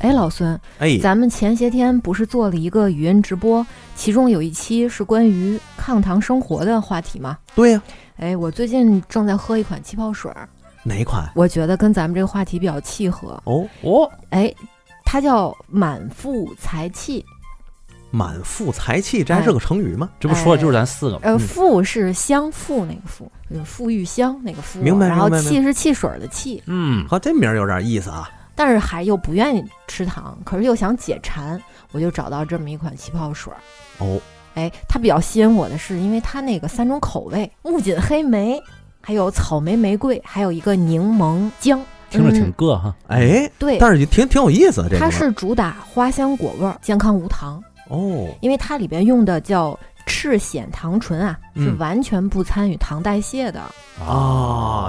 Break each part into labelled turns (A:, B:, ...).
A: 哎，老孙，
B: 哎，
A: 咱们前些天不是做了一个语音直播，其中有一期是关于抗糖生活的话题吗？
B: 对呀、
A: 哎，我最近正在喝一款气泡水儿，
B: 哪一款？
A: 我觉得跟咱们这个话题比较契合。
B: 哦哦，
A: 哎，它叫满腹才气，
B: 满腹才气，这还是个成语吗？
C: 这不说的就是咱四个吗？
A: 哎呃，
B: 嗯
A: 富是香富那个富，就是馥郁香那个馥，
B: 明白
A: 然后
B: 明白
A: 气是汽水儿的气，
C: 嗯，
B: 好，这名儿有点意思啊。
A: 但是还又不愿意吃糖，可是又想解馋，我就找到这么一款气泡水儿。
B: 哦，
A: 哎，它比较吸引我的是，因为它那个三种口味：木槿黑莓，还有草莓玫瑰，还有一个柠檬姜。
C: 听着挺
A: 嗯、
C: 硌哈。
B: 哎，
A: 对，
B: 但是挺挺有意思的这个味
A: 它
B: 儿。
A: 是主打花香果味儿，健康无糖，
B: 哦，
A: 因为它里边用的叫赤藓糖醇啊，是
B: 嗯
A: 完全不参与糖代谢的。
C: 哦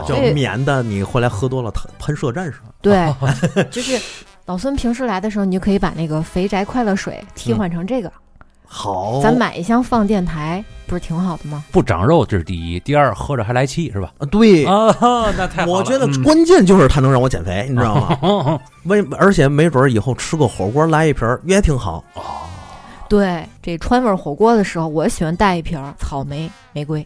B: 啊，就
A: 这个
B: 免得你后来喝多了喷喷射战士。
A: 对，就是老孙平时来的时候，你就可以把那个肥宅快乐水替换成这个，
B: 好，
A: 咱买一箱放电台，不是挺好的吗？
C: 不长肉这是第一，第二喝着还来气是吧？
B: 啊对。
C: 啊， 那太好了
B: 我觉得
C: 嗯
B: 关键就是它能让我减肥，你知道吗？ 为而且没准儿以后吃个火锅来一瓶儿也挺好。
C: 嗯
A: 对，这川味儿火锅的时候，我喜欢带一瓶儿草莓玫瑰。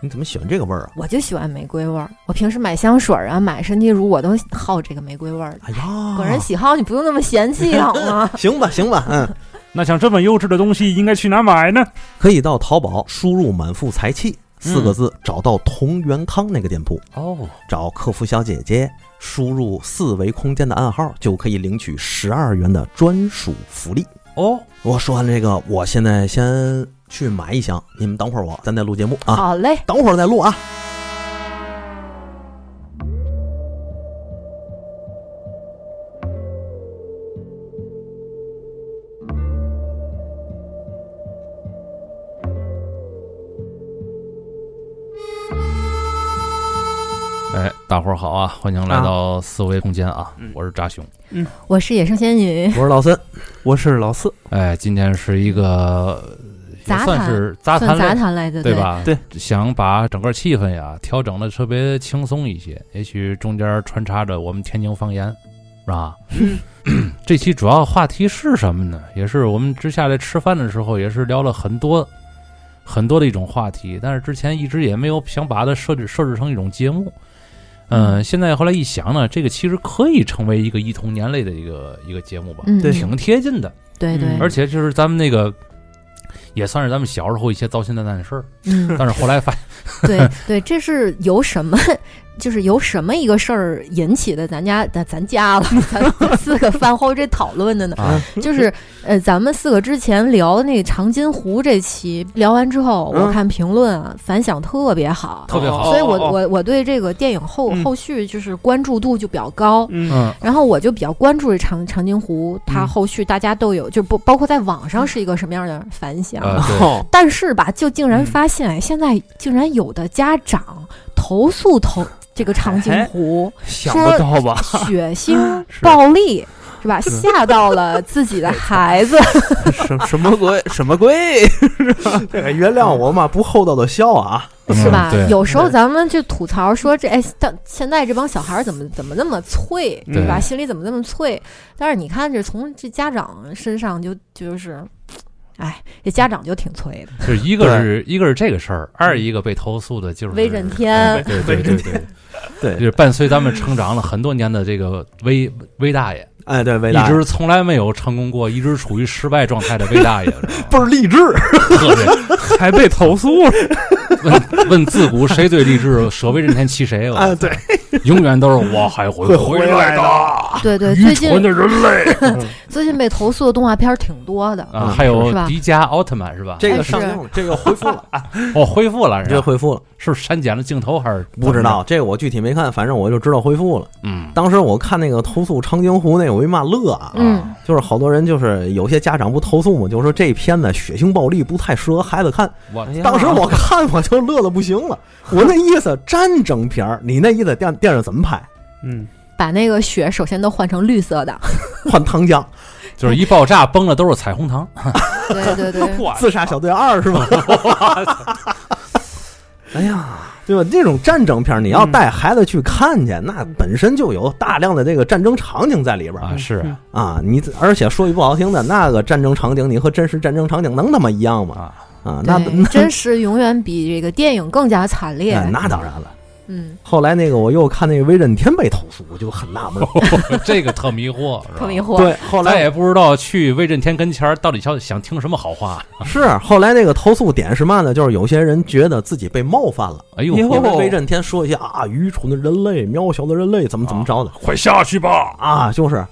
B: 你怎么喜欢这个味儿啊？
A: 我就喜欢玫瑰味儿。我平时买香水儿啊，买身体乳，我都好这个玫瑰味儿的。
B: 哎呀，
A: 个人喜好，你不用那么嫌弃好吗？
B: 行吧，行吧，嗯，
C: 那像这么优质的东西，应该去哪儿买呢？
B: 可以到淘宝输入“满腹才气”
A: 嗯
B: 四个字，找到同源康那个店铺，
C: 哦，
B: 找客服小姐姐，输入四维空间的暗号，就可以领取十二元的专属福利。
C: 哦，
B: 我说完了这个，我现在先去买一箱，你们等会儿我咱再录节目啊，
A: 好嘞，
B: 等会儿再录啊。
C: 哎，大伙儿好啊，欢迎来
D: 啊
C: 到四维空间啊，
D: 嗯
C: 我是扎熊。
A: 我是野生仙女
B: 我，是老森，
D: 我是老四，
C: 哎，今天是一个也
A: 杂
C: 算
A: 谈
C: 是杂
A: 算
C: 谈
A: 杂
C: 类。
A: 谈来的，
C: 对？
B: 哎
C: 吧？
D: 对，
C: 想把整个气氛呀调整的特别轻松一些，也许中间穿插着我们天津方言，是吧？
A: 嗯
C: 这期主要话题是什么呢？也是我们之下来吃饭的时候，也是聊了很多很多的一种话题，但是之前一直也没有想把它设置设置成一种节目。嗯、现在后来一想呢，这个其实可以成为一个一同年类的一个一个节目吧，
A: 嗯，
D: 对
C: 挺贴近的，
A: 对对
D: 嗯，
C: 而且就是咱们那个。也算是咱们小时候一些糟心蛋蛋的事儿，
A: 嗯，
C: 但是后来发
A: 对对，这是由什么？就是由什么一个事儿引起的咱家咱咱家了， 咱咱四个饭后这讨论的呢？
C: 啊，
B: 嗯
A: 就是呃，咱们四个之前聊的那个长津湖这期聊完之后，我
D: 嗯哦
A: 看评论啊，反响特别好，
C: 特别好
A: 所以我
B: 哦
A: 我我对这个电影后、
D: 嗯
A: 后续就是关注度就比较高。
D: 嗯
C: 嗯，
A: 然后我就比较关注这长长津湖，它
D: 嗯
A: 后续大家都有，就不包括在网上是一个什么样的反响。
C: 呃，对，
D: 哦
A: 但是吧，就竟然
D: 嗯
A: 发现，哎现在竟然有的家长投诉投这个长津湖
D: 想不到吧？
A: 血腥
D: 哎是
A: 暴力，是吧？
D: 是
A: 吓到了自己的孩子。
D: 什什么鬼？什么鬼？
B: 原谅我嘛，不厚道的笑啊。
A: 是吧？
C: 嗯对
A: 有时候咱们就吐槽说这哎，但现在这帮小孩儿怎么怎么那么脆，
D: 对
A: 对吧？心里怎么那么脆？但是你看，这从这家长身上就就是，哎，这家长就挺脆的。
C: 就是一个是一个是这个事儿，二一个被投诉的就是
A: 威震天
C: 对对对对
B: 对
C: 就是伴随咱们成长了很多年的这个威威大爷，
B: 哎，对，魏
C: 一
B: 大
C: 直从来没有成功过，一直处于失败状态的威大爷，
B: 倍儿励志，
C: 特别
D: 还被投诉了？
C: 问问自古谁最励志，舍威震天其谁？我
B: 哎，对，
C: 永远都是我还会回来的，
A: 对对，最
C: 啊愚蠢
A: 近
C: 的人类
A: 最近被投诉的动画片儿挺多的。
C: 啊！还有
A: 是吧
C: 迪迦奥特曼是吧？
B: 这
A: 哎
B: 个
A: 是
B: 上映了，这个恢复了，
C: 哦，恢复了是
B: 哎这
C: 吧？
B: 恢复了，
C: 是删减了镜头还是
B: 不知？道这个我具体没看，反正我就知道恢复了。
C: 嗯
B: 当时我看那个投诉长津湖那个，我一骂乐 啊，
A: 嗯，
B: 就是好多人就是有些家长不投诉嘛，就说这片子血腥暴力不太适合孩子看。
C: 我
B: 当时我看我就乐的不行了，我那意思战争片儿，你那意思电电视怎么拍？
D: 嗯，
A: 把那个雪首先都换成绿色 的。
B: 换糖浆，
C: 就是一爆炸崩了都是彩虹 糖。
A: 对对对，
B: 自杀小队二是吧？哎呀，对吧？这种战争片儿，你要带孩子去看去，那本身就有大量的这个战争场景在里边儿
C: 啊，是啊
B: 啊。你而且说句不好听的，那个战争场景，你和真实战争场景能他妈一样吗？
C: 啊，
B: 啊，那
A: 对真实永远比这个电影更加惨烈。
B: 哎 那当然了。
A: 嗯，
B: 后来那个我又看那个威震天被投诉，我就很纳闷儿。
C: 这个特迷惑，
A: 特迷
C: 惑。
A: 惑。
B: 对，后
C: 咱
B: 来
C: 也不知道去威震天跟前儿到底想想听什么好话。
B: 是后来那个投诉点是嘛呢？就是有些人觉得自己被冒犯了，
C: 哎呦，
D: 因为
B: 因为威震天说一些啊愚蠢的人类、渺小的人类怎么怎么着的
C: 快下去吧！
B: 啊，就是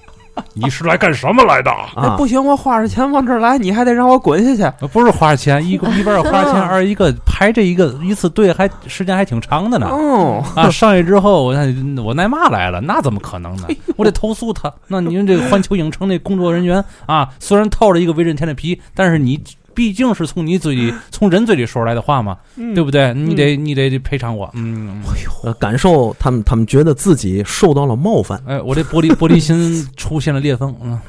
C: 你是来干什么来的？
B: 啊
D: 哎，不行，我花着钱往这儿来，你还得让我滚下去。
C: 呃不是花钱，一个一边儿花 钱，二一个排这一个一次队还时间还挺长的呢。
D: 哦，
C: 啊，上去之后，我那我奶妈来了，那怎么可能呢？
B: 哎
C: 我得投诉他。那您这个环球影城那工作人 员啊，虽然套了一个威震天的皮，但是你毕竟是从你 嘴里、从人嘴里说出来的话嘛，对
B: 嗯
D: 对
C: 不对？你得你得赔偿我。嗯，
B: 呃感受他们他们觉得自己受到了冒犯。
C: 哎，我这玻璃玻璃心出现了裂 缝。嗯，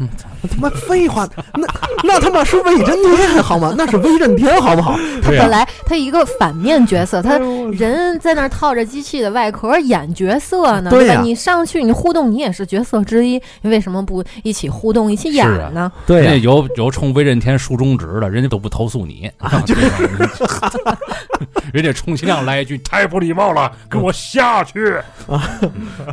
B: 他妈废话，那那他妈是威震天好吗？那是威震天好不好？
A: 他
C: 对啊
A: 本来他一个反面角色，他
D: 对？
A: 人在那儿套着机器的外壳演角色呢，
B: 对
A: 对
B: 呀
A: 吧？你上去你互动，你也是角色之一，你为什么不一起互动一起演呢？
B: 对
C: 人
B: 呀
C: 家有有冲威震天竖中指的，人家都不投诉你，
B: 啊
C: 人家充其量来一句太不礼貌了，给我下去。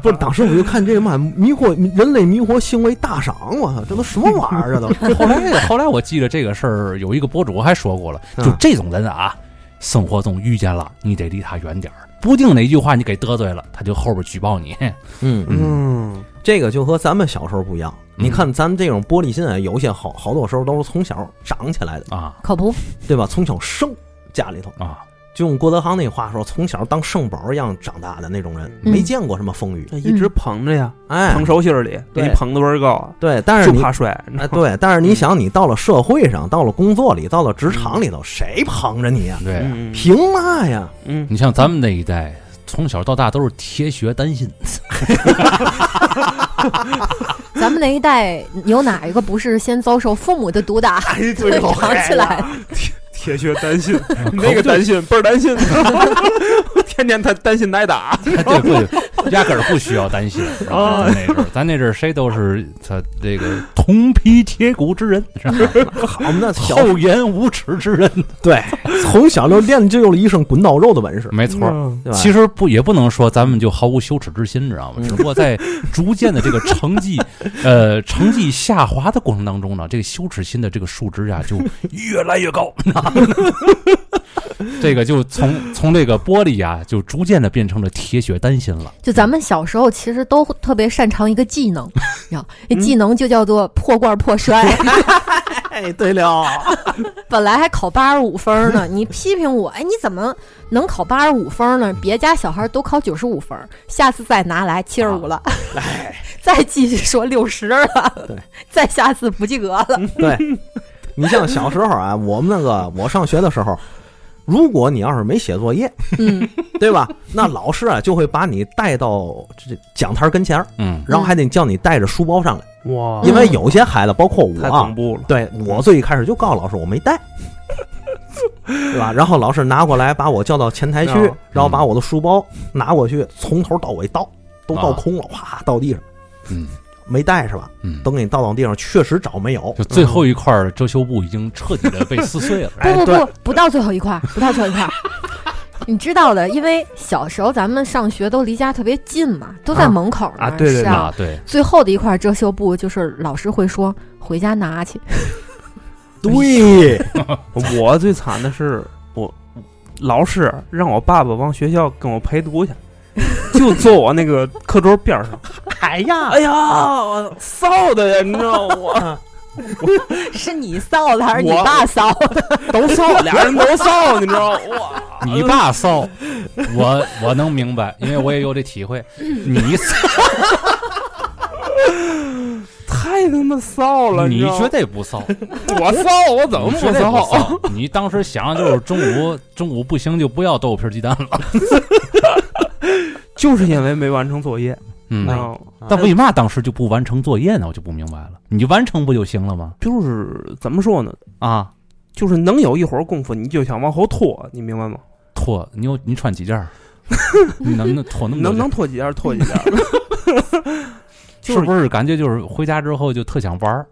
B: 不是，当时我就看这个嘛，迷惑人类迷惑行为大赏，我操，这都什么玩意儿？啊这都
C: 后来后来我记得这个事儿，有一个博主还说过了，
B: 嗯
C: 就这种人啊，生活中遇见了，你得离他远点儿，不定哪句话你给得罪了，他就后边举报 你。
B: 嗯
D: 嗯，
B: 这个就和咱们小时候不一样。
C: 嗯
B: 你看，咱们这种玻璃心啊，有些好好多时候都是从小长起来的，
C: 啊
A: 可不，
B: 对吧？从小生家里头，
C: 啊，
B: 就用郭德纲那话说，从小当圣宝一样长大的那种人，
A: 嗯
B: 没见过什么风雨。
D: 那一直捧着呀，
B: 哎
D: 捧，手心儿里，给
B: 对
D: 你捧得多儿高啊，
B: 对，但是
D: 就
B: 你
D: 怕摔。
B: 哎，对，但是你想，你到了社会上，到了工作里，到了职场里头，谁捧着你呀？
C: 对啊
D: 嗯，
B: 凭嘛呀？
D: 嗯，
C: 你像咱们那一代，从小到大都是铁血丹心，
A: 咱们那一代有哪一个不是先遭受父母的毒 打，
D: 哎，
A: 所 以长起来？
D: 铁血担心，
C: 可
D: 那
C: 不
D: 个
C: 就
D: 担心倍儿担心，天天他担心挨打。
C: 对不对？压根儿不需要担心
D: 啊
C: 咱那阵儿，咱那阵儿谁都是他这个铜皮铁骨之人，是 吧？
B: 好，我们那小
C: 厚颜无耻之人，
B: 对，从小就练就了一身滚刀肉的本事，
C: 没错儿。
B: 对吧？
C: 其实不也不能说咱们就毫无羞耻之心，你知道吗？
B: 嗯
C: 只不过在逐渐的这个成绩，呃，成绩下滑的过程当中呢，这个羞耻心的这个数值啊就越来越高， 这个就从从这个玻璃啊，就逐渐的变成了铁血丹心了。
A: 就咱们小时候其实都特别擅长一个技 能，你知道，那技能就叫做破罐破摔。
B: 哎，对了，
A: 本来还考八十五分呢，你批评我，哎，你怎么能考八十五分呢？别家小孩都考九十五分，下次再拿来七十五了， 再继续说六十了，
B: 啊对，
A: 再下次不及格 了，
B: 对，你像小时候啊，我们那个我上学的时候，如果你要是没写作业，
A: 嗯，
B: 对吧？那老师啊就会把你带到这讲台跟前儿，
C: 嗯，
B: 然后还得叫你带着书包上来，
D: 哇
B: 因为有些孩子，包括我
D: 哦太
B: 啊
D: 恐，怖了。
B: 对我最开始就告诉老师我没 带，对吧？然后老师拿过来把我叫到前台去
D: 嗯，
B: 然后把我的书包拿过去，从头到尾倒，都倒
C: 啊
B: 空了，哗倒地上，
C: 嗯，
B: 没带是吧？
C: 嗯，
B: 等给你倒到地上，确实找没有
C: 就，最后一块遮羞布已经彻底的被撕碎了
B: 哎
A: 不不
B: 对
A: 不，不到最后一块儿，不到最后一块儿。 你知道的，因为小时候咱们上学都离家特别近嘛，都在
D: 啊
A: 门口呢
D: 啊对对
A: 是
D: 对
A: 啊
C: 啊。。对，
A: 最后的一块遮羞布，就是老师会说回家拿 去，
B: 对，
D: 我最惨的是我老师让我爸爸往学校跟我陪读去，就坐我那个课桌边儿上。
B: 哎呀，
D: 哎呀，我臊的呀，你知道 我
A: 是你臊的还是你
D: 我
A: 爸臊的？
D: 都臊，俩人都臊，你知道哇？
C: 你爸骚，我我能明白，因为我也有这体会。你骚，
D: 太他妈臊了，
C: 你
D: 知道吗
C: 绝对不骚。
D: 我臊，我怎么
C: 你
D: 不
C: 绝对不
D: 臊？
C: 骚？你当时想的就是中午中午不行就不要豆皮鸡蛋了。
D: 就是因为没完成作业，你知
C: 嗯，
D: 道吗？
C: 但为嘛当时就不完成作业呢？我就不明白了。你完成不就行了吗？
D: 就是怎么说呢？
C: 啊，
D: 就是能有一会儿功夫，你就想往后拖，你明白吗？
C: 脱，你有你穿几件儿？ 你能能脱那么多件
D: 能
C: 儿？
D: 能脱几件儿脱 几件儿
C: 是不是感觉就是回家之后就特想玩儿？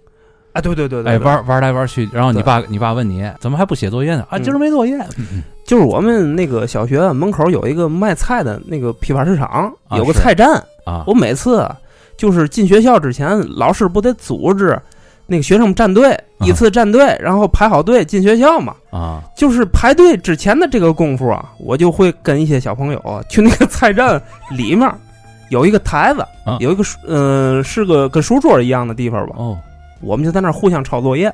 D: 啊！对对对对，
C: 哎，
D: 对
C: 玩儿玩儿来玩儿去，然后你
D: 对
C: 爸你爸问你怎么还不写作业呢？啊，
D: 嗯
C: 今儿没作业。
D: 就是我们那个小学门口有一个卖菜的那个批发市场，
C: 啊
D: 有个
C: 是
D: 菜站。
C: 啊
D: 我每次就是进学校之前，老师不得组织那个学生们站队，
C: 啊
D: 依次站队，然后排好队进学校嘛。
C: 啊！
D: 就是排队之前的这个功夫啊，我就会跟一些小朋友啊去那个菜站里面儿有一个台子
C: 啊，
D: 有一个书呃是个跟书桌一样的地方吧，
C: 哦，
D: 我们就在那儿互相抄作业，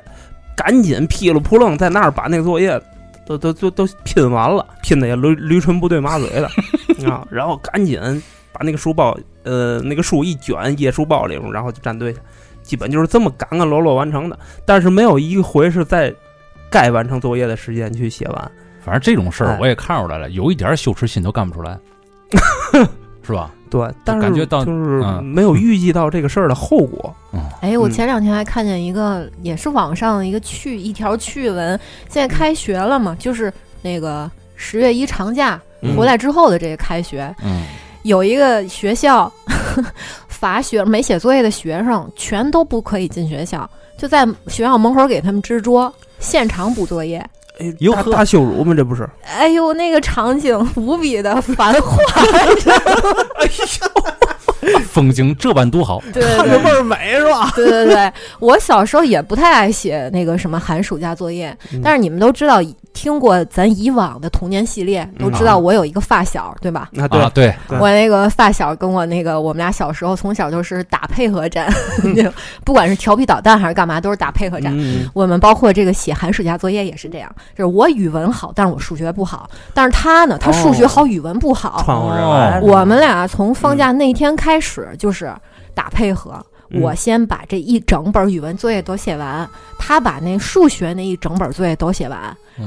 D: 赶紧噼里扑棱在那儿把那个作业都都都都拼完了，拼的也驴驴唇不对马嘴 的啊，然后赶紧把那个书包呃那个书一卷掖书包里头，然后就站队去，基本就是这么赶赶落落完成的，但是没有一回是在该完成作业的时间去写完。
C: 反正这种事儿
D: 哎
C: 我也看出来了，有一点儿羞耻心都干不出 来，是吧？
D: 对，但是
C: 感觉到
D: 就是
C: 嗯
D: 没有预计到这个事儿的后果。
A: 哎，我
D: 嗯
A: 前两天还看见一个，也是网上的一个趣一条趣闻。现在开学了嘛，就是那个十月一长假
D: 嗯
A: 回来之后的这个开学，
C: 嗯，
A: 有一个学校 罚学没写作业的学生，全都不可以进学校，就在学校门口给他们支桌，现场补作业。
D: 哎
B: 哟，
D: 大
B: 呵
D: 大羞辱吗？这不是？
A: 哎呦，那个场景无比的繁华，
C: 风景这般多好，
A: 对对
B: 看着倍儿美是 吧？
A: 对对对，我小时候也不太爱写那个什么寒暑假作业，
D: 嗯
A: 但是你们都知道，听过咱以往的童年系列，都知道我有一个发小，对吧？
D: 啊，对，
C: 啊，对，
D: 嗯对
A: 我那个发小跟我那个，我们俩小时候从小就是打配合战， 就不管是调皮捣蛋还是干嘛，都是打配合战。
D: 嗯，
A: 我们包括这个写寒暑假作业也是这样，就是我语文好，但是我数学不好，但是他呢，他数学好，语文不好，
D: 哦串嗯过人
C: 哦
A: 哦
D: 来了，
A: 我们俩从放假那天开始就是打配合，
D: 嗯
A: 我先把这一整本语文作业都写完，他把那数学那一整本作业都写完，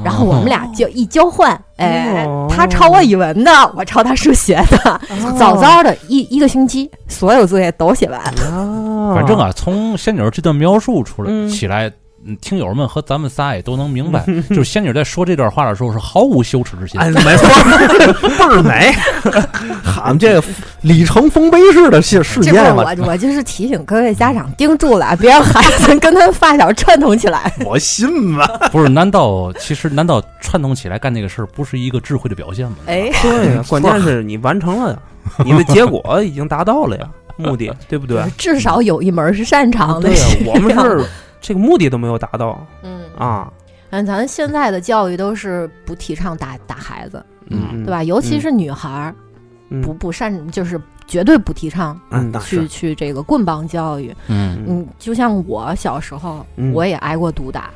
A: 然后我们俩就一交换，哎
D: 哦，
A: 他抄我语文的，我抄他数学的，早早的一
D: 哦
A: 一个星期所有作业都写完。
B: 哦
D: 啊，
C: 反正啊，从仙女这段描述出来
D: 嗯
C: 起来，嗯听友们和咱们仨也都 能明白，就是仙女在说这段话的时候是毫无羞耻之心。
B: 哎，没错，倍儿 美。俺们这里程丰碑式的事事
A: 这不是
B: 件嘛，
A: 我，我就是提醒各位家长盯住了啊，别让孩子跟他发小串通起 来。
B: 我信吧。
C: 不是？难道其实难道串通起来干这个事儿不是一个智慧的表现吗？
A: 哎，
D: 对
B: 啊
D: 呀，关键是你完成了呀，你的结果已经达到 了呀，目的对不对？
A: 至少有一门是擅长的
D: 对。呀，啊我们
A: 这
D: 是这个目的都没有达到
A: 嗯
D: 啊，
A: 嗯，咱现在的教育都是不提倡打打孩子，
C: 嗯
D: 嗯，
A: 对吧？尤其是女孩儿，
D: 嗯？
A: 不不善，就是绝对不提倡
D: 嗯，
B: 那
A: 去
B: 是
A: 去这个棍棒教育。
C: 嗯，
A: 嗯，就像我小时候，
D: 嗯
A: 我也挨过毒打。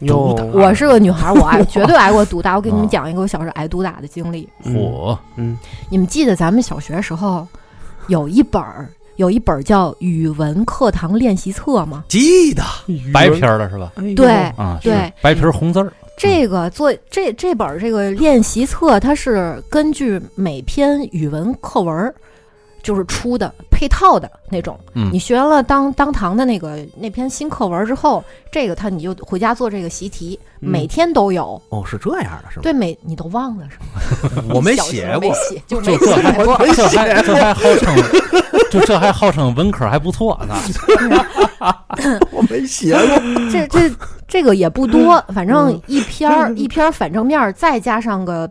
D: 有
A: 我是个女孩儿，我 挨绝对挨过毒打。我给
D: 啊
A: 你们讲一个我小时候挨毒打的经历。
C: 嚯，
D: 嗯
A: 你们记得咱们小学时候有一本儿有一本儿叫《语文课堂练习册》吗？
B: 记得
C: 白皮，儿了是吧？
D: 哎呦
A: 对，
C: 啊，
A: 对
C: 是白皮儿红字儿，
A: 这个做这这本儿这个练习册，它是根据每篇语文课文儿就是出的配套的那种。
C: 嗯
A: 你学完了当当堂的那个那篇新课文之后，这个它你就回家做这个习题，
D: 嗯
A: 每天都有。
B: 哦，是这样的，是吧？
A: 对，每你都忘了是吗？
B: 我没
A: 小时
B: 写
A: 候没
B: 过，
A: 写就没
C: 就这还
A: 写过。
C: 这还这还号称，就这还号称文科还不错呢。
B: 我没写过。
A: 这这这个也不多，
D: 嗯
A: 反正一篇儿一篇儿反正面儿，再加上个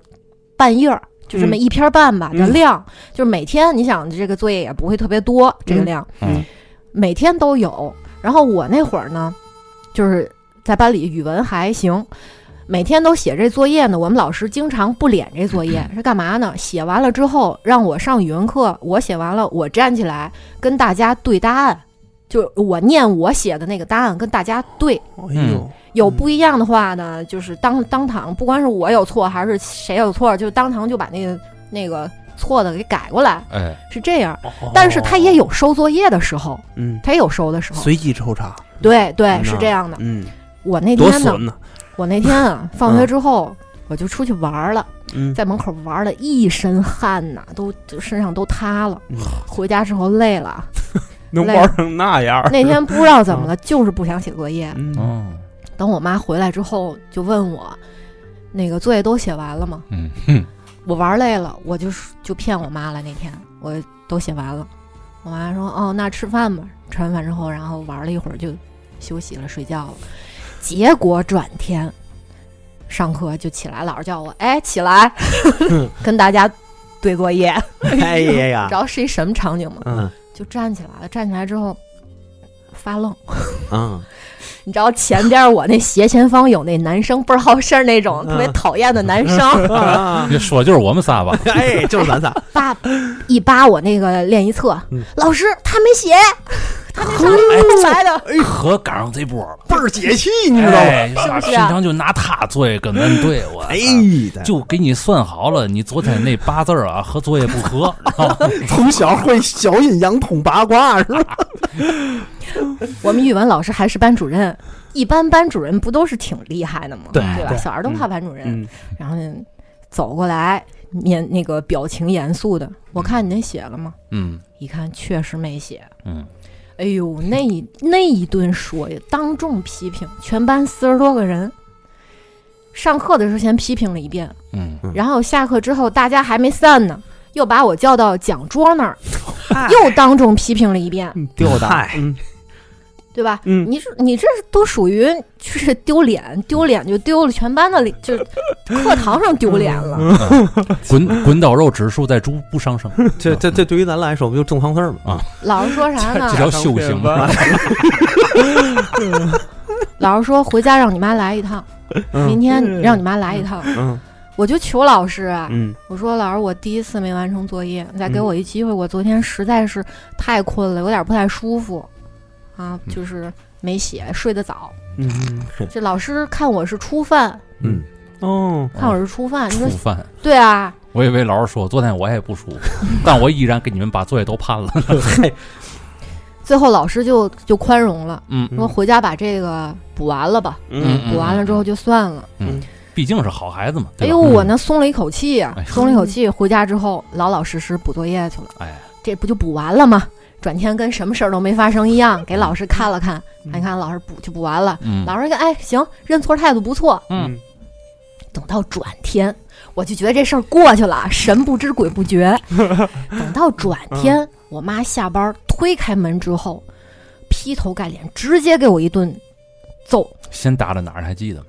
A: 半页儿，就这么
D: 嗯
A: 一篇儿半吧的
D: 嗯
A: 量，就是每天你想这个作业也不会特别多，这个
D: 嗯
A: 量
C: 嗯
A: 每天都有。然后我那会儿呢，就是在班里语文还行。每天都写这作业呢，我们老师经常不脸这作业
D: 嗯
A: 是干嘛呢？写完了之后让我上语文课，我写完了，我站起来跟大家对答案，就我念我写的那个答案跟大家对，
D: 哎
B: 嗯
D: 呦，
A: 有不一样的话呢，就是当当堂，不光是我有错，还是谁有错，就当堂就把那个那个错的给改过来，
C: 哎，
A: 是这
D: 哦
A: 样。但是他也有收作业的时候，
D: 嗯，
A: 他也有收的时候。
D: 随机抽查，
A: 对对，
D: 嗯
A: 是
D: 呐
A: 这样的。
D: 嗯，
A: 我那
D: 多
A: 天呢，
D: 损呢，
A: 我那天 啊，放学之后。我就出去玩儿了，
D: 嗯，
A: 在门口玩了一身汗呐，都就身上都塌了
D: 嗯。
A: 回家之后累了，
D: 能 玩成那样儿，
A: 那天不知道怎么了，就是不想写作业。
D: 嗯，
C: 嗯，
A: 等我妈回来之后，就问我：“那个作业都写完了吗？
C: 嗯哼
A: 我玩累了，我就是就骗我妈了。那天我都写完了，我妈说：“哦，那吃饭吧。”吃完饭之后，然后玩了一会儿就休息了，睡觉了。结果转天上课就起来，老师叫我：“哎，起来，跟大家对作业。
B: 哎呀
A: 你知，道是一什么场景吗？
B: 嗯
A: 就站起来了，站起来之后发愣。
B: 嗯，
A: 你知道前边我那斜前方有那男生倍儿好事儿那种
B: 嗯
A: 特别讨厌的男生，
B: 啊
C: 你说就是我们仨吧？
B: 哎，就是咱仨，
A: 扒一扒我那个练习册
B: 嗯，
A: 老师他没写，他没上
D: 哎
A: 出来的。
C: 可赶上这波了，
B: 倍儿解气，
C: 你
B: 你知道吗？
C: 哎
A: 是不啊是
C: 平常就拿他作业跟咱对我，
B: 哎，
C: 就给你算好了，你昨天那八字儿啊和作业不合， 然后
B: 从小会小阴阳通八卦是吧？
A: 我们语文老师还是班主任，一般班主任不都是挺厉害的吗？
C: 对
A: 吧？
D: 对
A: 小孩都怕班主任，
D: 嗯，
A: 然后呢走过来，面那个表情严肃的，我看你那写了吗？
C: 嗯
A: 一看确实没写，
C: 嗯，
A: 哎呦，那一那一顿说呀，当众批评，全班四十多个人。上课的时候先批评了一遍，
C: 嗯，
B: 嗯
A: 然后下课之后大家还没散呢，又把我叫到讲桌那儿，
D: 哎
A: 又当众批评了一遍，
D: 吊打
B: 嗨，
D: 嗯
A: 对吧？
D: 嗯，
A: 你是你这是都属于就是丢脸，丢脸就丢了全班的脸， 就是课堂上丢脸
C: 嗯
A: 了。
C: 滚滚刀肉指数在逐步上升，
B: 这这这对于咱来说不就正常事儿吗？
C: 啊
A: 老师说啥呢
D: 啊
C: 这？叫修行吧？
A: 老师说回家让你妈来一趟，明
B: 嗯
A: 天让你妈来一趟。
B: 嗯
A: 我就求老师啊，
D: 嗯
A: 我说老师，我第一次没完成作业，你再
C: 嗯
A: 给我一机会。我昨天实在是太困了，有点不太舒服，啊，
C: 嗯
A: 就是没写，睡得早。
D: 嗯嗯，
A: 这老师看我是初犯，
C: 啊
B: 嗯，
D: 哦，
A: 看我是初犯，你
C: 触
A: 说
C: 犯。
A: 对啊，
C: 我以为老师说昨天我也不舒服，但我依然给你们把作业都 判了。
A: 最后老师就就宽容了，
C: 嗯
A: 说回家把这个补完了吧，
D: 嗯
A: 补完了之后，就算了。
C: 毕竟是好孩子嘛。
A: 哎
C: 对吧嗯
A: 呦，我那松了一口气呀、
C: 哎呦
A: 松了一口气，回家之后老老实实补作业去了。
C: 哎，
A: 这不就补完了吗？转天跟什么事儿都没发生一样，给老师看了看，哎你看老师补就补完了。
C: 嗯，
A: 老师一看，哎，行，认错态度不错。
C: 嗯，
A: 等到转天，我就觉得这事儿过去了，神不知鬼不觉。等到转天，我妈下班推开门之后，劈头盖脸直接给我一顿揍
C: 嗯先打的哪儿你还记得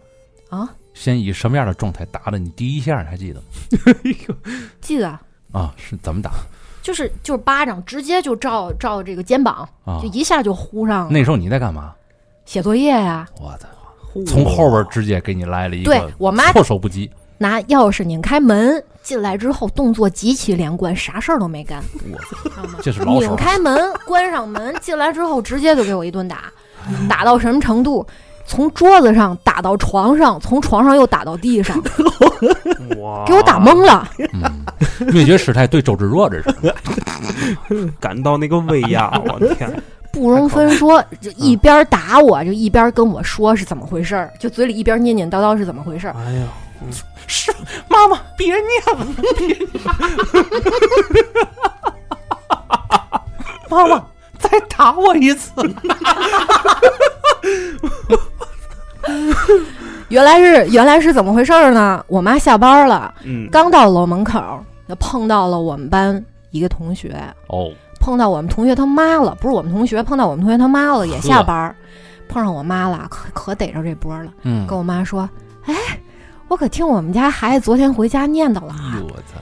C: 吗？
A: 啊！
C: 先以什么样的状态打的你第一下你还记得吗？
A: 记得啊
C: 啊，是怎么打
A: 就是就是巴掌直接就照照这个肩膀，
C: 啊
A: 就？一啊下就呼上了。
C: 那时候你在干嘛？
A: 写作业呀、
C: 我操！
B: 嗯
C: 从后边直接给你来了一
A: 对
C: 个
A: 我妈
C: 措手不及，
A: 拿钥匙拧开门进来之后，动作极其连贯，啥事儿都没干，知道吗？
C: 这是老手
A: 拧。开门，关上门，进来之后直接就给我一顿打，
C: 哎
A: 打到什么程度？从桌子上打到床上，从床上又打到地 上，
C: 啊
D: 哇，
A: 给我打懵了。
C: 嗯，灭绝师太对周芷若这是。
D: 感到那个威 压，我的天，
A: 不容分说，就一边打我，就一边跟我说是怎么回事儿，就嘴里一边念念叨叨是怎么回事儿。
D: 哎呀，
C: 是妈妈鄙人念了，妈妈再打我一次。
A: 原来是原来是怎么回事儿呢？我妈下班了，
D: 嗯，
A: 刚到楼门口，就碰到了我们班一个同学，
C: 哦，
A: 碰到我们同学他妈了，不是我们同学，碰到我们同学他妈了，也下班儿，碰上我妈了，可可逮着这波了，
C: 嗯，
A: 跟我妈说，哎。我可听我们家孩子昨天回家念叨了啊
C: 哎！呦我操！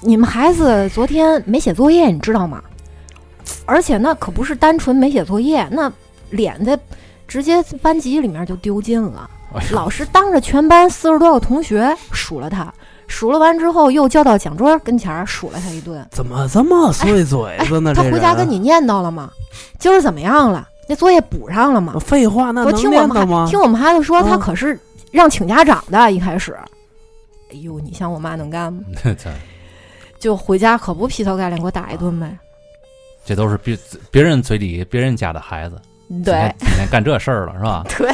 A: 你们孩子昨天没写作业，你知道吗？而且那可不是单纯没写作业，那脸在直接班级里面就丢尽 了。
C: 哎呦
A: 老师当着全班四十多个同学数了他，数了完之后又叫到讲桌跟前儿数了他一顿。
D: 怎么这么碎嘴子呢？
A: 哎他
D: 这
A: 回家
D: 人啊
A: 跟你念叨了吗？今儿怎么样了？那作业补上了吗？
D: 废话，那
A: 我听
D: 能
A: 我
D: 练
A: 们
D: 的吗
A: 孩？听我们孩子说，
D: 嗯
A: 他可是让请家长的。一开始，哎呦，你像我妈能干吗？
C: 这这
A: 就回家可不劈头盖脸给我打一顿呗。
C: 这都是别别人嘴里别人家的孩子，
D: 嗯
C: 今
A: 对
C: 天今天干这事儿了是吧？
A: 对，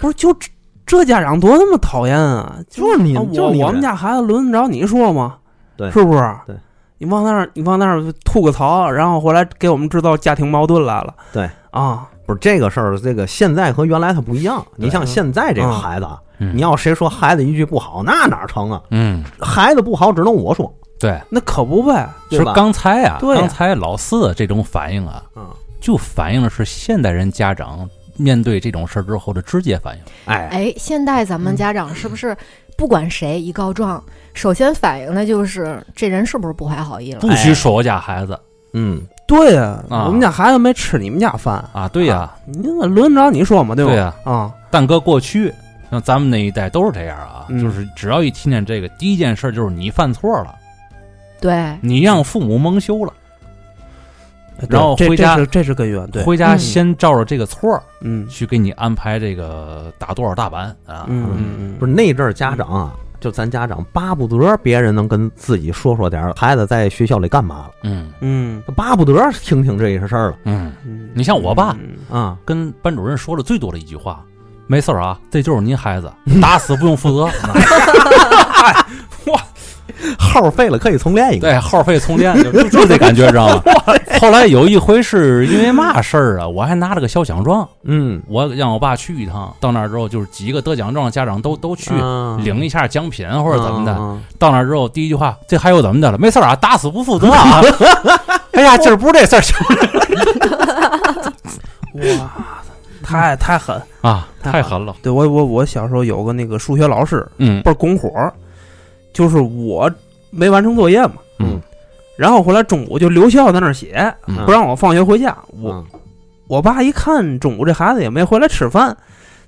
D: 不是，就这这家长多他妈讨厌啊！
B: 就是你
D: 啊
B: 就
D: 我
B: 是你
D: 我们家孩子轮得着你说吗？
B: 对
D: 是不是？
B: 对，
D: 你往那儿你往那儿吐个槽，然后回来给我们制造家庭矛盾来了。
B: 对
D: 啊，
B: 不是这个事儿，这个现在和原来它不一样。你像现在这个孩子，啊，
C: 嗯
B: 你要谁说孩子一句不好，那哪成啊？
C: 嗯，
B: 孩子不好，只能我说，
C: 对，
D: 那可不呗，
B: 对
C: 说
B: 吧？
C: 刚才啊，
D: 对啊
C: 刚才老四这种反应啊，
B: 嗯，
C: 就反映的是现代人家长面对这种事儿之后的直接反应。
B: 哎，
A: 哎，现在咱
D: 嗯
A: 们家长是不是不管谁一告状，首先反映的就是这人是不是不怀好意了？
C: 不
D: 嗯
C: 许说我家孩子
B: 嗯，
D: 对呀、
C: 啊
D: 我们家孩子没吃你们家饭，
C: 啊！对呀、
D: 你怎么轮着你说嘛，对吧？
C: 对呀、
D: 啊，
C: 蛋哥过去像咱们那一代都是这样啊，
D: 嗯
C: 就是只要一听见这个，第一件事就是你犯错了，
A: 对，
D: 嗯
C: 你让父母蒙羞了，然后
D: 哎对这
C: 回家
D: 这是这是根源，对，
C: 回家
A: 嗯
C: 先照着这个错儿
D: 嗯
C: 去给你安排这个打多少大板啊。
D: 嗯嗯，
B: 不是那阵儿家长啊，就咱家长巴不得别人能跟自己说说点儿孩子在学校里干嘛了，
C: 嗯
D: 嗯
B: 巴不得听听这些事儿了
C: 嗯，
D: 嗯，
C: 你像我爸
D: 嗯
B: 啊。
C: 跟班主任说的最多的一句话。没事儿啊，这就是您孩 子，打死不用负责。
B: 号废了可以重练一个，
C: 对，耗费充电，就就就这感觉，知道 吗？后来有一回是因为嘛事儿啊，我还拿了个小奖状，
B: 嗯，
C: 我让我爸去一趟，到那儿之后就是几个得奖状，家长都都去。
B: 啊
C: 领嗯一下奖品或者怎么的，
B: 啊
C: 到那儿之后第一句话，这还有怎么的了？没事儿啊，打死不负责啊！哎呀，今儿不是这事儿
D: 嗯哇，太太狠。
C: 啊，太
D: 太
C: 狠了。
D: 对我我我小时候有个那个数学老师
C: 嗯
D: 倍儿拱火儿，就是我没完成作业嘛，
C: 嗯，
D: 然后回来中午就留校在那儿写，
C: 嗯
D: 不让我放学回家。我
B: 啊
D: 我爸一看中午这孩子也没回来吃饭，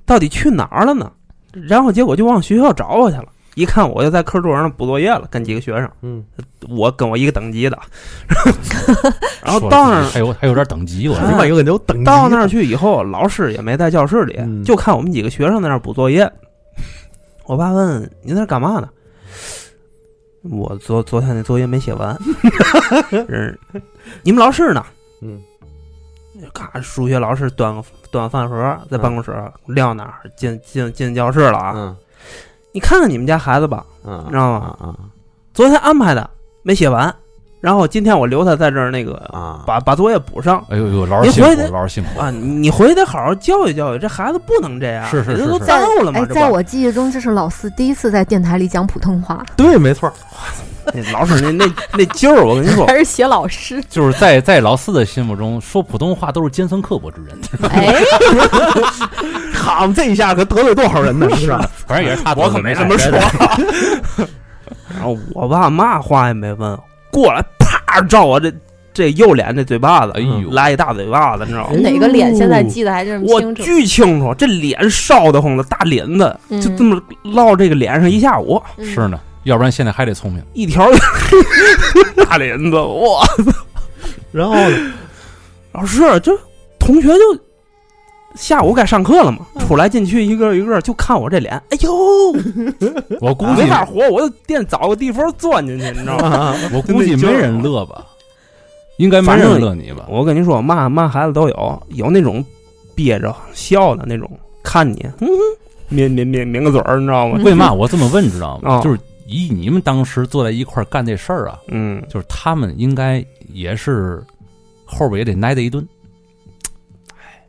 D: 到底去哪儿了呢？然后结果就往学校找我去了。一看我就在课桌上补作业了，跟几个学生，
B: 嗯，
D: 我跟我一个等级 的，然后
C: 说
D: 到那
C: 了
D: 儿
C: 自己还有还有点等级，我
B: 你
C: 这
B: 把有个牛等级
D: 到那儿去以后，老师也没在教室里，
B: 嗯
D: 就看我们几个学生在那儿补作业。我爸问：“你在那儿干嘛呢？”我昨昨天那作业没写 完。人，你们老师呢？
B: 嗯，
D: 咔，数学老师端个端个饭盒，
C: 嗯
D: 在办公室撂那儿，进进进教室了啊！
B: 嗯
D: 你看看你们家孩子吧，
B: 嗯，
D: 知道吗？
B: 啊
D: 昨天安排的没写完，然后今天我留他在这儿那个
B: 啊啊，
D: 把把作业补上，
C: 哎呦呦，老师
D: 你
C: 辛
D: 回
C: 苦，
D: 去
C: 老师辛苦。
D: 啊，你你回去得好好教育教育，这孩子不能这样，
C: 是是
D: 这
C: 是
D: 都
C: 是
D: 到了嘛，
A: 哎，
D: 这
A: 在
D: 不
A: 我记忆中，这是老四第一次在电台里讲普通话，
B: 对，没错，
D: 那老师那那那劲儿，我跟你 说，
A: 还是写老 师。
C: 就是在在老四的心目中，说普通话都是尖酸刻薄之人，
A: 哎，
B: 好，这一下可得罪多少人呢？是吧？
C: 反正也是他。
D: 我可没这么说。然后我爸骂话也没问，过来啪照我这这右脸这嘴巴子，
C: 哎呦
D: 来一大嘴巴子，你知道吗？
A: 哪个脸现在记得还这么
D: 我
A: 清楚？
D: 巨清楚，这脸烧得慌的大林子，
A: 嗯
D: 就这么落这个脸上一下午，
A: 嗯
C: 是呢，要不然现在还得聪明。
D: 一条 大林子，哇！
B: 然后呢
D: 老师，这同学就下午该上课了
A: 嗯
D: 嘛，出来进去一个一个就看我这脸，哎呦，
C: 我估计
D: 没法活，我就惦找个地方钻进去，你知道吗？
B: 啊
C: 我估计没人乐吧，应该没人乐你吧？
D: 我跟你说，骂骂孩子都有，有那种憋着笑的那种，看你，嗯，抿抿抿抿个嘴儿，你知道吗？
C: 为嘛我这么问，知道吗？
D: 哦
C: 就是以你们当时坐在一块儿干这事儿啊，
D: 嗯，
C: 就是他们应该也是后边也得挨着一顿，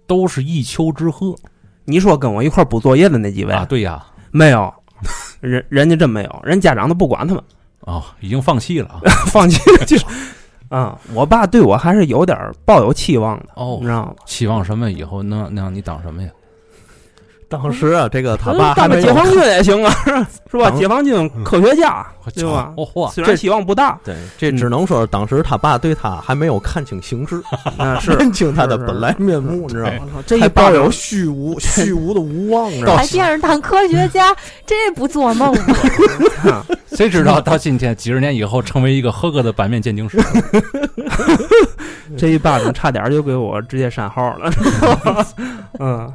C: 都是一丘之貉
D: 你说跟我一块儿补作业的那几位，
C: 啊！对呀，
D: 没有，人人家真没有，人家长都不管他们，
C: 哦，已经放弃了啊！
D: 放弃了就是。啊、我爸对我还是有点儿抱有期望的，
C: 哦
D: 你知，道吗？
C: 期望什么？以后能能让你当什么呀？
B: 当时啊，这个他爸还
D: 当个
B: 没
D: 嗯解
B: 有
D: 放军也行啊， 是吧？
B: 当
D: 解放军科学家，对吧？
C: 我嚯，
D: 虽然希望 不大，
B: 对，这只能说当时他爸对他还没有看清形势，
D: 那啊 是
B: 认清他的
D: 是是
B: 本来面目，你知道吗？
D: 这
B: 还
D: 一
B: 抱
D: 抱
B: 有
D: 有啊
B: 虚无、虚无的无望，知道吗
A: 还惦着当科学 家，这不做梦吗？
C: 谁知道到今天几十年以后成为一个合格的版面鉴定师？
D: 这一巴掌差点就给我直接删号 了。 嗯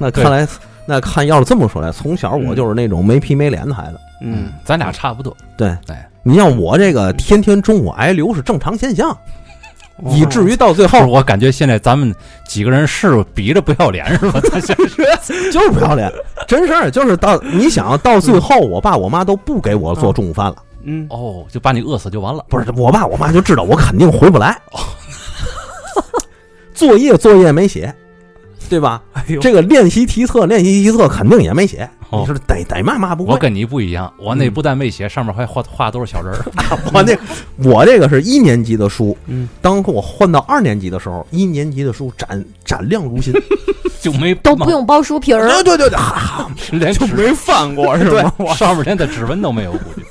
B: 那看来，那看要是这么说来，从小我就是那种没皮没脸的孩子。
D: 嗯，
C: 咱俩差不多。
B: 你像我这个天天中午挨流是正常现象，嗯
D: 哦
B: 以至于到最
C: 不是，
B: 后
C: 我感觉现在咱们几个人是比着不要脸是吧？咱现在是
B: 就是不要脸，真事儿就是到你想到最后，我爸我妈都不给我做中午饭了。
D: 嗯，
C: 哦，就把你饿死就完了。
D: 哦
B: 不是我爸我妈就知道我肯定回不来，作业作业没写，对吧？
D: 哎呦，
B: 这个练习题册练习题册肯定也没写，
C: 哦
B: 你说得得嘛嘛不
C: 我
B: 会。
C: 跟你不一样，我那不但没写，上面还画画都是小人儿。
B: 我那我这个是一年级的书，
D: 嗯，
B: 当我换到二年级的时候，一年级的书斩斩亮如 新，
C: 就没
A: 都不用包书皮儿，
B: 对对对对，哈，
C: 连
D: 就
C: 指
D: 没犯过是吗？
C: 对 上面连的指纹都没有，估计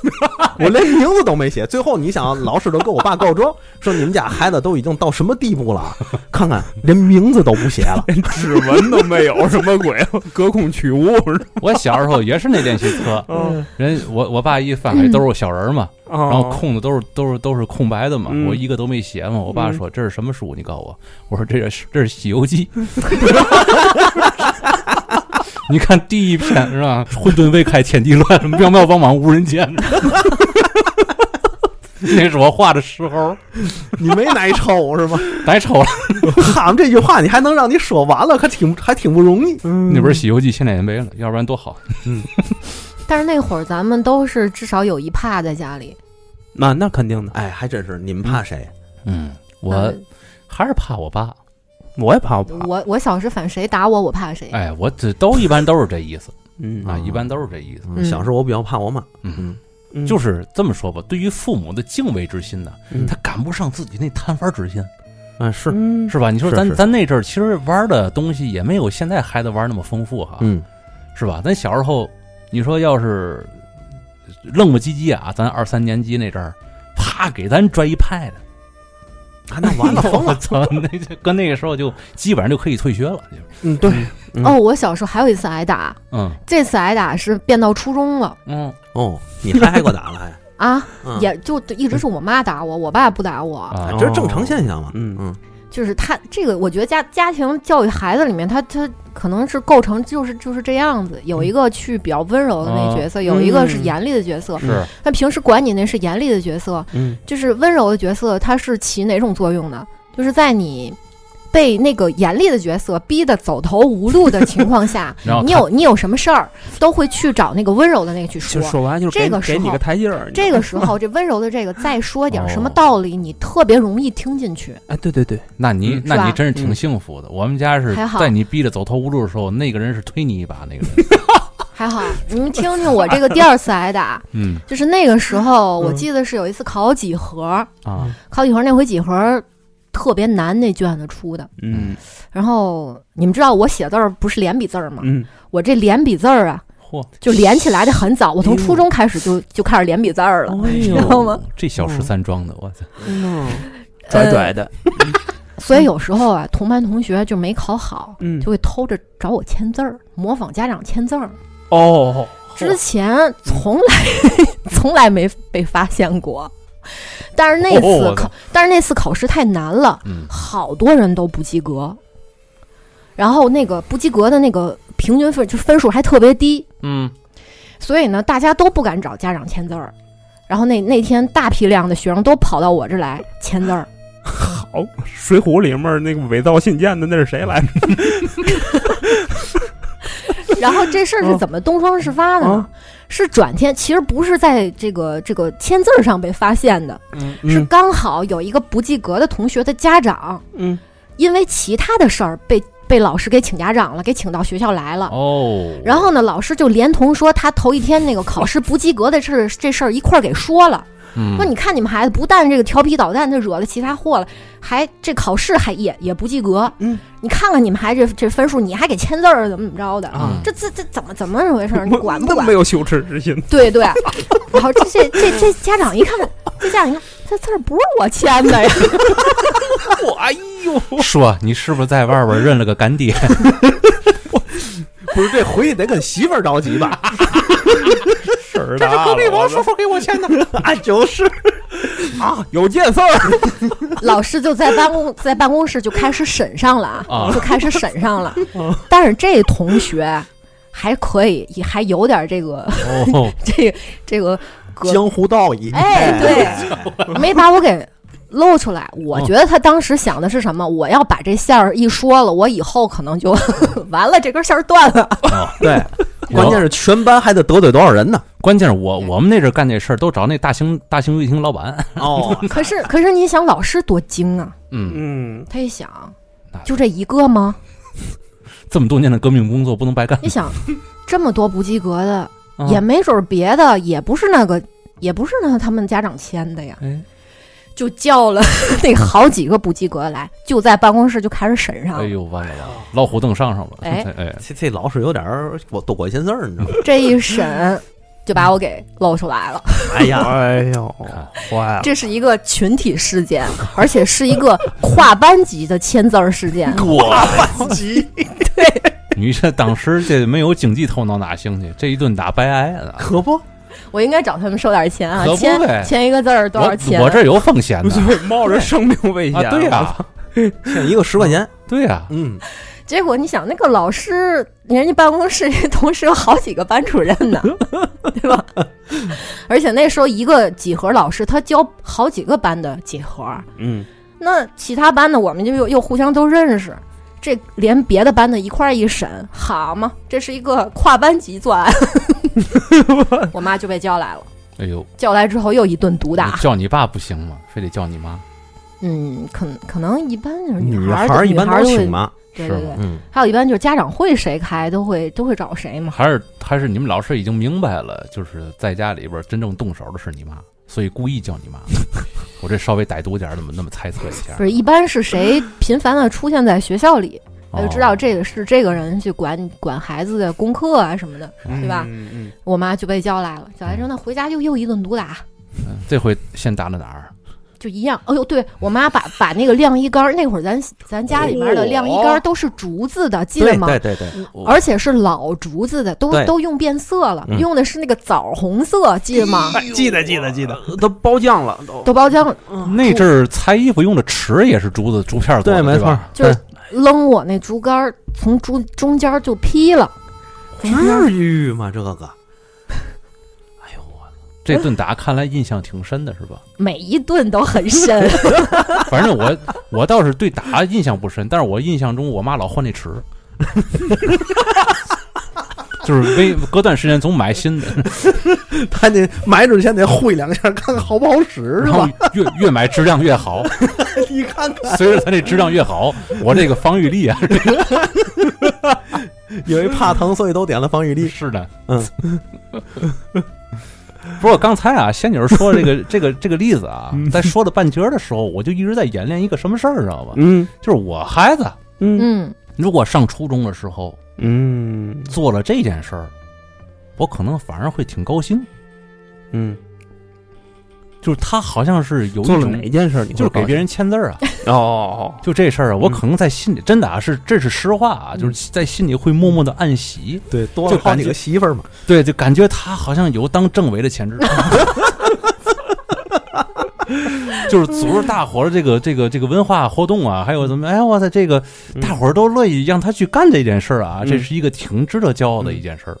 B: 我连名字都没写。最后你想，老师都跟我爸告状， 说你们家孩子都已经到什么地步了，看看连名字都不写了。
D: 连 指纹都没有，什么鬼？ 隔空取物是吧？
C: 我小时候也是那练习 册，
B: 哦
D: 嗯，哦
C: 人我我爸一翻开都是小人儿嘛，
D: 然
C: 然后空的都是都是都是空白的嘛，
D: 嗯
C: 我一个都没写嘛。我爸说这是什么书？你告诉我，我说这是这是《西游记》。 你看第一篇是吧？混沌未开天地乱，妙妙王莽无人 见。 那是我画的时候，
B: 你没奶抽是吗？
C: 白瞅了。
B: 哈，这句话你还能让你说完了，可挺还挺不容易。
C: 那本《西游记》现在也没了，要不然多好。
A: 但是那会儿咱们都是至少有一帕在家里。
D: 那那肯定的，
B: 哎，还真是，你们怕谁？
C: 嗯，我
A: 嗯
C: 还是怕我爸。
D: 我也怕我怕，
A: 我我小时候反正谁打我，我怕谁。
C: 啊哎，我这都一般都是这意思
D: 嗯
C: 啊，
B: 嗯
C: 一般都是这意思。
A: 嗯
B: 小时候我比较怕我妈，
C: 嗯，
D: 嗯
C: 就是这么说吧，对于父母的敬畏之心呢，
D: 嗯
C: 他赶不上自己那贪玩之心，
B: 嗯，是，
D: 嗯
C: 是吧？你说
B: 是
C: 咱
B: 是
C: 咱那阵儿其实玩的东西也没有现在孩子玩那么丰富哈，
B: 嗯，
C: 是吧？咱小时候，你说要是愣不唧唧啊，咱二三年级那阵儿，啪给咱拽一派的，
B: 啊那完了，疯
C: 我
B: 了，
C: 操！那就跟那个时候就基本上就可以退学了，就
B: 嗯，对，
D: 嗯
A: 哦，我小时候还有一次挨打，
C: 嗯
A: 这次挨打是变到初中了
C: 嗯
B: 哦，你还挨过打了还，
A: 啊，
B: 嗯，
A: 也就就一直是我妈打我，我爸不打我。
C: 啊
B: 哎，这是正常现象嘛，
D: 嗯
B: 嗯
A: 就是他这个，我觉得家家庭教育孩子里面，他他可能是构成就是就是这样子，
C: 嗯
A: 有一个去比较温柔的
C: 哦
A: 那角色，有一个是严厉的角色。
C: 是，
A: 那、平时管你那是严厉的角色，
D: 嗯
A: 就是温柔的角色，它是起哪种作用呢？就是在你被那个严厉的角色逼得走投无路的情况下
C: 然后
A: 你有你有什么事儿，都会去找那个温柔的那个去说。
D: 就说白了就是给
A: 这个时
D: 给
A: 候
D: 你个台阶儿，
A: 这个时候，这温柔的这个再说点儿什么
C: 哦
A: 道理，你特别容易听进去。
D: 哎，对对对，
C: 那你、
D: 嗯
C: 那
A: 是
C: 你
A: 吧
C: 真是挺幸福的。我们家是
A: 还好
C: 在你逼得走投无路的时候，那个人是推你一把，那个人，
A: 还好，你们听听我这个第二次挨打，
C: 嗯
A: 就是那个时候，
D: 嗯
A: 我记得是有一次考几何，
C: 啊，
A: 考几何那回几何特别难，那卷子出的。
D: 嗯
A: 然后你们知道我写字儿不是连笔字儿吗？
D: 嗯，
A: 我这连笔字儿啊，
C: 嚯，
A: 就连起来的很早，我从初中开始就就开始连笔字儿了。
D: 哎
A: 知道吗？
C: 这小十三装的，我操，
B: 嗯
D: 拽拽的，
A: 所以有时候啊，同班同学就没考好，
D: 嗯
A: 就会偷着找我签字儿，模仿家长签字儿。
D: 哦，
A: 之前从来 从来没被发现过，但是那
C: 哦
A: 次
C: 我
A: 考，但是那次考试太难了，
C: 嗯
A: 好多人都不及格，然后那个不及格的那个平均分就分数还特别低，
C: 嗯，
A: 所以呢，大家都不敢找家长签字儿。然后那那天大批量的学生都跑到我这来签字儿，
D: 好，《水浒》里面那个伪造信件的那是谁来着？
A: 然后这事儿是
D: 嗯
A: 怎么东窗事发的呢？
D: 嗯
A: 是转天，其实不是在这个这个签字儿上被发现的，是刚好有一个不及格的同学的家长，
D: 嗯
A: 因为其他的事儿被被老师给请家长了，给请到学校来了。
C: 哦，
A: 啊然后呢，老师就连同说他头一天那个考试不及格的事儿这事儿一块儿给说了，
C: 嗯
A: 说你看你们孩子不但这个调皮捣蛋，他惹了其他祸了，还这考试还也也不及格。
D: 嗯，
A: 你看看你们还这这分数，你还给签字儿，怎么怎么着的？
D: 啊
A: 这这这怎么怎么回 事儿？你管不
D: 那
A: 管
D: 没？有羞耻之心，
A: 对对，然后这这这这家长一看，这家长一看，这字儿不是我签的 呀，
D: 我哎呦，
C: 说你是不是在外边认了个干爹？
B: 不是这回去得跟媳妇儿着急 吧？
D: 这是隔
B: 啊
D: 壁王叔叔给我签的，
B: 哎
D: 啊，就是 啊，有见色儿，
A: 老师就在办公在办公室就开始审上了
C: 啊
A: 就开始审上 了。
D: 啊
A: 但是这同学还可以，也还有点这个
C: 哦，
A: 这这个格，
B: 江湖道义，
A: 哎，对， 没把我给。露出来，
C: 哦
A: 我觉得他当时想的是什么？我要把这线儿一说了，我以后可能就 完了，这根线儿断了。
B: 对，关键
C: 是
B: 是全班还得得罪多少人呢？
C: 关键是我我们那阵儿干这事儿都找那大兴大兴运营老板，
B: 哦，
A: 可是，可是你想，老师多精啊！
C: 嗯，
D: 嗯，
A: 他一想，
C: 那
A: 就这一个吗？
C: 这么多年的革命工作不能白干
A: 你 想，这么多不及格的，
C: 啊！
A: 也没准儿别的也不是那个，也不是那他们家长签的呀，
C: 哎，
A: 就叫 了那好几个不及格来，就在办公室就开始审上
C: 哎
A: 了。
C: 呦，完了完了，老虎凳上上了，
A: 哎
C: 哎，
B: 这这老是有点儿我多管闲事儿，你知道吗？
A: 这一 审就把我给露出来了。
B: 哎 呀，
D: 哎呦，
C: 看
D: 坏了！
A: 这是一个群体事件，而且是一个跨班级的签字儿事件。
C: 你这当时这没有经济头脑哪行去？这一顿打白挨啊了。
B: 可不，
A: 我应该找他们收点钱啊
C: 可，不
A: 签
C: 呗
A: 签一个字儿多少
C: 我
A: 钱？啊
C: 我这有风险 的
D: 冒着生命危险
C: 啊！对呀、
B: 像一个十块钱，
C: 对呀、
B: 嗯，
A: 结果你想，那个老师，人家办公室里 同时有好几个班主任呢，对吧？ 而且那时候一个几何老师，他教好几个班的几何，
D: 嗯，
A: 那其他班的我们就又又互相都认识，这连别的班的一块儿一审，好嘛，这是一个跨班级作 案。 我妈就被叫来了，
C: 哎呦，
A: 叫来之后又一顿毒打
C: 你。叫你爸不行吗？非得叫你妈？
A: 嗯，可可能一般就是
B: 女
A: 孩
B: 孩
A: 儿
B: 儿一般
A: 女孩
B: 都
A: 儿
B: 是
A: 会
B: 请妈，
A: 对
C: 是
A: 对
C: 吗
A: 对，
B: 嗯，
A: 还有一般就是家长会谁开都会都会找谁嘛。
C: 还是还是你们老师已经明白了，就是在家里边真正动手的是你妈，所以故意叫你妈。 我这稍微歹毒点儿，那么那么猜测一下
A: 不，是，一般是谁频繁的出现在学校里，他就知道
C: 哦
A: 这个是这个人去管管孩子的功课啊什么的。对吧
D: 嗯嗯，
A: 我妈就被叫来了，叫来之后那回家就又一顿毒打，
C: 嗯这回先打到哪儿？
A: 就一样。哎呦，对我妈把把那个晾衣杆儿，那会儿咱咱家里面的晾衣杆儿都是竹子的，记得
B: 对
A: 吗？
B: 对对对，
D: 哎
A: 而且是老竹子的，都
B: 对
A: 都用变色了，
B: 嗯
A: 用的是那个枣红色，记得吗？
D: 哎记得记得记得，都包浆了都。
A: 都包浆了
C: 那阵儿裁衣服用的尺也是竹子竹片儿做的，
B: 没
C: 对
B: 错
C: 吧？，
A: 就是扔我那竹竿儿，从竹中间儿就劈了。
B: 至于吗？这个
C: 这顿打看来印象挺深的，是吧？
A: 每一顿都很 深，
C: 反正我我倒是对打印象不深，但是我印象中我妈老换那尺，就是每隔段时间总买新的，
B: 他得买之前得会两下，看看好不好使，是
C: 然后
B: 吧？
C: 越越买质量越好，
B: 你看看，
C: 随着它这质量越好，我这个防御力啊，
B: 因为怕疼，所以都点了防御力。
C: 是的，
B: 嗯。
C: 不过刚才啊，仙女儿说这个这个这个例子啊
D: 嗯，
C: 在说到半截儿的时候，我就一直在演练一个什么事儿，知道吧？
D: 嗯
C: 就是我孩子
D: 嗯
A: 嗯，
C: 如果上初中的时候
D: 嗯
C: 做了这件事儿，我可能反而会挺高兴。
D: 嗯，
C: 就是他好像是有一
D: 做了
C: 种
D: 哪，件事儿你
C: 就是给别
D: 人
C: 人签字儿啊，
D: 哦，
C: 就这事儿啊，我可能在心里真的啊，是这是实话啊，
A: 嗯
C: 就是在心里会默默的暗喜，
B: 对，多
C: 就
B: 了好
C: 感
B: 几
C: 觉
B: 个媳妇儿嘛。
C: 对，就感觉他好像有当政委的潜质。 就是组织大伙儿的这个这个这个文化活动啊，还有怎么哎，我操，这个
D: 嗯
C: 大伙儿都乐意让他去干这件事儿啊，
D: 嗯
C: 这是一个挺值得骄傲的一件事儿。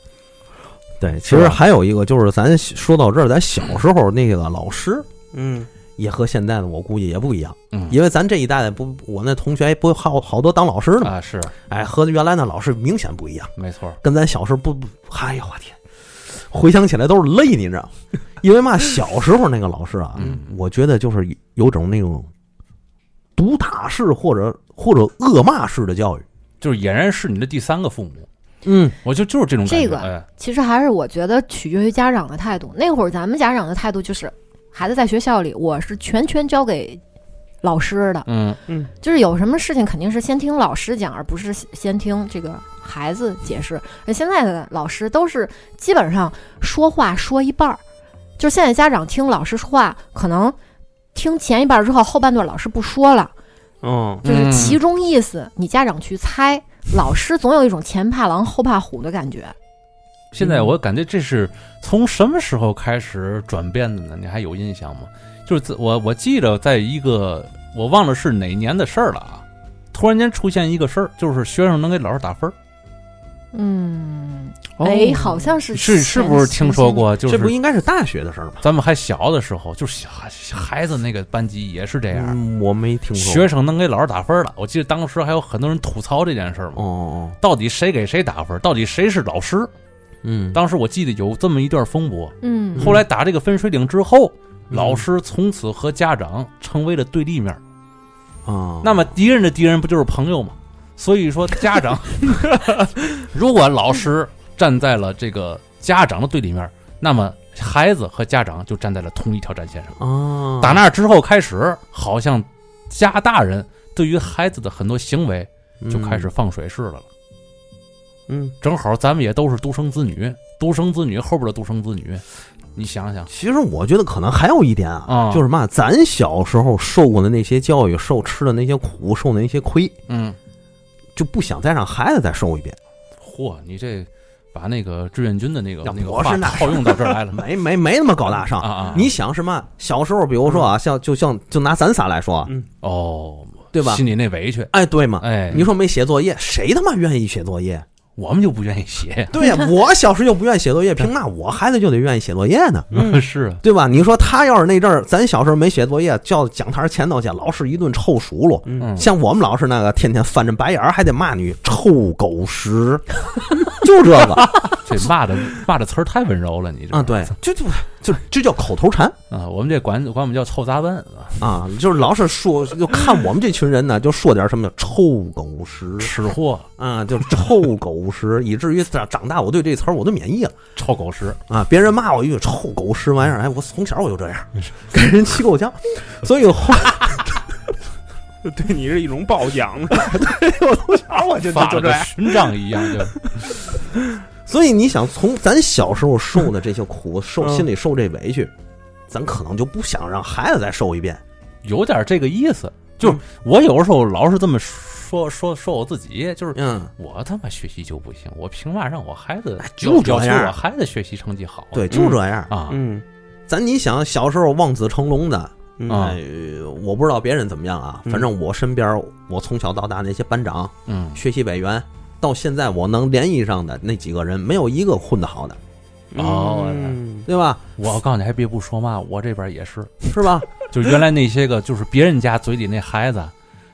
B: 对，其
C: 是
B: 实
C: 吧
B: 还有一个就是，咱说到这儿，咱小时候那个老师
D: 嗯
B: 也和现在的我估计也不一样，
C: 嗯，
B: 因为咱这一代的不，我那同学不好好多当老师的嘛，
C: 啊，是
B: 哎，和原来那老师明显不一样，
C: 没错儿，
B: 跟咱小时候不，不哎呦我天，回想起来都是泪，你知道吗？因为嘛，小时候那个老师啊
C: 嗯，
B: 我觉得就是有种那种毒打式或者或者恶骂式的教育，
C: 就是俨然是你的第三个父母，
B: 嗯，
C: 我就就是这种感觉。
A: 这个
C: 哎，
A: 其实还是我觉得取决于家长的态度。那会儿咱们家长的态度就是，孩子在学校里，我是全权交给老师的，
C: 嗯，
A: 就是有什么事情肯定是先听老师讲，而不是先听这个孩子解释。而现在的老师都是基本上说话说一半儿，就是现在家长听老师说话，可能听前一半儿之后，后半段老师不说了。
D: 嗯
A: 就是其
C: 嗯
A: 中意思，你家长去猜，老师总有一种前怕狼后怕虎的感觉。
C: 现在我感觉这是从什么时候开始转变的呢？你还有印象吗？就是自我我记得在一个我忘了是哪年的事儿了啊，突然间出现一个事儿，就是学生能给老师打分儿，
A: 嗯，哎，好像是
C: 是是不是听说？过？就
B: 这不
C: 是
B: 应该是大学的事儿吗？
C: 咱们还小的时候，就是小孩子那个班级也是这样，
B: 嗯我没听说过。
C: 学生能给老师打分儿了。我记得当时还有很多人吐槽这件事儿嘛，
B: 哦哦，
C: 到底谁给谁打分儿？到底谁是老师？
B: 哦嗯，
C: 当时我记得有这么一段风波，
A: 嗯，
C: 后来打这个分水岭之后，
B: 嗯
C: 老师从此和家长成为了对立面儿。
B: 啊，
C: 那么敌人的敌人不就是朋友吗？所以说，家长 如果老师站在了这个家长的对立面，那么孩子和家长就站在了同一条战
D: 哦
C: 线上。
B: 啊，
C: 打那之后开始，好像家大人对于孩子的很多行为就开始放水式了。
D: 嗯，
C: 正好咱们也都是独生子女，独生子女后边的独生子女，你想想，
B: 其实我觉得可能还有一点啊，
C: 啊
B: 就是嘛，咱小时候受过的那些教育，受吃的那些苦，受的那些亏，
C: 嗯，
B: 就不想再让孩子再受一遍。
C: 嚯，你这把那个志愿军的那个
B: 要
C: 那个
B: 不是
C: 话
B: 那
C: 套用到这儿来了
B: 没没没 那么高大
C: 嗯啊
B: 上。
C: 啊！
B: 你想是嘛？小时候，比如说啊，像就像就拿咱仨来说啊，
D: 嗯
C: 哦，
B: 对吧
C: 心里那委屈，
B: 哎，对嘛，
C: 哎，
B: 你说没写作业，谁他妈愿意写作业？
C: 我们就不愿 意写，
B: 对呀、我小时候就不愿意写作业，凭嘛我孩子就得愿意写作业呢？
D: 嗯
C: 是啊，
B: 对吧？你说他要是那阵儿，咱小时候没写作业，叫讲台前头去，老师一顿臭数落。
C: 嗯
B: 像我们老师那个，天天翻着白眼儿，还得骂你臭狗屎，就这个
C: 这骂的骂的词儿太温柔了，你这
B: 啊，对，就就就这叫口头禅
C: 啊，我们这管管我们叫臭杂班啊，
B: 啊，就是老是说，就看我们这群人呢，就说点什么臭狗屎
C: 吃货，
B: 啊，就臭狗屎，以至于长长大我对这词儿我都免疫了。
C: 臭狗屎，
B: 啊！别人骂我一句“臭狗屎玩意儿”，哎，我从小我就这样，
D: 嗯
B: 给人气够呛。所以后来
D: 对你是一种褒 奖，
B: 我从小我就
C: 发
B: 就
C: 了
B: 这
C: 个
B: 样。
C: 勋章一样 就，
B: 所以你想，从咱小时候受的这些苦，受
D: 嗯
B: 心里受这委屈，咱可能就不想让孩子再受一遍。
C: 有点这个意思。
B: 嗯
C: 就是我有时候老是这么说说说我自己，就是
B: 嗯，
C: 我他妈学习就不行，我凭嘛让我孩子
B: 哎就
C: 要
B: 这
C: 要求
B: 样
C: 我孩子学习成绩好？
B: 对，就这样。
C: 啊，
D: 嗯
B: 咱你想，小时候望子成龙的，
D: 嗯
C: 啊
B: 哎，我不知道别人怎么样啊，
D: 嗯
B: 反正我身边，我从小到大那些班长、
C: 嗯，
B: 学习委员，到现在我能联系上的那几个人，没有一个混得好的，
C: 哦
D: 嗯
B: 对 吧？
C: 我告诉你，还别不说嘛，我这边也是，
B: 是吧？
C: 就原来那些个就是别人家嘴里那孩子，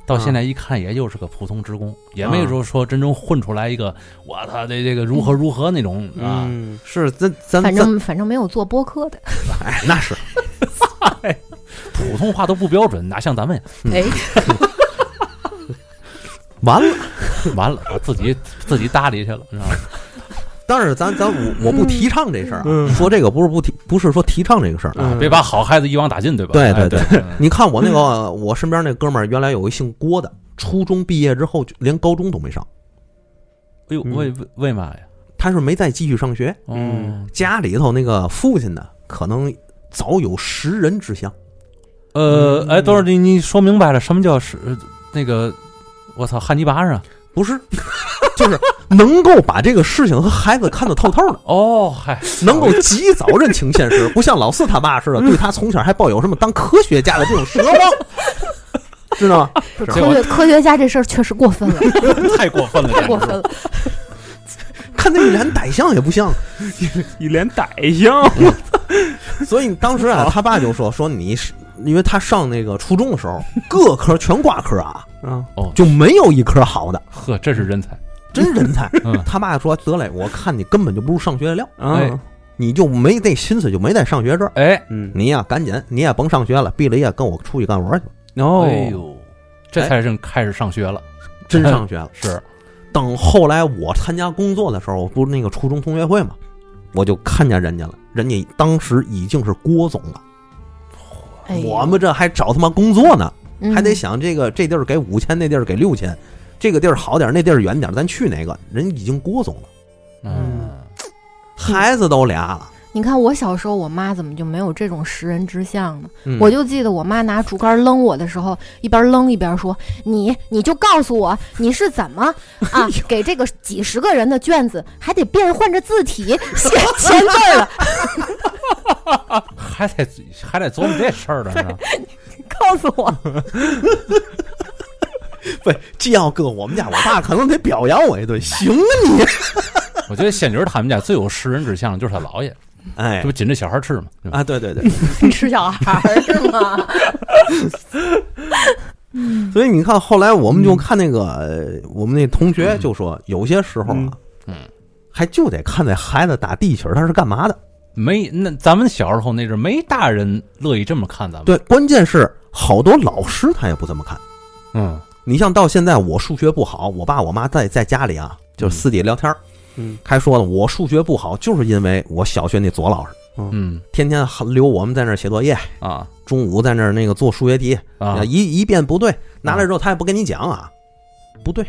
C: 到现在一看也就是个普通职工，也没说说真正混出来一个我操这这个如何如何那种啊，
D: 嗯
B: 是，咱咱
A: 反
B: 咱
A: 正反正没有做播客的，
B: 哎，那是
C: 普通话都不标准，哪像咱们呀？
A: 哎，
B: 完了。
C: 完了，把自己 自己搭理去了，你知道吗？
B: 但是咱咱我我不提倡这事儿啊，
D: 嗯
B: 说这个不是不提，不是说提倡这个事儿啊。
D: 嗯
C: 别把好孩子一网打尽，对吧？
B: 对
C: 哎
B: 对嗯
C: 对
B: 你看我那个 我身边那哥们儿，原来有个姓郭的，初中毕业之后就连高中都没上，
C: 哎呦，
D: 嗯
C: 为为为嘛呀？
B: 他是没再继续上学。
C: 哦
D: 嗯，
B: 家里头那个父亲呢，可能早有识人之相，
C: 呃，哎，等会儿你你说明白了，什么叫是呃那个？我操，汉尼拔啊！
B: 不是， 就是能够把这个事情和孩子看得透透的，
C: 哦， 嗨，
B: 能够及早认清现实，不像老四他爸似的，对他从小还抱有什么当科学家的这种奢望， 知道吗？
A: 不是
C: 这
A: 科学科学家这事儿确实过分了，
C: 太过分了，
A: 太过分
C: 了。
A: 了。
B: 看那脸歹相也不像。
D: 一脸歹相，
B: 所以当时啊，他爸就说说你是因为他上那个初中的时候，各科全挂科啊，
C: 哦
D: 啊，
B: 就没有一科好的，
C: 呵，这是人才。
B: 真人才
C: 嗯。
B: 他爸说得嘞，我看你根本就不是上学的料，
D: 啊，
B: 你就没那心思，就没在上学这儿。
C: 哎，
D: 嗯，
B: 你呀、赶紧，你也甭上学了，毕了业跟我出去干活去，
D: 哦，
C: 哎呦，这才是开始上学了，
B: 真上学了。
C: 是
B: 等后来我参加工作的时候，我不是那个初中同学会嘛，我就看见人家了，人家当时已经是郭总了，
A: 哎呦
B: 我们这还找他妈工作呢，还得
A: 嗯
B: 想这个这地儿给五千，那地儿给六千，这个地儿好点儿，那地儿远点儿，咱去哪个？人已经郭总了，
C: 嗯，
B: 孩子都俩了，
A: 你看我小时候，我妈怎么就没有这种识人之相呢？
B: 嗯
A: 我就记得我妈拿竹竿扔我的时候，一边扔一边说：“你你就告诉我你是怎么 啊给这个几十个人的卷子还得变换着字体 写签字儿了，
C: 还得还得琢磨这事儿呢，是吧
A: 告诉 我。
B: 嗯不是，既要搁我们家，我爸可能得表扬我一顿，行啊你，
C: 我觉得仙女儿他们家最有识人之相的就是他姥爷，这
B: 哎
C: 不紧着小孩吃嘛，对吧
B: 啊，对对对，”
A: 你吃小孩儿是吗？
B: 所以你看，后来我们
C: 嗯
B: 就看那个，呃我们那同学就说，有些时候啊，
C: 嗯，
B: 还就得看那孩子打地气儿，他是干嘛的。
C: 没那咱们小时候那阵儿没大人乐意这么看咱们，
B: 对，关键是好多老师他也不这么看，
C: 嗯
B: 你像到现在我数学不好，我爸我妈在在家里啊，就是私底下聊天儿，
D: 嗯
B: 还说了我数学不好，就是因为我小学那左老师
C: 嗯
B: 天天留我们在那儿写作业，
C: 啊
B: 中午在那儿那个做数学题，
C: 啊，
B: 一一遍不对，拿来之后他也不跟你讲啊，不对，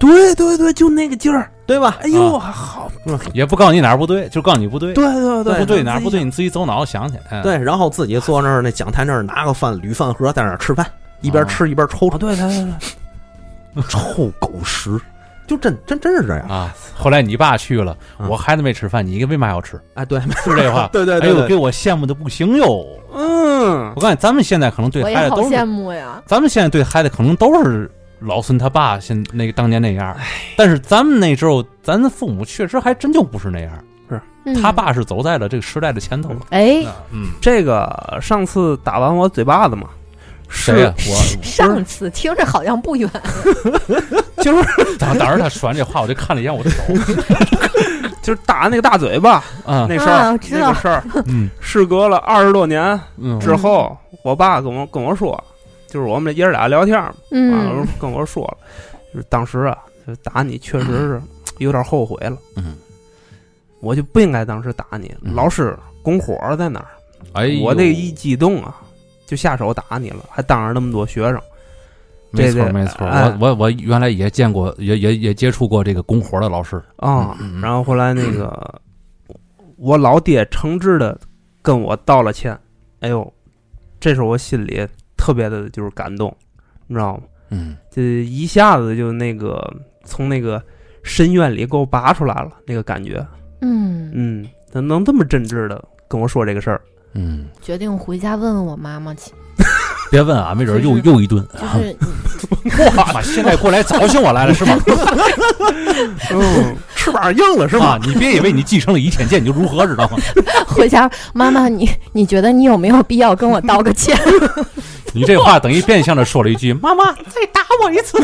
B: 对对对，就那个劲儿，对吧？
D: 哎呦，好，
C: 也不告诉你哪儿不对，就告诉你不对，
D: 对对
C: 不对哪儿
D: 儿
C: 不对，你自己走脑子想去。嗯，
B: 对，然后自己坐那儿那讲台那儿拿个饭铝饭盒在那儿吃饭，一边吃一边抽
D: 啊，
B: 抽
D: 对对对对，
B: 臭狗食，就真真真是这样。
C: 啊，后来你爸去了，
B: 嗯
C: 我孩子没吃饭，你为嘛要吃？
B: 哎，对，。
C: 是这话
B: 对对
C: 哎
B: 对
C: 呦，
B: 对
C: 给我羡慕的不行哟！
D: 嗯
C: 我告诉你，咱们现在可能 对
A: 我也
C: 孩子
A: 好
C: 都
A: 羡
C: 是，
A: 慕呀。
C: 咱们现在对孩子可能都是老孙他爸现那个当年那样儿，但是咱们那时候，咱父母确实还真就不是那样儿，
A: 嗯
C: 他爸是走在了这个时代的前头了。
A: 哎，
C: 嗯，
D: 这个上次打完我嘴巴子嘛，
C: 谁呀
D: 是？
C: 我
A: 上次听着好像不远，
C: 就是当当时他说完这话，我就看了一眼我的手
D: 就是打那个大嘴巴
C: 啊，
D: 那事
A: 啊
D: 儿
A: 我，知
D: 那
A: 道
D: 个事儿，
C: 嗯
D: 事隔了二十多年
C: 嗯，
D: 之后，我爸跟我跟我说，就是我们这爷儿俩聊天儿嘛，完了
A: 嗯，
D: 跟我说了，就是当时啊，就打你确实 是有点后悔了，
C: 嗯，
D: 我就不应该当时打你，
C: 嗯
D: 老师拱火儿在那儿，
C: 哎呦，
D: 我这一激动啊，就下手打你了，还当着那么多学生，
C: 没
D: 这
C: 错
D: 个
C: 没错，
D: 哎
C: 我我我原来也见过，也也也接触过这个拱活的老师
D: 啊，
C: 嗯嗯
D: 然后后来那个我老爹诚挚的跟我道了歉，哎呦，这是我心里特别的就是感动，你知道吗？
C: 嗯
D: 这一下子就那个从那个深渊里给我拔出来了，那个感觉，
A: 嗯，
D: 嗯，他能这么真挚的跟我说这个事儿，
C: 嗯，
A: 决定回家问问我妈妈去，
C: 别问啊，没准又又一顿。
A: 就是你
C: 哇，现在过来giáo训我来了 是吧？
D: 嗯，
B: 翅膀硬了是
C: 是
B: 吧？
C: 吧？你别以为你继承了一天剑你就如何，知道吗？
A: 回家，妈妈，你你觉得你有没有必要跟我道个歉？
C: 你这话等于变相的说了一句：“妈妈再打我一次。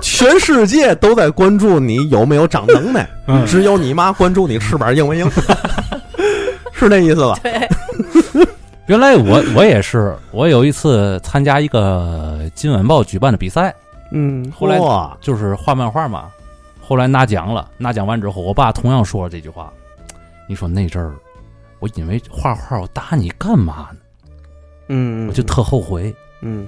B: 全世界都在关注你有没有长能 耐，
C: 嗯
B: 只有你妈关注你翅膀硬没硬， 是那意思 吧？
A: 对，”
C: 原来我我也是，我有一次参加一个金晚报举办的比赛，
D: 嗯
C: 后来
B: 哇
C: 就是画漫画嘛，后来拿奖了。拿奖完之后，我爸同样说了这句话：“你说那阵儿，我因为画画我打你干嘛呢？
D: 嗯，
C: 我就特后悔。
D: 嗯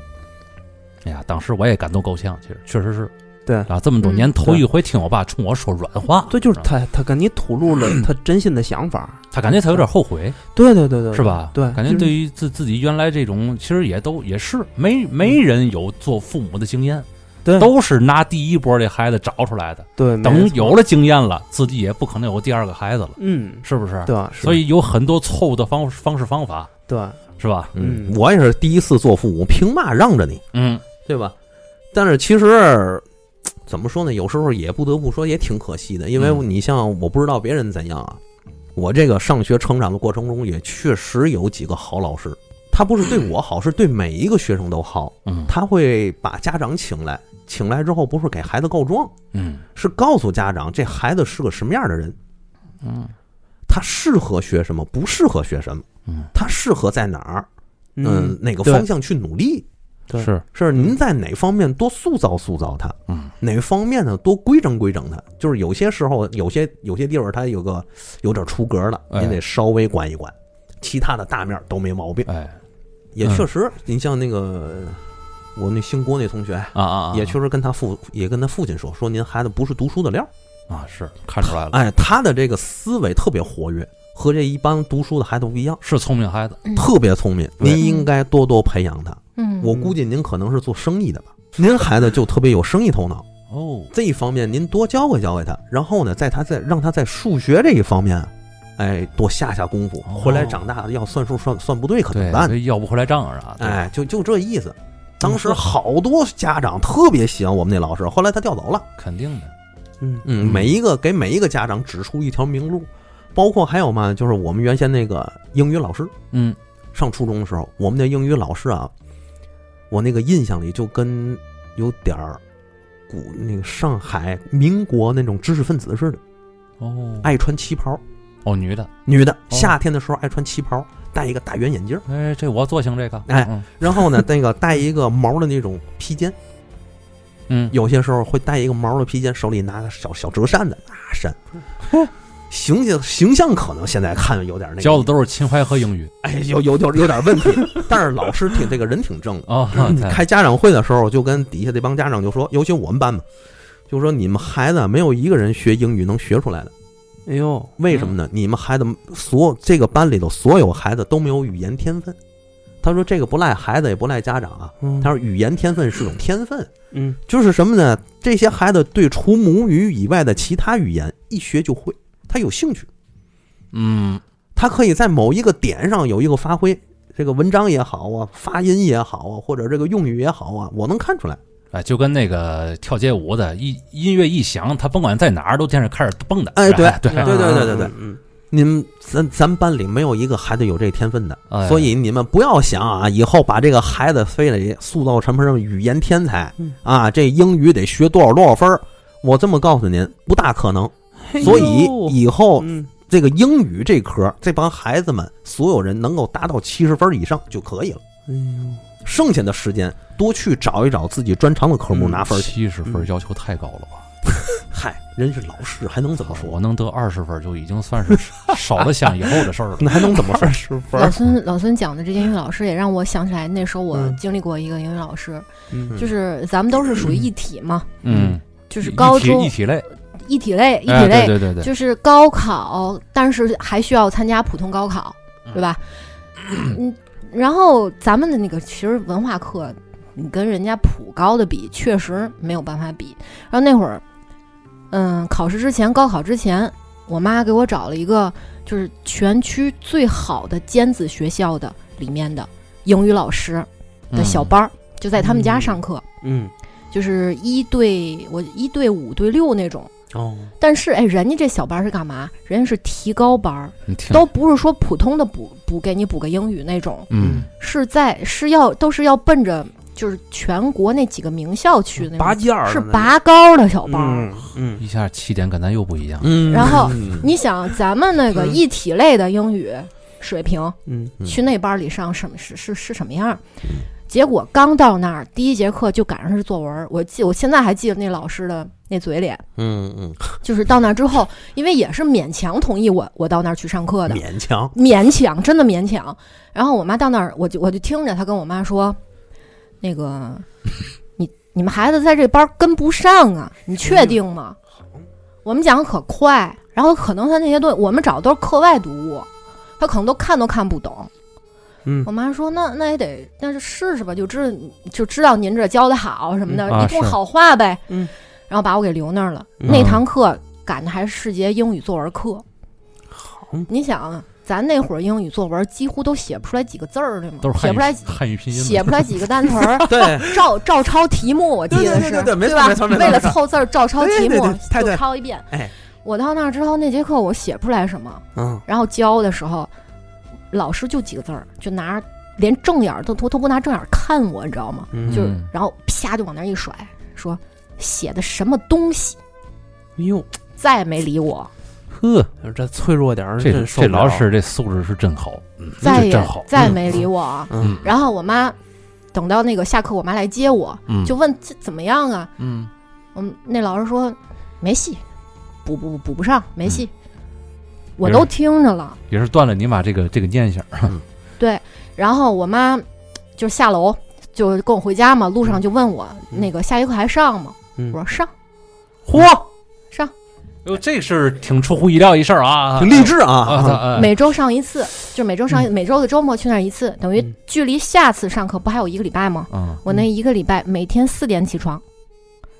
C: 哎呀，当时我也感动够呛，其实确实是
D: 对
C: 啊，这么多年头一回听我爸冲我说软话，啊
D: 对，就是他，他跟你吐露了他真心的想法，
C: 他感觉他有点后悔，
D: 对对对对，
C: 是？吧？
D: 对
C: 感觉
D: 就是
C: 对于自自己原来这种，其实也都也是没
D: 嗯
C: 没人有做父母的经验，
D: 对，
C: 都是拿第一波这孩子找出来的。
D: 对，没
C: 等
D: 错
C: 有，了经验了，自己也不可能有第二个孩子了，
D: 嗯，
C: 是不是？
D: 对，
C: 所以有很多错误的方方式方法，
D: 对，
C: 是吧？
B: 嗯
D: 嗯，
B: 我也是第一次做父母，凭嘛让着你，
C: 嗯
B: 对吧？但是其实怎么说呢，有时候也不得不说，也挺可惜的，因为
C: 嗯
B: 你像我不知道别人怎样啊，我这个上学成长的过程中，也确实有几个好老师，他不是对我好，是对每一个学生都好，
C: 嗯
B: 他会把家长请来，请来之后不是给孩子告状，
C: 嗯
B: 是告诉家长这孩子是个什么样的人，
C: 嗯
B: 他适合学什么，不适合学什么，
C: 嗯，
B: 他适合在哪儿，嗯，哪个
D: 对
B: 方向去努力，
D: 对
C: 是
B: 是您在哪方面多塑造塑造他，
C: 嗯
B: 哪方面呢多规整规整他。就是有些时候，有些有些地方他有个有点出格了，
C: 哎
B: 您得稍微管一管，其他的大面都没毛病。
C: 哎
B: 也
C: 嗯
B: 确实，你像那个我那姓郭那同学，
C: 啊啊啊
B: 也确实跟他父也跟他父亲说，说您孩子不是读书的料儿。
C: 啊是看出来了，
B: 哎，他的这个思维特别活跃，和这一般读书的孩子不一样，
C: 是聪明孩子，
B: 特别聪明。
C: 对
B: 您应该多多培养他。
A: 嗯，
B: 我估计您可能是做生意的吧，
C: 嗯
B: 您孩子就特别有生意头脑。
C: 哦，
B: 这一方面您多教给教给他，然后呢，在他在让他在数学这一方面，哎，多下下功夫。
C: 哦
B: 回来长大要算数算算不对可怎
C: 对
B: 么，办呢？
C: 这要不回来账啊，对，
B: 哎，就就这意思。当时
C: 嗯
B: 好多家长特别喜欢我们那老师，后来他调走了。
C: 肯定的，
D: 嗯
B: 嗯，每一个给每一个家长指出一条明路，包括还有嘛，就是我们原先那个英语老师，
C: 嗯
B: 上初中的时候，我们的英语老师啊，我那个印象里就跟有点儿古那个上海民国那种知识分子似的，
C: 哦
B: 哎爱穿旗袍，
C: 哦女的
B: 女的夏天的时候爱穿旗袍，戴一个大圆眼镜儿，
C: 哎，这我做行这个，
B: 哎
C: 嗯
B: 然后 呢，那个戴一个毛的那种披肩，
C: 嗯，
B: 有些时候会戴一个毛的披肩，手里拿个小小折扇子，那 扇，形象形象可能现在看有点那个，
C: 教的都是秦淮河英语
B: 哎，有有有有点问题， 但是老师挺这个人挺正的。
C: 哦，对
B: 开家长会的时候，就跟底下这帮家长就说，尤其我们班嘛，就说你们孩子没有一个人学英语能学出来的，
D: 哎呦，
B: 为什么呢？你们孩子所有这个班里头所有孩子都没有语言天分。他说这个不赖孩子，也不赖家长啊。
D: 嗯
B: 他说语言天分是种天分，
D: 嗯，
B: 就是什么呢？这些孩子对除母语以外的其他语言一学就会，他有兴趣，
C: 嗯，
B: 他可以在某一个点上有一个发挥。这个文章也好啊，发音也好啊，或者这个用语也好啊，我能看出来。
C: 哎，就跟那个跳街舞的一音乐一响，他甭管在哪儿都电视开始蹦的，
B: 哎对
C: 对
B: 对对对对对
D: 嗯，
B: 你们咱咱班里没有一个孩子有这天分的，
C: 哎
B: 所以你们不要想啊，以后把这个孩子非得塑造成什么语言天才
D: 嗯
B: 啊，这英语得学多少多少分儿我这么告诉您，不大可能。
D: 嗯
B: 所以以后
D: 嗯，
B: 这个英语这科，这帮孩子们所有人能够达到七十分以上就可以了。
D: 哎呦，
B: 剩下的时间多去找一找自己专长的科目拿分去。
C: 哎七十分
D: 嗯
C: 要求太高了吧？
B: 嗨，人是老师，还能怎么
C: 我
B: 说？
C: 能得二十分就已经算是少的想以后的事儿了。
B: 那还能怎么 说？
D: 十
A: 老，孙老孙讲的这英语老师也让我想起来，那时候我
B: 嗯
A: 经历过一个英语老师，
D: 嗯
A: 就是咱们都是属于一体嘛，
C: 嗯，
A: 就是
C: 一
A: 高
C: 一体
A: 中
C: 一体类，
A: 一体类一
C: 哎
A: 体类，
C: 对对对对，
A: 就是高考，但是还需要参加普通高考，对吧？嗯，然后咱们的那个其实文化课，你跟人家普高的比，确实没有办法比。然后那会儿，嗯，考试之前，高考之前，我妈给我找了一个就是全区最好的尖子学校的里面的英语老师的小
C: 嗯
A: 班儿，就在他们家
D: 嗯
A: 上课，
D: 嗯，
A: 就是一对我一对五对六那种。
B: 哦，
A: 但是哎，人家这小班儿是干嘛？人家是提高班儿，
C: 你
D: 嗯
C: 听
A: 都不是说普通的补补给你补个英语那种，
C: 嗯
A: 是在是要都是要奔着就是全国那几个名校去的那
D: 嗯拔
A: 种，
D: 尖儿
A: 是
D: 了呢
A: 拔高的小班儿。
D: 嗯嗯
C: 一下起点跟咱又不一样。
B: 嗯
A: 然后
B: 嗯
A: 你想，咱们那个
D: 嗯
A: 一体类的英语水平，
D: 嗯，
B: 嗯
A: 去那班儿里上什么是是是什么样儿？结果刚到那儿，第一节课就赶上是作文儿，我记我现在还记得那老师的那嘴脸，
B: 嗯嗯，
A: 就是到那儿之后，因为也是勉强同意我我到那儿去上课的，
B: 勉强。，
A: 勉强，真的勉强。然后我妈到那儿，我就我就听着她跟我妈说，那个你你们孩子在这班儿跟不上啊，你确定吗？我们讲得可快，然后可能他那些东西我们找的都是课外读物，他可能都看都看不懂。
D: 嗯
A: 我妈说那那也得那就试试吧，就知就知道您这教的好什么的，
C: 嗯啊
A: 一通
C: 是
A: 好话呗。
D: 嗯，
A: 然后把我给留那儿了。
D: 嗯
A: 那堂课赶的还是世节英语作文课。
D: 好，
A: 你想，啊，咱那会儿英语作文几乎都写不出来几个字儿，对吗
C: 都？是
A: 写
C: 汉
A: 不出来
C: 语
A: 几
C: 汉语拼音的，
A: 写不出来几个单词儿
B: 对，
A: 照照抄题目，我记得是，
B: 对对对对没错
A: 吧
B: 没错没错
A: 为了凑字儿，照抄题
B: 对对
A: 目
B: 对对太对
A: 就抄一遍。
B: 哎，
A: 我到那儿之后，那节课我写不出来什么，
D: 嗯，
A: 然后教的时候，老师就几个字儿，就拿连正眼儿都都都不拿正眼儿看我，你知道吗？
D: 嗯
A: 就是
C: 嗯
A: 然后啪就往那儿一甩，说写的什么东西，
D: 哎呦，
A: 再也没理我，
C: 呵，
D: 这脆弱
B: 嗯
D: 点儿
C: 这
D: 真受
C: 这
D: 不了
C: 老，师这素质是真好，嗯
A: 再
C: 这真
A: 也
C: 好，
A: 再也没理我啊。
D: 嗯
A: 然后我妈等到那个下课，我妈来接我，
C: 嗯
A: 就问这怎么样啊？
C: 嗯
A: 嗯，那老师说没戏，补补补不上，没戏。
C: 嗯
A: 我都听着了，
C: 也是断了你妈这个这个念想。
A: 然后我妈就下楼就跟我回家嘛，路上就问我、
D: 嗯
A: 那个下节课还上吗？
D: 嗯
A: 我说上。
B: 嚯，
C: 哟，这事儿挺出乎意料一事儿啊，
B: 挺励志
C: 啊！
B: 啊！
D: 嗯
C: 他
A: 每周上一次，就每周上一、每周的周末去那儿一次，等于
D: 嗯
A: 距离下次上课不还有一个礼拜吗？
C: 嗯
A: 我那一个礼拜每天四点起床，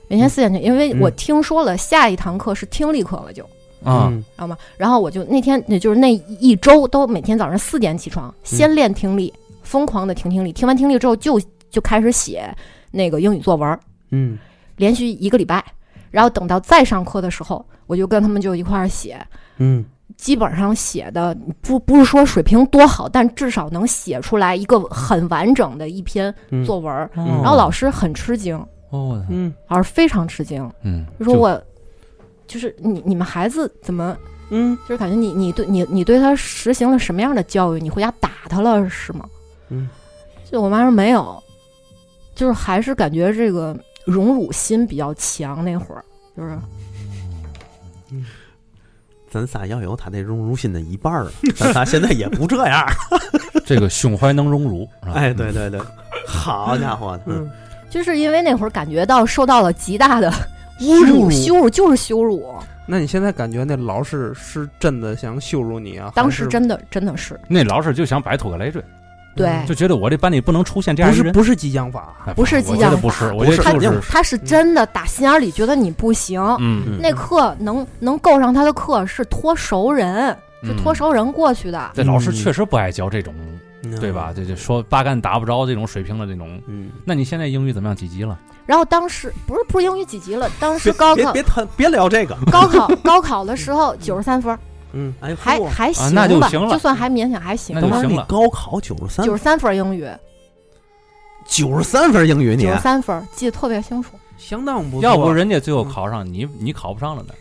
A: 每天四点起，因为我
D: 嗯
A: 听说了下一堂课是听力课了就，
C: 啊
D: 嗯
A: 知道吗？然后我就那天，也就是那一周都每天早上四点起床，
D: 嗯
A: 先练听力，疯狂的听听力，听完听力之后就就开始写那个英语作文儿，
D: 嗯，
A: 连续一个礼拜，然后等到再上课的时候，我就跟他们就一块儿写，
D: 嗯，
A: 基本上写的不不是说水平多好，但至少能写出来一个很完整的一篇
D: 嗯
A: 作文儿。
C: 嗯
A: 然后老师很吃惊，
C: 哦，
D: 嗯
A: 老师非非常吃惊，
C: 嗯，
A: 就说我就是你你们孩子怎么
D: 嗯
A: 就是感觉你你对你你对他实行了什么样的教育？你回家打他了是吗？
D: 嗯，
A: 就我妈说没有，就是还是感觉这个荣辱心比较强。那会儿就是
B: 咱仨要有他那荣辱心的一半儿啊，咱仨现在也不这样儿。
C: 这个胸怀能荣辱，是吧嗯
B: 哎，对对对，好家伙，嗯，
A: 就是因为那会儿感觉到受到了极大的侮
D: 羞
A: 辱，
D: 辱
A: 羞辱就是羞辱，
D: 那你现在感觉那老师是真的想羞辱你啊？
A: 当
D: 还
A: 时
D: 是
A: 真的真的是
C: 那老师就想摆脱个累赘，
A: 对
C: 嗯就觉得我这班里不能出现这
D: 不
C: 样一
D: 是
C: 人。
D: 不是激将法，
C: 哎
A: 哎不是激将
C: 我觉得不是，我
B: 不
C: 觉
B: 是
C: 得就
B: 肯定
C: 是
B: 不，
A: 他是真的打心眼里觉得你不行。
C: 嗯，
A: 那课能能够上他的课是托熟人，是托
C: 嗯
A: 熟人过去的。
C: 这老师
B: 嗯
C: 确实不爱教这种，
B: 嗯
C: 对吧？？这就说八竿打不着这种水平的这种。
B: 嗯，
C: 那你现在英语怎么样？几级了？
A: 然后当时不是不是英语几级了，当时
B: 别
A: 高
B: 别
A: 考
B: 别谈，别聊这个。
A: 高考高考的时候九十三分，
B: 嗯，哎，
A: 还
B: 嚯
A: 还行吧，
C: 哦啊那就行了
A: 算还勉强还行
C: 那
B: 他
C: 就
B: 妈
A: 吧。
C: 行
B: 你
C: 了
B: 高考九十三
A: 九，十三分英语，
B: 九十三分英语你
C: 啊
B: 啊
A: 九十三分记得特别清楚。
D: 相当不错。
C: 要不人家最后考上你，你考不上了呢，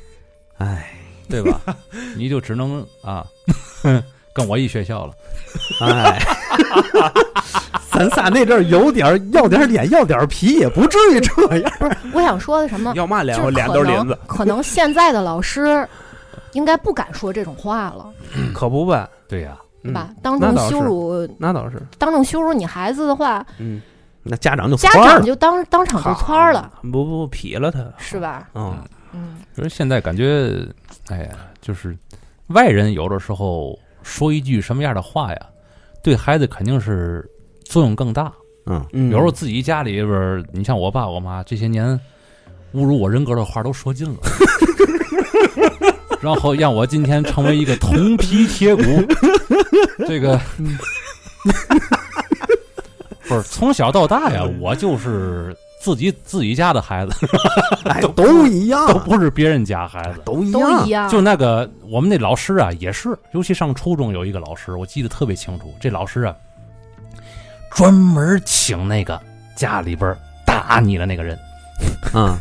B: 哎
C: 对吧？你就只能啊， 跟我一学校了。
B: 哎， 咱仨那阵儿有点儿要点儿脸，要点儿皮，也不至于这样。
A: 不是，我想说的什么，
D: 要嘛脸，
A: 就
D: 我
A: 是
D: 脸
A: 可
D: 都是林
A: 能
D: 子，
A: 可能现在的老师应该不敢说这种话了，
D: 可不呗？
C: 对呀，
A: 对
D: 嗯，
A: 吧？当
D: 那
A: 众
D: 倒是
A: 羞辱，
D: 那倒是，
A: 当众羞辱你孩子的话，
D: 嗯，
B: 那家长就
A: 家
B: 窜儿
A: 长
B: 了
A: 就当当场就窜儿了，
D: 不不劈了他，
A: 是吧？
B: 嗯，
A: 嗯，
C: 就是现在感觉，哎呀，就是外人有的时候说一句什么样的话呀，对孩子肯定是作用更大。
B: 嗯，
D: 嗯
C: 有时候自己家里边儿，你像我爸我妈这些年侮辱我人格的话都说尽了， 然后让我今天成为一个铜皮铁骨，这个。 不是从小到大呀，我就是自己自己家的孩子，
B: 哎，都一样，
C: 都不是别人家孩子。
B: 都一
A: 都
B: 样
A: 一，样。
C: 就那个我们那老师啊，也是，尤其上初中有一个老师，啊我记得特别清楚。这老师啊，专门请那个家里边儿打你的那个人。
B: 嗯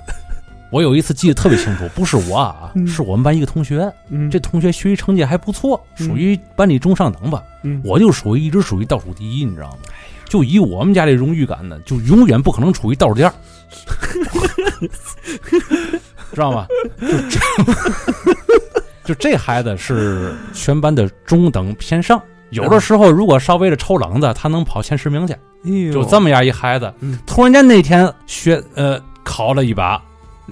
C: 我有一次记得特别清楚，不是我啊，
D: 嗯
C: 是我们班一个同学。
D: 嗯
C: 这同学学习成绩还不错，
D: 嗯
C: 属于班里中上等吧。
D: 嗯
C: 我就属于一直属于倒数第一，你知道吗？就以我们家这荣誉感呢，就永远不可能处于倒数第二， 知道吗？就这，就这孩子是全班的中等偏上，有的时候如果稍微的抽冷子，他能跑前十名去。就这
D: 么
C: 么样一孩子
D: 哎嗯，
C: 突然间那天学呃考了一把，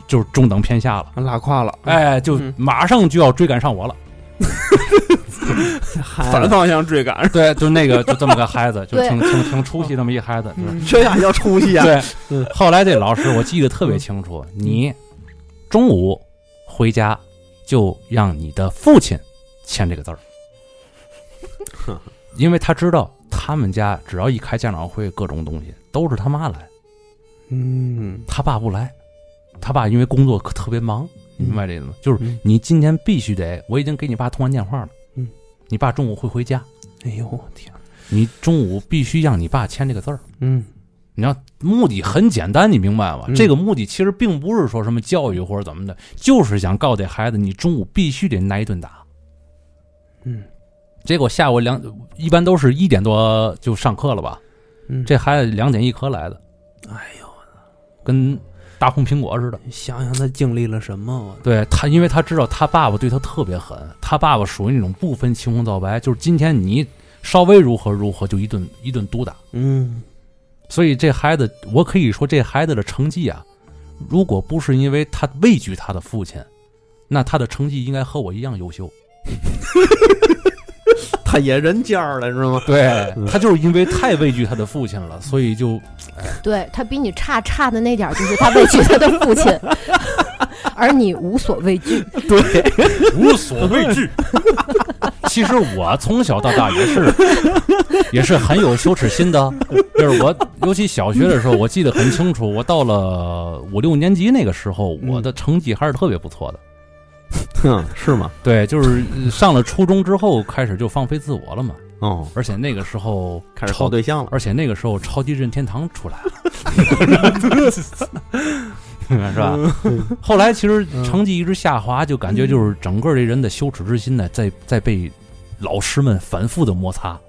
C: 就是中等偏下了，
D: 拉胯了，，
C: 哎，就
D: 嗯
C: 马上就要追赶上我了。
B: 哎
D: 反方向追赶，
C: 对，就那个就这么个孩子，就
A: 对
C: 挺挺挺出息这么一孩子。
D: 嗯
B: 这样要出息啊！
C: 对，嗯后来这老师我记得特别清楚，你中午回家就让你的父亲签这个字儿， 因为他知道他们家只要一开家长会，各种东西都是他妈来，
D: 嗯，
C: 他爸不来，他爸因为工作可特别忙，你明白这个吗？就是
D: 嗯
C: 你今天必须得，我已经给你爸通完电话了，
D: 嗯，
C: 你爸中午会回家，
D: 哎呦我天，
C: 你中午必须让你爸签这个字儿。
D: 嗯
C: 你要目的很简单，你明白吗？
D: 嗯
C: 这个目的其实并不是说什么教育或者怎么的，就是想告诉这孩子，你中午必须得挨一顿打。
D: 嗯
C: 结果下午两，一般都是一点多就上课了吧？
D: 嗯，
C: 这孩子两点一刻来的，
D: 哎呦，哎
C: 跟大红苹果似的。
D: 想想他经历了什么，我
C: 对他，因为他知道他爸爸对他特别狠，他爸爸属于那种不分青红皂白，就是今天你稍微如何如何就一顿一顿毒打。
D: 嗯
C: 所以这孩子，我可以说这孩子的成绩啊，如果不是因为他畏惧他的父亲，那他的成绩应该和我一样优秀。
B: 他也人尖儿了是 吗？
C: 对他就是因为太畏惧他的父亲了，所以就
A: 对他比你差差的那点儿就是他畏惧他的父亲， 而你无所畏惧。
C: 无所畏惧。其实我从小到大也是，也是很有羞耻心的。就是我，尤其小学的时候，我记得很清楚。我到了五六年级那个时候，我的成绩还是特别不错的。
B: 哼，嗯是吗？
C: 对，就是呃上了初中之后，开始就放飞自我了嘛。
B: 哦，
C: 而且那个时候
B: 开始
C: 超
B: 找， 对象了。
C: 而且那个时候超级任天堂出来了， 是吧？
D: 嗯
C: 后来其实成绩一直下滑，就感觉就是整个这人的羞耻之心呢，在在被老师们反复的摩擦，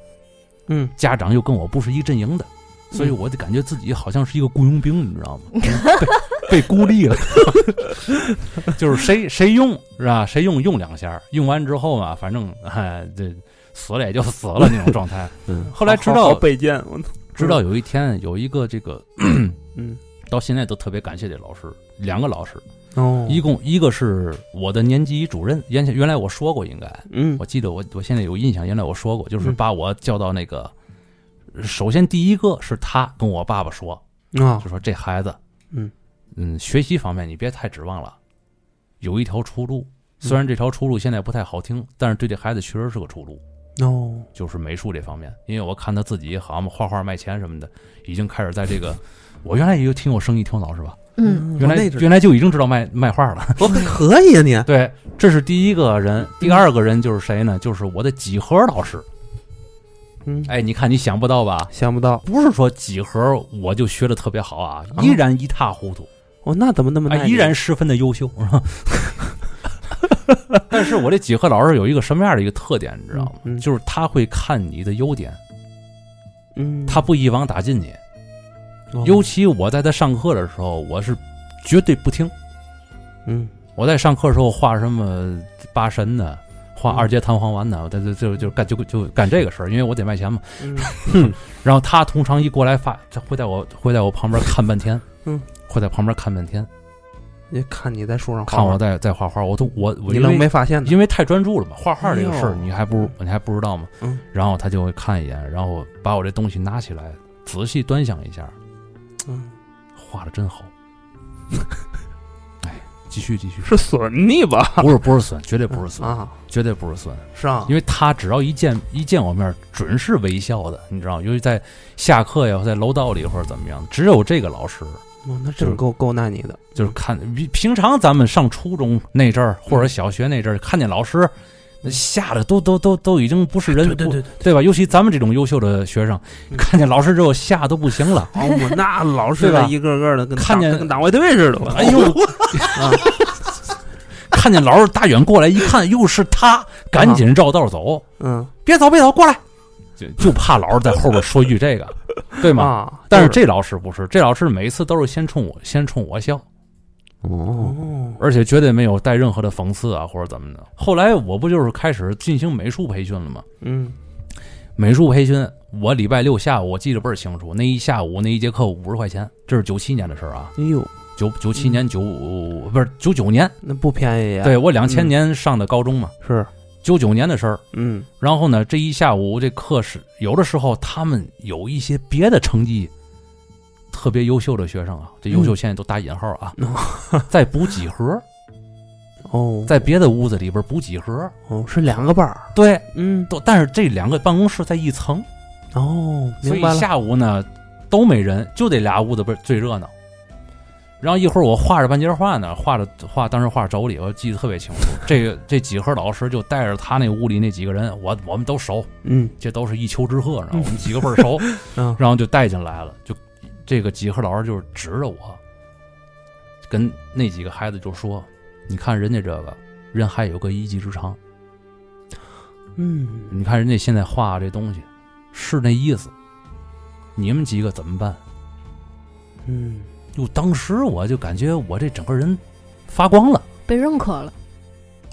D: 嗯，
C: 家长又跟我不是一阵营的，所以我就感觉自己好像是一个雇佣兵，你知道吗？ 被被孤立了， 就是谁谁用是吧？谁用用两下儿，用完之后嘛，反正哎，这死了也就死了那种状态。
B: 嗯
C: 后来知
D: 好好
C: 道
D: 备件，我操
C: 直到有一天，有一个这个，
D: 嗯，
C: 到现在都特别感谢这老师，两个老师，
D: 哦
C: 一共一个是我的年级主任，原先原来我说过，应该
D: 嗯
C: 我记得我我现在有印象，原来我说过，就是
D: 嗯
C: 把我叫到那个，首先第一个是他跟我爸爸说，
D: 啊
C: 就说这孩子，
D: 嗯
C: 嗯，学习方面你别太指望了，有一条出
D: 嗯
C: 路，虽然这条出路现在不太好听，但是对这孩子确实是个出路。
D: 哦，
C: 就是美术这方面，因为我看他自己好像画画卖钱什么的，已经开始在这个。我原来也有挺有生意头脑是吧？
A: 嗯，
C: 原来
B: 那阵儿
C: 原来就已经知道卖卖画了。
B: 我可以啊你，
C: 对，这是第一个人，第二个人就是谁呢？就是我的几何老师。
D: 嗯，
C: 哎，你看你想不到吧？
D: 想不到
C: 不是说几何我就学的特别好啊，依然一塌糊涂，
D: 哦，那怎么那
B: 嗯
D: 么耐
C: 哎，
D: 力
C: 依然十分的优秀。是吧 但是我这几何老师有一个什么样的一个特点，你知道吗？
D: 嗯嗯
C: 就是他会看你的优点，
D: 嗯，哦
C: 他不一网打尽你。尤其我在他上课的时候，我是绝对不听。
D: 嗯
C: 我在上课的时候画什么八神呢，画二阶弹簧丸呢，我在这就就干就就干这个事儿，因为我得卖钱嘛。
D: 嗯
C: 然后他通常一过来发，他会在我会在我旁边看半天，
D: 嗯，
C: 会在旁边看半天，
D: 你看你在树上画
C: 看
D: 画
C: 我在在画画，我都我我
D: 你
C: 因
D: 愣没
C: 为
D: 发现呢？
C: 因为太专注了嘛，画画这个事
D: 嗯哎
C: 儿
D: 呦
C: 你还不如你还不知道嘛，
D: 嗯，
C: 然后他就会看一眼，然后把我这东西拿起来仔细端详一下，
D: 嗯，
C: 画的真 好，哎，继续继续，
D: 是损你吧？
C: 不是不是损，绝对不是损，
D: 啊，
C: 绝对不是损。
D: 是啊，
C: 因为他只要一见一见我面儿，准是微笑的，你知道吗，尤其在下课呀，或在楼道里或者怎么样，只有这个老师，
D: 哦那真够够耐你的，
C: 就是看比平常咱们上初中那阵儿或者小学那阵儿，看见老师，那吓得都都都都已经不是人，不
D: 对，
C: 对吧？尤其咱们这种优秀的学生，
D: 嗯
C: 看见老师之后吓都不行了。
D: 哦，我那老师
C: 对吧
D: 一个个的跟
C: 看见
D: 党跟党卫队似的，我
C: 哎 呦，啊看见老师大远过来一看，又是他，赶紧绕道走，
D: 嗯
C: 别走别走， 过来，就就怕老师在后边说一句这个，对吗？
D: 啊，
C: 但是
D: 就
C: 这老师不是，这老师每一次都是先冲我先冲我笑，
B: 哦，
D: 哦，
C: 而且绝对没有带任何的讽刺啊或者怎么的。后来我不就是开始进行美术培训了吗？
D: 嗯
C: 美术培训，我礼拜六下午我记得倍儿清楚，那一下午那一节课五十块钱，这是九七年的事儿啊，
D: 哎呦，
C: 九九七年九、不是九九年，
D: 那不便宜呀，啊
C: 对我两千年上的高中嘛，
D: 是，
C: 九九年的事儿。
D: 嗯
C: 然后呢，这一下午这课是有的时候他们有一些别的成绩特别优秀的学生啊，这优秀现在都打引号啊，在补几何，
D: 哦，
C: 在别的屋子里边补几何。
D: 哦是两个班儿，
C: 对，
D: 嗯
C: 都但是这两个办公室在一层，
D: 哦，
C: 所
D: 明
C: 以
D: 白了，
C: 下午呢都没人，就得俩屋子不是最热闹。然后一会儿我画着半截画呢，画着画，当时画手里，我记得特别清楚。这个这几何老师就带着他那屋里那几个人，我我们都熟，
D: 嗯
C: 这都是一丘之貉，然后我们几个倍儿熟，
D: 嗯
C: 然后就带进来了。就这个几何老师就是指着我，跟那几个孩子就说：“你看人家这个人还有个一技之长，
D: 嗯
C: 你看人家现在画这东西是那意思，你们几个怎么办
D: 嗯，？”
C: 就当时我就感觉我这整个人发光了，
A: 被认可了，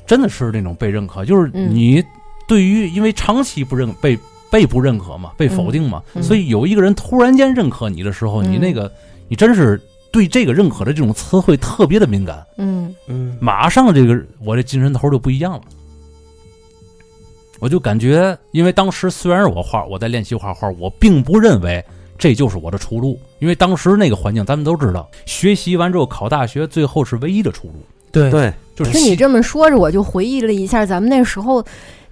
C: 真的是那种被认可，就是
A: 嗯
C: 你对于因为长期不认被被不认可嘛，被否定嘛，
A: 嗯嗯
C: 所以有一个人突然间认可你的时候，
A: 嗯
C: 你那个你真是对这个认可的这种词汇特别的敏感，
A: 嗯
D: 嗯
C: 马上这个我这精神头就不一样了。我就感觉，因为当时虽然是我画，我在练习画画，我并不认为这就是我的出路，因为当时那个环境，咱们都知道，学习完之后考大学，最后是唯一的出路，
D: 对
B: 对，
C: 就是
A: 听你这么说着，我就回忆了一下咱们那时候，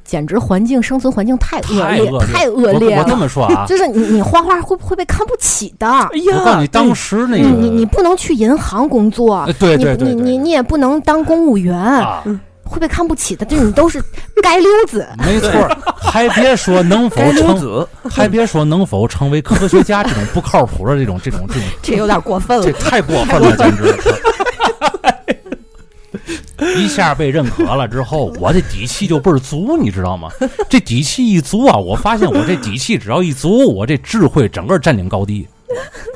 A: 简直环境生存环境太恶
C: 太
A: 劣
C: 恶，劣
A: 太恶
C: 我
A: 劣
C: 我这
A: 了。
C: 么说啊，
A: 就是你你画画会不会被看不起的？
C: 我告诉你，当时那
A: 你
C: 个，
A: 你你不能去银行工作
C: 呃，对对对
A: 你嗯你你
C: 对
A: 你也不能当公务员，
C: 啊，
A: 会被看不起的。这你都是街溜 子。
C: 没错儿，还别说能否
D: 该溜
C: 成，
D: 子，
C: 还别说能否成为科学家这种不靠谱的这种这种这种，
A: 这有点过分
C: 这
A: 了。
C: 太过分了，简直！一下被认可了之后，我这底气就倍儿足，你知道吗？这底气一足啊，我发现我这底气只要一足，我这智慧整个占领高地。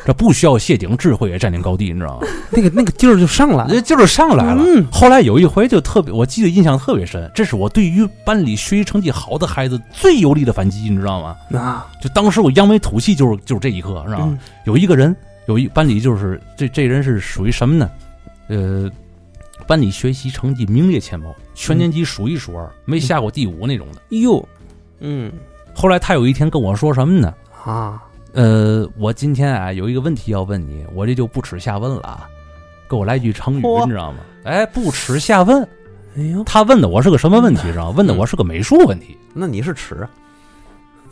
C: 这不需要谢顶，智慧也占领高地，你知道吗？
D: 那个那个劲儿就上来了。
C: 人劲儿上来了。后来有一回就特别，我记得印象特别深，这是我对于班里学习成绩好的孩子最有力的反击，你知道吗？
D: 啊，
C: 就当时我扬眉吐气，就是就是这一刻，是吧？
D: 嗯
C: 有一个人，有一班里就是这这人是属于什么呢？呃，班里学习成绩名列前茅，全年级数一数
D: 嗯
C: 二，没下过第五那种的。
D: 哟，嗯
C: 后来他有一天跟我说什么呢？
D: 啊，
C: 呃，我今天啊有一个问题要问你，我这就不耻下问了啊，给我来句成语，
D: 嚯
C: 你知道吗？哎，不耻下问。
D: 哎呦，
C: 他问的我是个什么问题？知
D: 嗯
C: 道吗？问的我是个美术问题，
B: 那你是尺，啊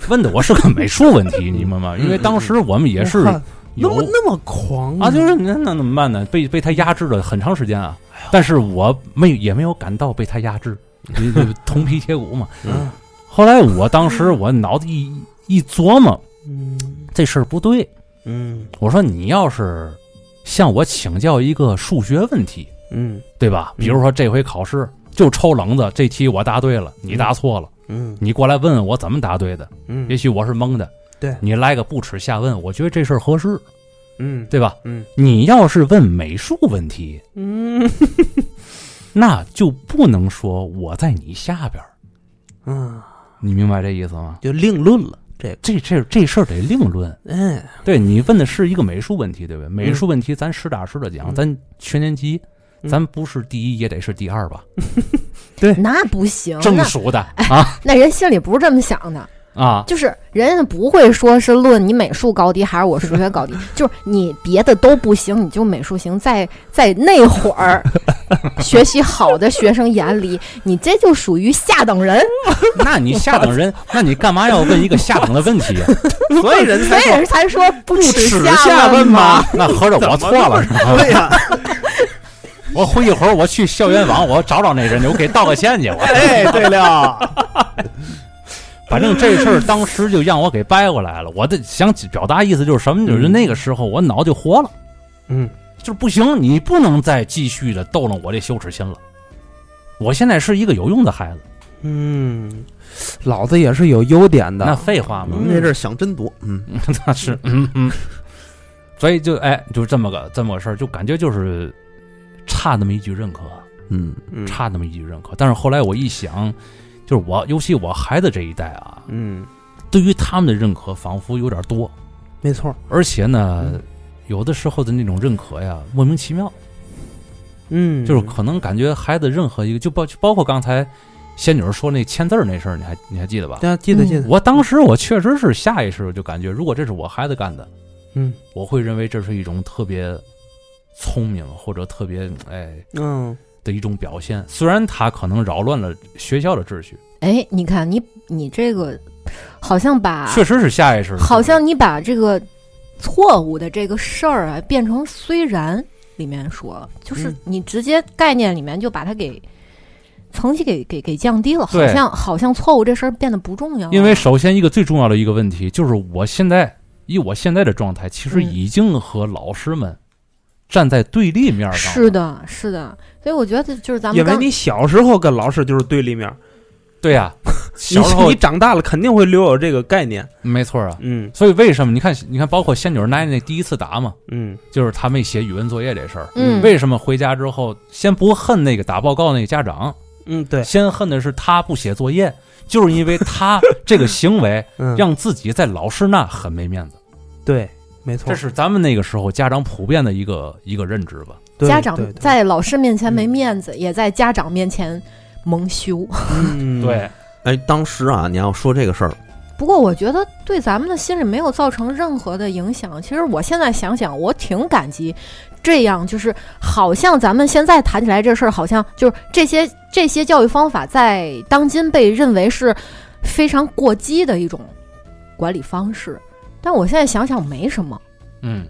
C: 问的我是个美术问 题，你明白吗？因为当时我们也是
D: 我看那
C: 有
D: 么那么狂
C: 啊，就是那那怎么办呢？被被他压制了很长时间啊，
D: 哎
C: 但是我没也没有感到被他压 制，就就铜皮铁骨嘛。
D: 嗯
C: 后来我当时我脑子一一琢磨，
D: 嗯
C: 这事儿不对。
D: 嗯
C: 我说你要是向我请教一个数学问题，
D: 嗯
C: 对吧？
D: 嗯
C: 比如说这回考试就抽棱子，这题我答对了，你答错了，
D: 嗯
C: 你过来问问我怎么答对的，也许我是蒙的。
D: 对
C: 你来个不耻下问，我觉得这事儿合适，
D: 嗯
C: 对吧？
D: 嗯
C: 你要是问美术问题，
D: 嗯
C: 那就不能说我在你下边儿，
D: 嗯，
C: 你明白这意思吗？
D: 就另论了。
C: 这这这事儿得另论。啊嗯
D: 嗯
C: 对你问的是一个美术问题，对不对？美术问题，咱实打实的讲，
D: 嗯
C: 咱全年级，
D: 嗯
C: 咱不是第一也得是第二吧？
A: 那不行，
C: 正
A: 哦那
C: 数的啊
A: 那人心里不是这么想的，
C: 啊！
A: 就是人家不会说是论你美术高低还是我数学高 低，就是你别的都不行，你就美术行，在在那会 儿学习好的学生眼里，你这就属于下等人，
C: 那你下等人，那你干嘛要问一个下等的问题？
D: 所
C: 哎
D: 以人
A: 所
D: 才
A: 以人才说不
C: 不
A: 耻
C: 耻
A: 下
C: 问
A: 嘛。？
C: 那合着我错了是吧？
D: 对呀，
C: 我回一会儿我去校园网，我找找那人去，我给道个歉去。我
D: 哎，对 了，
C: 反正这事儿当时就让我给掰过来了。我的想表达意思就是什么？就是那个时候我脑就活了，
D: 嗯
C: 就是不行，你不能再继续的逗弄我这羞耻心了。我现在是一个有用的孩子，
D: 嗯，老子也是有优点
C: 那
D: 的。
C: 废话嘛，
D: 嗯
B: 那阵儿想真多，嗯，
C: 那是嗯嗯。所以就哎，就这么个这么个事儿，就感觉就是差那么一句认可，
B: 嗯，
D: 嗯
C: 差那么一句认可。但是后来我一想，就是我，尤其我孩子这一代啊，
D: 嗯，
C: 对于他们的认可仿佛有点多。
D: 没错。
C: 而且呢，
D: 嗯
C: 有的时候的那种认可呀，莫名其妙，
D: 嗯，
C: 就是可能感觉孩子任何一个，就包就包括刚才仙女儿说那签字儿那事儿，你还你还记得吧？
D: 大家记得记得，
C: 我当时我确实是下意识地就感觉，如果这是我孩子干的，
D: 嗯
C: 我会认为这是一种特别聪明或者特别哎
D: 嗯
C: 的一种表现。虽然他可能扰乱了学校的秩序，
A: 哎，你看你你这个好像把
C: 确实是下意识的，
A: 啊好像你把这个错误的这个事儿啊变成虽然里面说，就是
D: 嗯
A: 你直接概念里面就把它给层级给给给降低了，好
C: 对
A: 像好像错误这事儿变得不重要了。
C: 因为首先一个最重要的一个问题就是，我现在以我现在的状态，其实
A: 嗯
C: 已经和老师们站在对立面上了。
A: 是，的，是的，所以我觉得就是咱们
D: 因为
A: 刚
D: 你小时候跟老师就是对立面，
C: 对呀、
D: 你
C: 小时候
D: 你长大了肯定会留有这个概念。
C: 没错啊。
D: 嗯
C: 所以为什么你看，你看，包括仙女儿奶奶那第一次答嘛，
D: 嗯
C: 就是她没写语文作业这事儿。
A: 嗯
C: 为什么回家之后，先不恨那个打报告那个家长，
D: 嗯，对，
C: 先恨的是他不写作业， 就是因为他这个行为
D: 嗯，
C: 让自己在老师那很没面子。
D: 对，没错
C: 这，是咱们那个时候家长普遍的一个一个认知吧。
D: 对
A: 家长
D: 对对
A: 在老师面前没
D: 嗯
A: 面子，也在家长面前蒙羞。
D: 嗯，
C: 对，
B: 哎，当时啊，你要说这个事儿，
A: 不过我觉得对咱们的心理没有造成任何的影响。其实我现在想想，我挺感激。这样就是好像咱们现在谈起来这事儿，好像就是这些这些教育方法在当今被认为是非常过激的一种管理方式。但我现在想想没什么，
C: 嗯，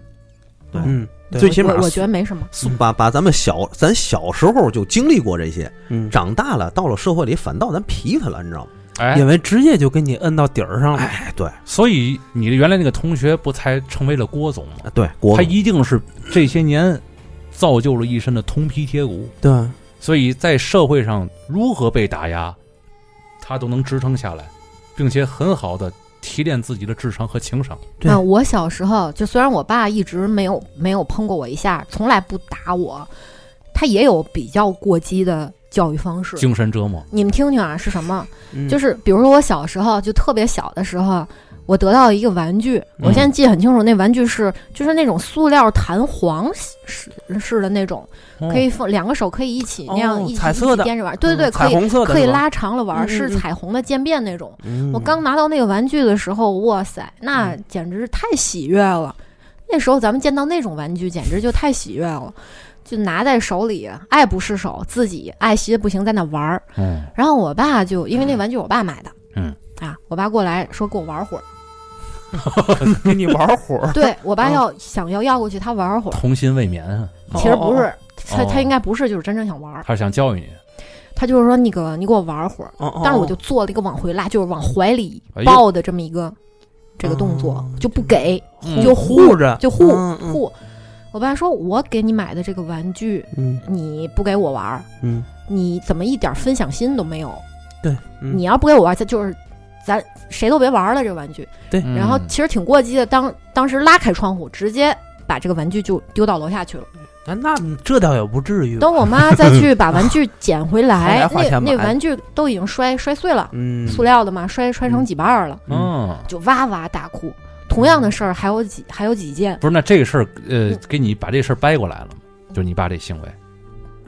D: 嗯，对
B: 最起码
A: 我我觉得没什么。
B: 速把把咱们小咱小时候就经历过这些，
D: 嗯，
B: 长大了到了社会里，反倒咱皮他了，你知道吗？
C: 哎，
D: 因为直接就给你摁到底儿上了。
B: 哎，对，
C: 所以你的原来那个同学不才成为了郭总吗？
B: 啊对，国
C: 他一定是这些年造就了一身的铜皮铁骨，
D: 对，
C: 所以在社会上如何被打压，他都能支撑下来，并且很好的提炼自己的智商和情商。
B: 对
A: 那我小时候，就虽然我爸一直没有没有碰过我一下，从来不打我，他也有比较过激的教育方式。
C: 精神折磨，
A: 你们听听啊，是什么？
D: 嗯
A: 就是比如说我小时候，就特别小的时候，我得到一个玩具，
D: 嗯
A: 我现在记得很清楚，那玩具是就是那种塑料弹簧式式的那种，
C: 哦
A: 可以放两个手可以一起那样
D: 哦
A: 一起
D: 彩色
A: 一
D: 的
A: 起颠着玩，对对对，
D: 嗯彩
A: 可以
D: 虹色的
A: 可以
D: 是吧，
A: 拉长了玩，
D: 嗯
A: 是
D: 嗯嗯
A: 彩虹的渐变那种。
B: 嗯
A: 我刚拿到那个玩具的时候，哇塞，那
D: 嗯
A: 简直是太喜悦了。那时候咱们见到那种玩具，简直就太喜悦了，就拿在手里，爱不释手，自己爱惜的不行，在那玩儿。
C: 嗯，
A: 然后我爸就因为那玩具我爸买的，
C: 嗯
A: 啊，我爸过来说跟我玩会儿，，
D: 给你玩会儿
A: 对我爸要想要要过去他玩会儿，
C: 童心未泯啊，
A: 其实不是，他
C: 哦
A: 他应该不是就是真正想玩儿，
C: 他是想教育你。
A: 他就是说那个你给我玩会儿，
D: 哦，哦哦
A: 但是我就做了一个往回拉，就是往怀里
C: 哎呦
A: 抱的这么一个这个动作
D: 哦，
A: 就不给
C: 嗯
A: 就护
D: 护着，
A: 就护
D: 嗯嗯
A: 护。我爸说：“我给你买的这个玩具，
D: 嗯
A: 你不给我玩儿，
D: 嗯
A: 你怎么一点分享心都没有？
D: 嗯
A: 你要不给我玩儿，这就是咱谁都别玩儿了这玩具。”
C: 嗯
A: 然后其实挺过激的，当当时拉开窗户，直接把这个玩具就丢到楼下去了。
D: 啊那这倒也不至于吧，
A: 等我妈再去把玩具捡回 来，
D: 花钱
A: 那
D: 买
A: 那玩具都已经摔摔碎了，
D: 嗯
A: 塑料的嘛，摔摔成几瓣儿了，
C: 嗯，
A: 就哇哇大哭。同样的事儿还有几还有几件
C: 不是，那这个事儿，呃，给你把这事儿掰过来了吗？就是你爸这行为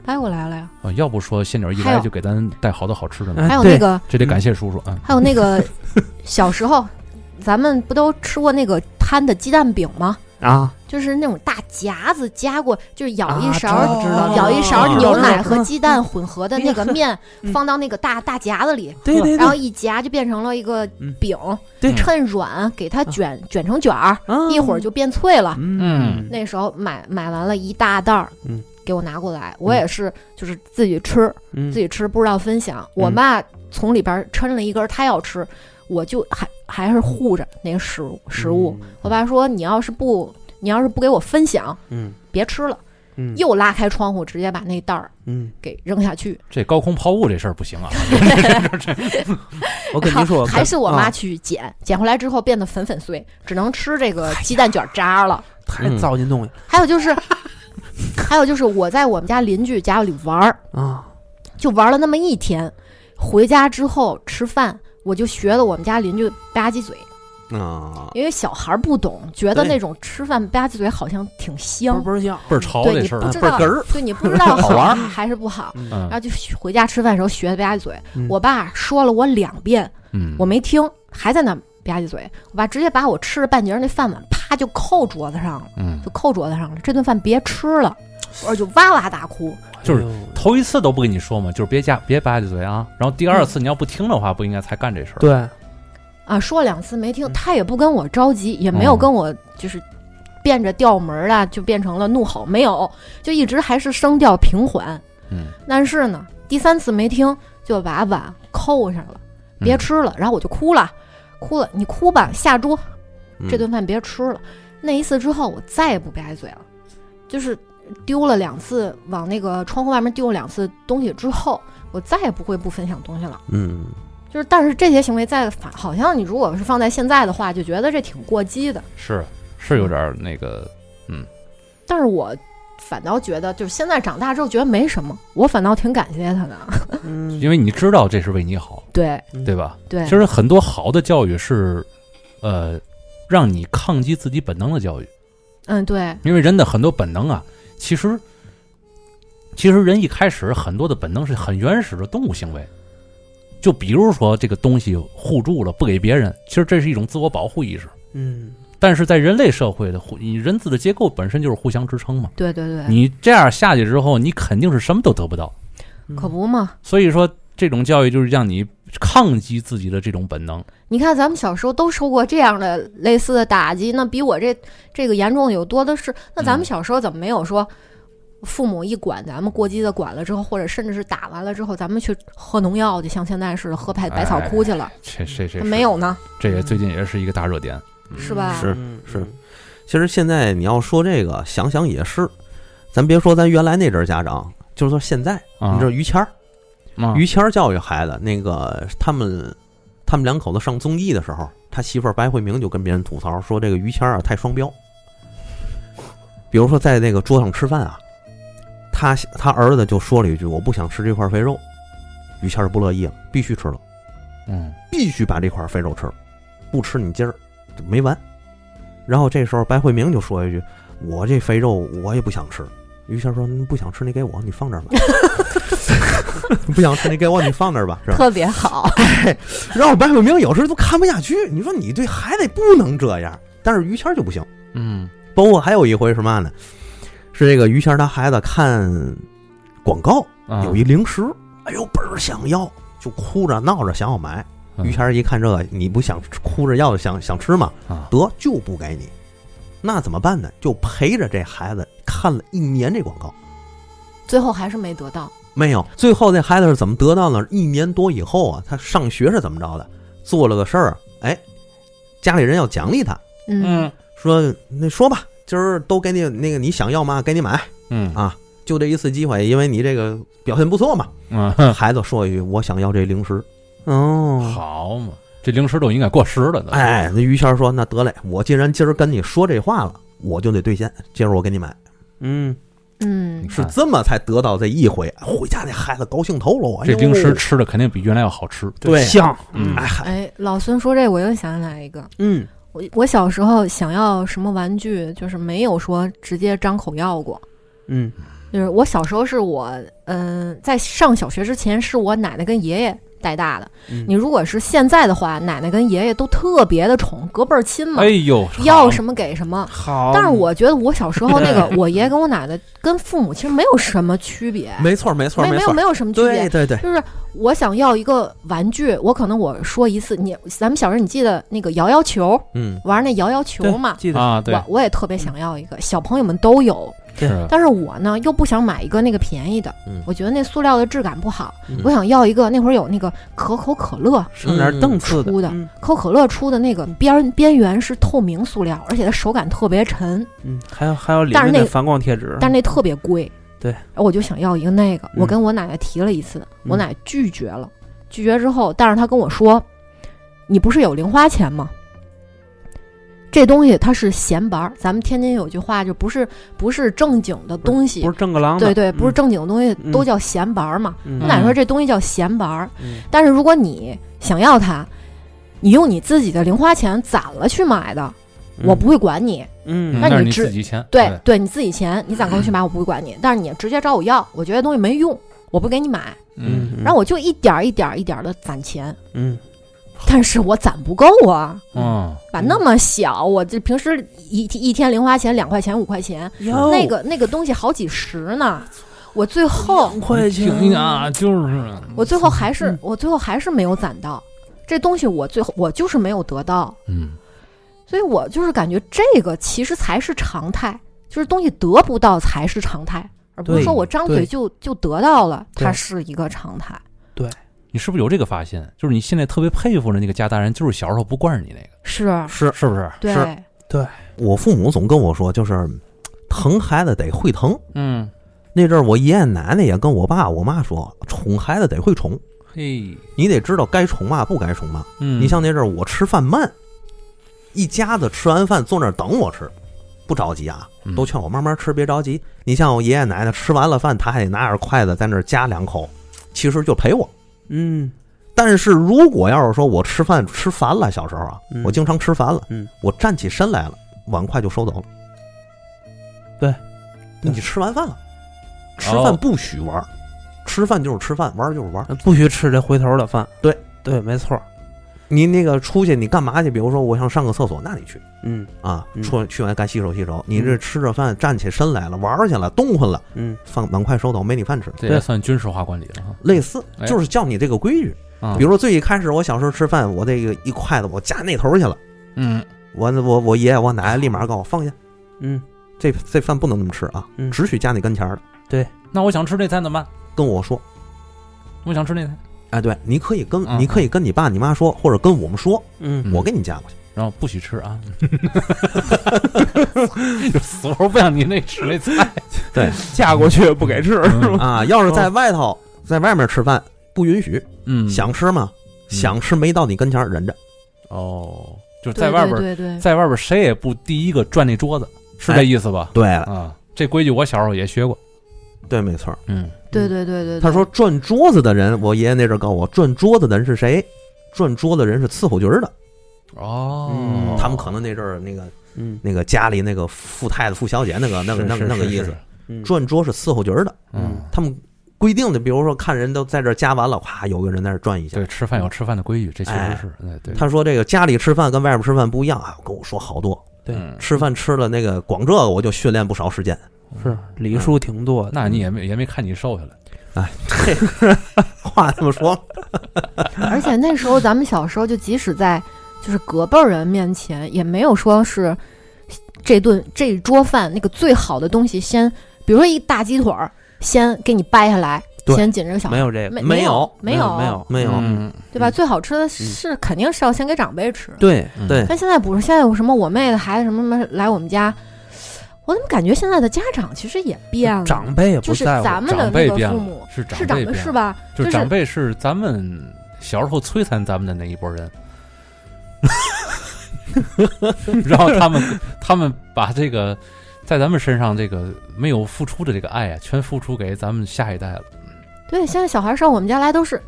A: 掰过来了呀，
C: 啊，要不说仙女一
A: 还
C: 来
A: 有嗯
C: 就给咱带好多好吃的呢，
D: 哎
A: 还有
D: 对
A: 那个
C: 这得感谢叔叔啊。
A: 还有那个小时候，咱们不都吃过那个摊的鸡蛋饼吗？
D: 啊，
A: 就是那种大夹子夹过，就是舀一
D: 啊
A: 勺、
D: 知道知道
A: 舀一勺
D: 知道
A: 牛
D: 哦知道
A: 奶和鸡蛋混合的那个 面，
D: 嗯
A: 放到那个大大夹子里，
D: 对对
A: 然后
D: 对，
A: 一夹就变成了一个
D: 嗯
A: 饼，
D: 对嗯
A: 趁软给它卷、卷成卷儿，
D: 啊
A: 一会儿就变脆了。
C: 嗯
A: 那时候买买完了一大袋儿，
D: 嗯
A: 给我拿过来，我也是就是自己吃，
D: 嗯
A: 自己吃不知道分享。我
D: 嗯
A: 妈从里边儿抻了一根儿，她要吃，我就还还是护着那个食物食
D: 嗯
A: 物。，我爸说：“你要是不，你要是不给我分享，
D: 嗯
A: 别吃了。”
D: 嗯
A: 又拉开窗户，直接把那袋儿
D: 嗯，
A: 给扔下去。
C: 这高空抛物这事儿不行啊，
D: 我跟
A: 然
D: 你
A: 后
C: 哦
D: 说，
A: 还是我妈
D: 啊
A: 去捡，捡回来之后变得粉粉碎，只能吃这
C: 哎
A: 个鸡蛋卷渣了。
D: 太糟践东西
A: 还有 就是，还有就是我在我们家邻居家里玩儿，
D: 啊，
A: 就玩了那么一天，回家之后吃饭，我就学了我们家邻居吧唧嘴。
B: 啊，
A: 因为小孩儿不懂，觉得
D: 对
A: 那种吃饭吧唧嘴好像挺香
D: 嘣，嘣响，
C: 倍儿潮
A: 对
C: 这
A: 你
C: 事儿
A: 不
C: 啊
A: 知
C: 倍儿
A: 道
C: 哏儿。，
A: 对你不知道
C: 好玩儿
A: 还是不好。
C: 嗯
A: 然后就学回家吃饭的时候学的吧唧嘴，
D: 嗯
A: 我爸说了我两遍，
C: 嗯，
A: 我没听，还在那吧唧嘴。我爸直接把我吃了半截儿那饭碗啪就扣桌子上了，
C: 嗯
A: 就扣桌子上了。这顿饭别吃了，我就哇哇大哭。
C: 就是
D: 哎呦
C: 头一次都不跟你说嘛，就是别夹别吧唧嘴啊。然后第二次
A: 嗯
C: 你要不听的话，不应该才干这事儿。
D: 对，
A: 啊，说两次没听，
D: 嗯
A: 他也不跟我着急，也没有
C: 哦
A: 跟我就是变着调门儿啊，就变成了怒吼，没有，就一直还是声调平缓。
C: 嗯，
A: 但是呢，第三次没听，就把碗扣上了，别
C: 嗯
A: 吃了。然后我就哭了，哭了，你哭吧，下桌，
B: 嗯
A: 这顿饭别吃了。那一次之后，我再也不吧唧嘴了，就是丢了两次，往那个窗户外面丢了两次东西之后，我再也不会不分享东西了。
B: 嗯，
A: 就是，但是这些行为在反，好像你如果是放在现在的话，就觉得这挺过激的。
C: 是是有点儿那个，
A: 但是我反倒觉得，就是现在长大之后觉得没什么，我反倒挺感谢他的。
D: 嗯
C: 因为你知道这是为你好，
A: 对
C: 对吧？
A: 对
C: 其，实很多好的教育是，呃，让你抗击自己本能的教育，
A: 嗯，对，
C: 因为人的很多本能啊，其实。其实人一开始很多的本能是很原始的动物行为，就比如说这个东西互助了不给别人，其实这是一种自我保护意识。
D: 嗯
C: 但是在人类社会的互，你人字的结构本身就是互相支撑嘛。
A: 对对对，
C: 你这样下去之后，你肯定是什么都得不到。
D: 嗯
A: 可不嘛。
C: 所以说，这种教育就是让你抗击自己的这种本能。
A: 你看咱们小时候都受过这样的类似的打击，那比我这这个严重的有多的是。那咱们
C: 嗯
A: 小时候怎么没有说？父母一管，咱们过激的管了之后，或者甚至是打完了之后，咱们去喝农药，就像现在似的喝百百草枯去了，
C: 这这这
A: 没，有呢，
C: 这也最近也是一个大热点。
A: 是吧？
B: 是
D: 嗯
B: 是其实现在你要说这个，想想也是，咱别说咱原来那阵儿家长，就是说现在，
C: 啊
B: 你知道于谦儿，
C: 啊
B: 于谦儿教育孩子，那个他们他们两口子上综艺的时候，他媳妇儿白慧明就跟别人吐槽说，这个于谦儿啊太双标。比如说在那个桌上吃饭啊，他他儿子就说了一句：“我不想吃这块肥肉。”于谦儿不乐意了，必须吃了，
C: 嗯
B: 必须把这块肥肉吃了，不吃你今儿就没完。然后这时候白慧明就说一句：“我这肥肉我也不想吃。”于谦儿说：“嗯你不想吃，你给我，你放这儿吧。 不想吃，你给我，你放这儿吧，是吧？”
A: 特别好，
B: 然后白晓明有时候都看不下去，你说你对孩子也不能这样，但是于谦儿就不行。
C: 嗯
B: 包括还有一回是嘛呢？是这个于谦儿他孩子看广告，
C: 啊
B: 有一零食，哎呦倍儿想要，就哭着闹着想要买。
C: 嗯
B: 于谦儿一看这个，你不想吃哭着要想想吃吗？
C: 啊
B: 得就不给你，那怎么办呢？就陪着这孩子看了一年这广告。
A: 最后还是没得到。
B: 没有。最后那孩子是怎么得到呢？一年多以后啊，他上学是怎么着的？做了个事儿，哎，家里人要奖励他，
A: 嗯，
C: 嗯
B: 说那说吧，今儿都给你那个你想要嘛，给你买，
C: 嗯
B: 啊就这一次机会，因为你这个表现不错嘛。
C: 啊哼
B: 孩子说一句：“我想要这零食。”
D: 嗯
B: 哦，
C: 好嘛，这零食都应该过时了的。
B: 哎，那于谦说：“那得嘞，我既然今儿跟你说这话了，我就得兑现，今儿我给你买。”嗯，
A: 嗯
C: 你
B: 是
C: 看
B: 这么才得到这一回，回家那孩子高兴透了，哎
C: 这
B: 呦
C: 零食吃的肯定比原来要好吃。
B: 对，
D: 像，
C: 嗯
B: 哎，嗨
A: 哎，老孙说这我又想起来一个，
B: 嗯
A: 我我小时候想要什么玩具，就是没有说直接张口要过。
D: 嗯
A: 就是我小时候是我，嗯、在上小学之前是我奶奶跟爷爷带大的。
D: 嗯
A: 你如果是现在的话，奶奶跟爷爷都特别的宠，隔辈儿亲嘛，
C: 哎呦，
A: 要
C: 好
A: 什么给什么。
D: 好，嗯
A: 但是我觉得我小时候那个，我爷爷跟我奶奶跟父母其实没有什么区别，
B: 没错，没错，
A: 哎没没
B: 错
A: 有，没有什么区
B: 对
A: 别。
B: 对对，
A: 就是我想要一个玩具，我可能我说一次，你咱们小时候你记得那个摇摇球，
B: 嗯，
A: 玩那摇摇球嘛？
D: 记得，
C: 啊？对，
A: 我我也特别想要一个，小朋友们都有，
D: 对
C: 是啊
A: 但是我呢又不想买一个那个便宜的，
B: 嗯
A: 我觉得那塑料的质感不好，
B: 嗯
A: 我想要一个那会儿有那个可口可乐
D: 上点儿
B: 嗯
D: 档次
A: 出的，
D: 嗯
A: 可口可乐出的那个边儿边缘是透明塑料，而且它手感特别沉，
D: 嗯，还有还有里
A: 但是
D: 面
A: 那
D: 那
A: 个
D: 反光贴纸，
A: 但是那特别贵。
D: 对，嗯
A: 我就想要一个那个，我跟我奶奶提了一次，我奶拒绝了。拒绝之后，但是她跟我说：“你不是有零花钱吗？这东西它是闲玩儿。咱们天津有句话，就不是不是正经的东西，
D: 不是正个郎的，
A: 对对，不是
D: 嗯
A: 正经的东西
D: 嗯
A: 都叫闲玩儿嘛。我
D: 嗯
A: 奶说这东西叫闲玩儿，
D: 嗯
A: 但是如果你想要它，你用你自己的零花钱攒了去买的，我不会管你。
D: 嗯，
C: 嗯
A: 那
C: 那是
A: 你
C: 你
A: 知
C: 自己钱。
A: 对对，你自己钱你攒够去买，我不会管你。但是你直接找我要，我觉得东西没用，我不给你买。
C: 嗯，
A: 然后我就一点儿一点儿一点儿的攒钱，
D: 嗯
A: 但是我攒不够啊，
C: 嗯，
A: 把那么小，我这平时一一天零花钱两块钱五块钱，
D: 哟
A: 那个那个东西好几十呢。我最
D: 嗯
A: 后
D: 快
C: 听啊，就是
A: 我最后还是我最后还是没有攒到，这东西我最后我就是没有得到，
C: 嗯，
A: 所以我就是感觉这个其实才是常态，就是东西得不到才是常态，而不是
D: 对
A: 说我张嘴
D: 对
A: 就就得到了，
D: 对
A: 它是一个常态。
C: 你是不是有这个发现？就是你现在特别佩服的那个家大人，就是小时候不惯着你那个，
A: 是，
B: 是
C: 是不是？
A: 嗯对，
B: 是我父母总跟我说，就是疼孩子得会疼。
C: 嗯，
B: 那阵儿我爷爷奶奶也跟我爸我妈说，宠孩子得会宠，
C: 嘿，
B: 你得知道该宠嘛，不该宠嘛。
C: 嗯，
B: 你像那阵儿我吃饭慢，一家子吃完饭坐那儿等我吃，不着急啊，
C: 嗯
B: 都劝我慢慢吃，别着急。你像我爷爷奶奶吃完了饭，他还得拿着筷子在那儿夹两口，其实就陪我。
D: 嗯
B: 但是如果要是说我吃饭吃烦了，小时候啊，
D: 嗯
B: 我经常吃烦了，
D: 嗯，
B: 我站起身来了，碗筷就收走了。
D: 对，哦
B: 你吃完饭了，吃饭不许玩儿，吃饭就是吃饭，玩儿就是玩儿。
D: 不许吃这回头的饭，
B: 对
D: 对，没错儿，
B: 你那个出去你干嘛去？比如说我想上个厕所，那你去
D: 嗯
B: 啊，
D: 嗯
B: 出去完该洗手洗手。你这吃着饭站起身来了，玩儿去了，动换了，
D: 嗯
B: 饭碗筷收走，没你饭吃。
C: 这也算军事化管理了哈
B: 类似
C: 哎
B: 就是叫你这个规矩。
C: 啊。
B: 比如说最一开始我小时候吃饭，我这个一筷子我夹那头去了，
C: 嗯，
B: 我我我爷爷我奶奶立马告诉我放下。
D: 嗯
B: 这这饭不能那么吃啊，
D: 嗯
B: 只许夹你跟前儿的。
C: 那我想吃那菜怎么办？
B: 跟我说，
C: 我想吃那菜，
B: 哎，对，你可以跟、
C: 嗯
B: 你可以跟你爸你妈说，或者跟我们说，
D: 嗯
B: 我给你夹过去。
C: 然然后不许吃啊， 就死活不让你那吃那菜，
D: 嫁过去不给吃，
C: 嗯
B: 啊，要是在外头在外面吃饭不允许，
C: 嗯，
B: 想吃吗？想吃没到你跟前儿忍着，
C: 哦，就是
A: 对
C: 在外边儿，
A: 对对对，
C: 在外边儿谁也不第一个转那桌子，是这
B: 哎
C: 意思吧？
B: 对了，
C: 啊，这规矩我小时候也学过，
B: 对，没错儿。
C: 嗯，
A: 对对对对。对
B: 他说转桌子的人，我爷爷那阵儿告诉我，转桌子的人是谁？转桌子的人是伺候局儿的，
C: 哦，
B: 他们可能那阵儿那个
D: 嗯
B: 那个家里那个富太太、富小姐那个那个
C: 是
B: 那个
C: 是
B: 那个
C: 是
B: 意
C: 是
B: 思，
D: 嗯
B: 转桌是伺候局儿的，
C: 嗯，
B: 他们规定的，比如说看人都在这儿加完了，咵有个人在这儿转一下
C: 对，。吃饭有吃饭的规矩，这确
B: 哎
C: 实是，哎，对，
B: 他说这个家里吃饭跟外边吃饭不一样啊，跟我说好多，
D: 对
C: 嗯
B: 吃饭吃了那个光这个我就训练不少时间。
D: 是礼数挺多的，
C: 嗯那你也没也没看你瘦下来，
B: 话这么 说，
A: 而且那时候咱们小时候，就即使在就是隔辈儿人面前，也没有说是这顿这一桌饭那个最好的东西先，比如说一大鸡腿儿，先给你掰下来，
B: 对
A: 先紧着个小
D: 没有这个，
A: 没
B: 没
A: 有
B: 有
A: 没
D: 有没有
B: 没有
C: 嗯
A: 对吧？最好吃的是肯定是要先给长辈吃，
D: 对
C: 嗯
B: 对
A: 但现在不是，现在有什么我妹的孩子什么什么来我们家，我怎么感觉现在的家长其实也变了，
D: 长辈也
A: 就
D: 不
A: 是
D: 在乎，
A: 咱们的
C: 长
A: 那
C: 辈
A: 个
C: 变
A: 父母
C: 了，是长
A: 是长辈
C: 变
A: 是
C: 了？
A: 吧？
C: 就
A: 就是
C: 长辈是咱们小时候摧残咱们的那一拨人， 然后他们他们把这个在咱们身上这个没有付出的这个爱啊，全付出给咱们下一代了。
A: 对，现在小孩上我们家来都是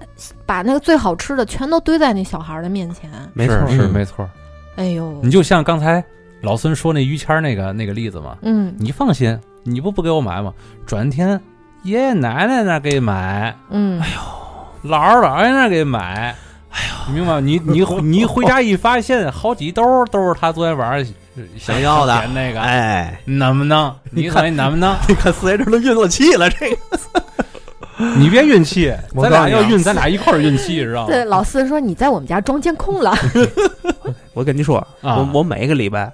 A: 把那个最好吃的全都堆在那小孩的面前，
D: 没错
C: 是
D: 儿，
C: 是
B: 嗯
C: 没错。
A: 哎呦
C: 你，就像刚才老孙说那于谦儿那个那个例子嘛，
A: 嗯
C: 你放心，你不不给我买吗？转天爷爷奶奶那儿给买，
A: 嗯，
D: 哎
C: 姥儿姥爷那儿给买。哎呀，明白吗？你你你回家一发现，好几兜儿都是他昨天晚上
B: 想要的
C: 填那个，
B: 哎，
C: 能不能？你看你能不能？
B: 你看四爷这都运了气了，这个
C: 你别运气，
D: 我
C: 咱
D: 告
C: 俩
D: 诉你
C: 要
D: 啊
C: 运，咱俩一块儿运气，知道吗？
A: 对，老四说你在我们家装监控了，
D: 我跟你说，
C: 啊
D: 我我每个礼拜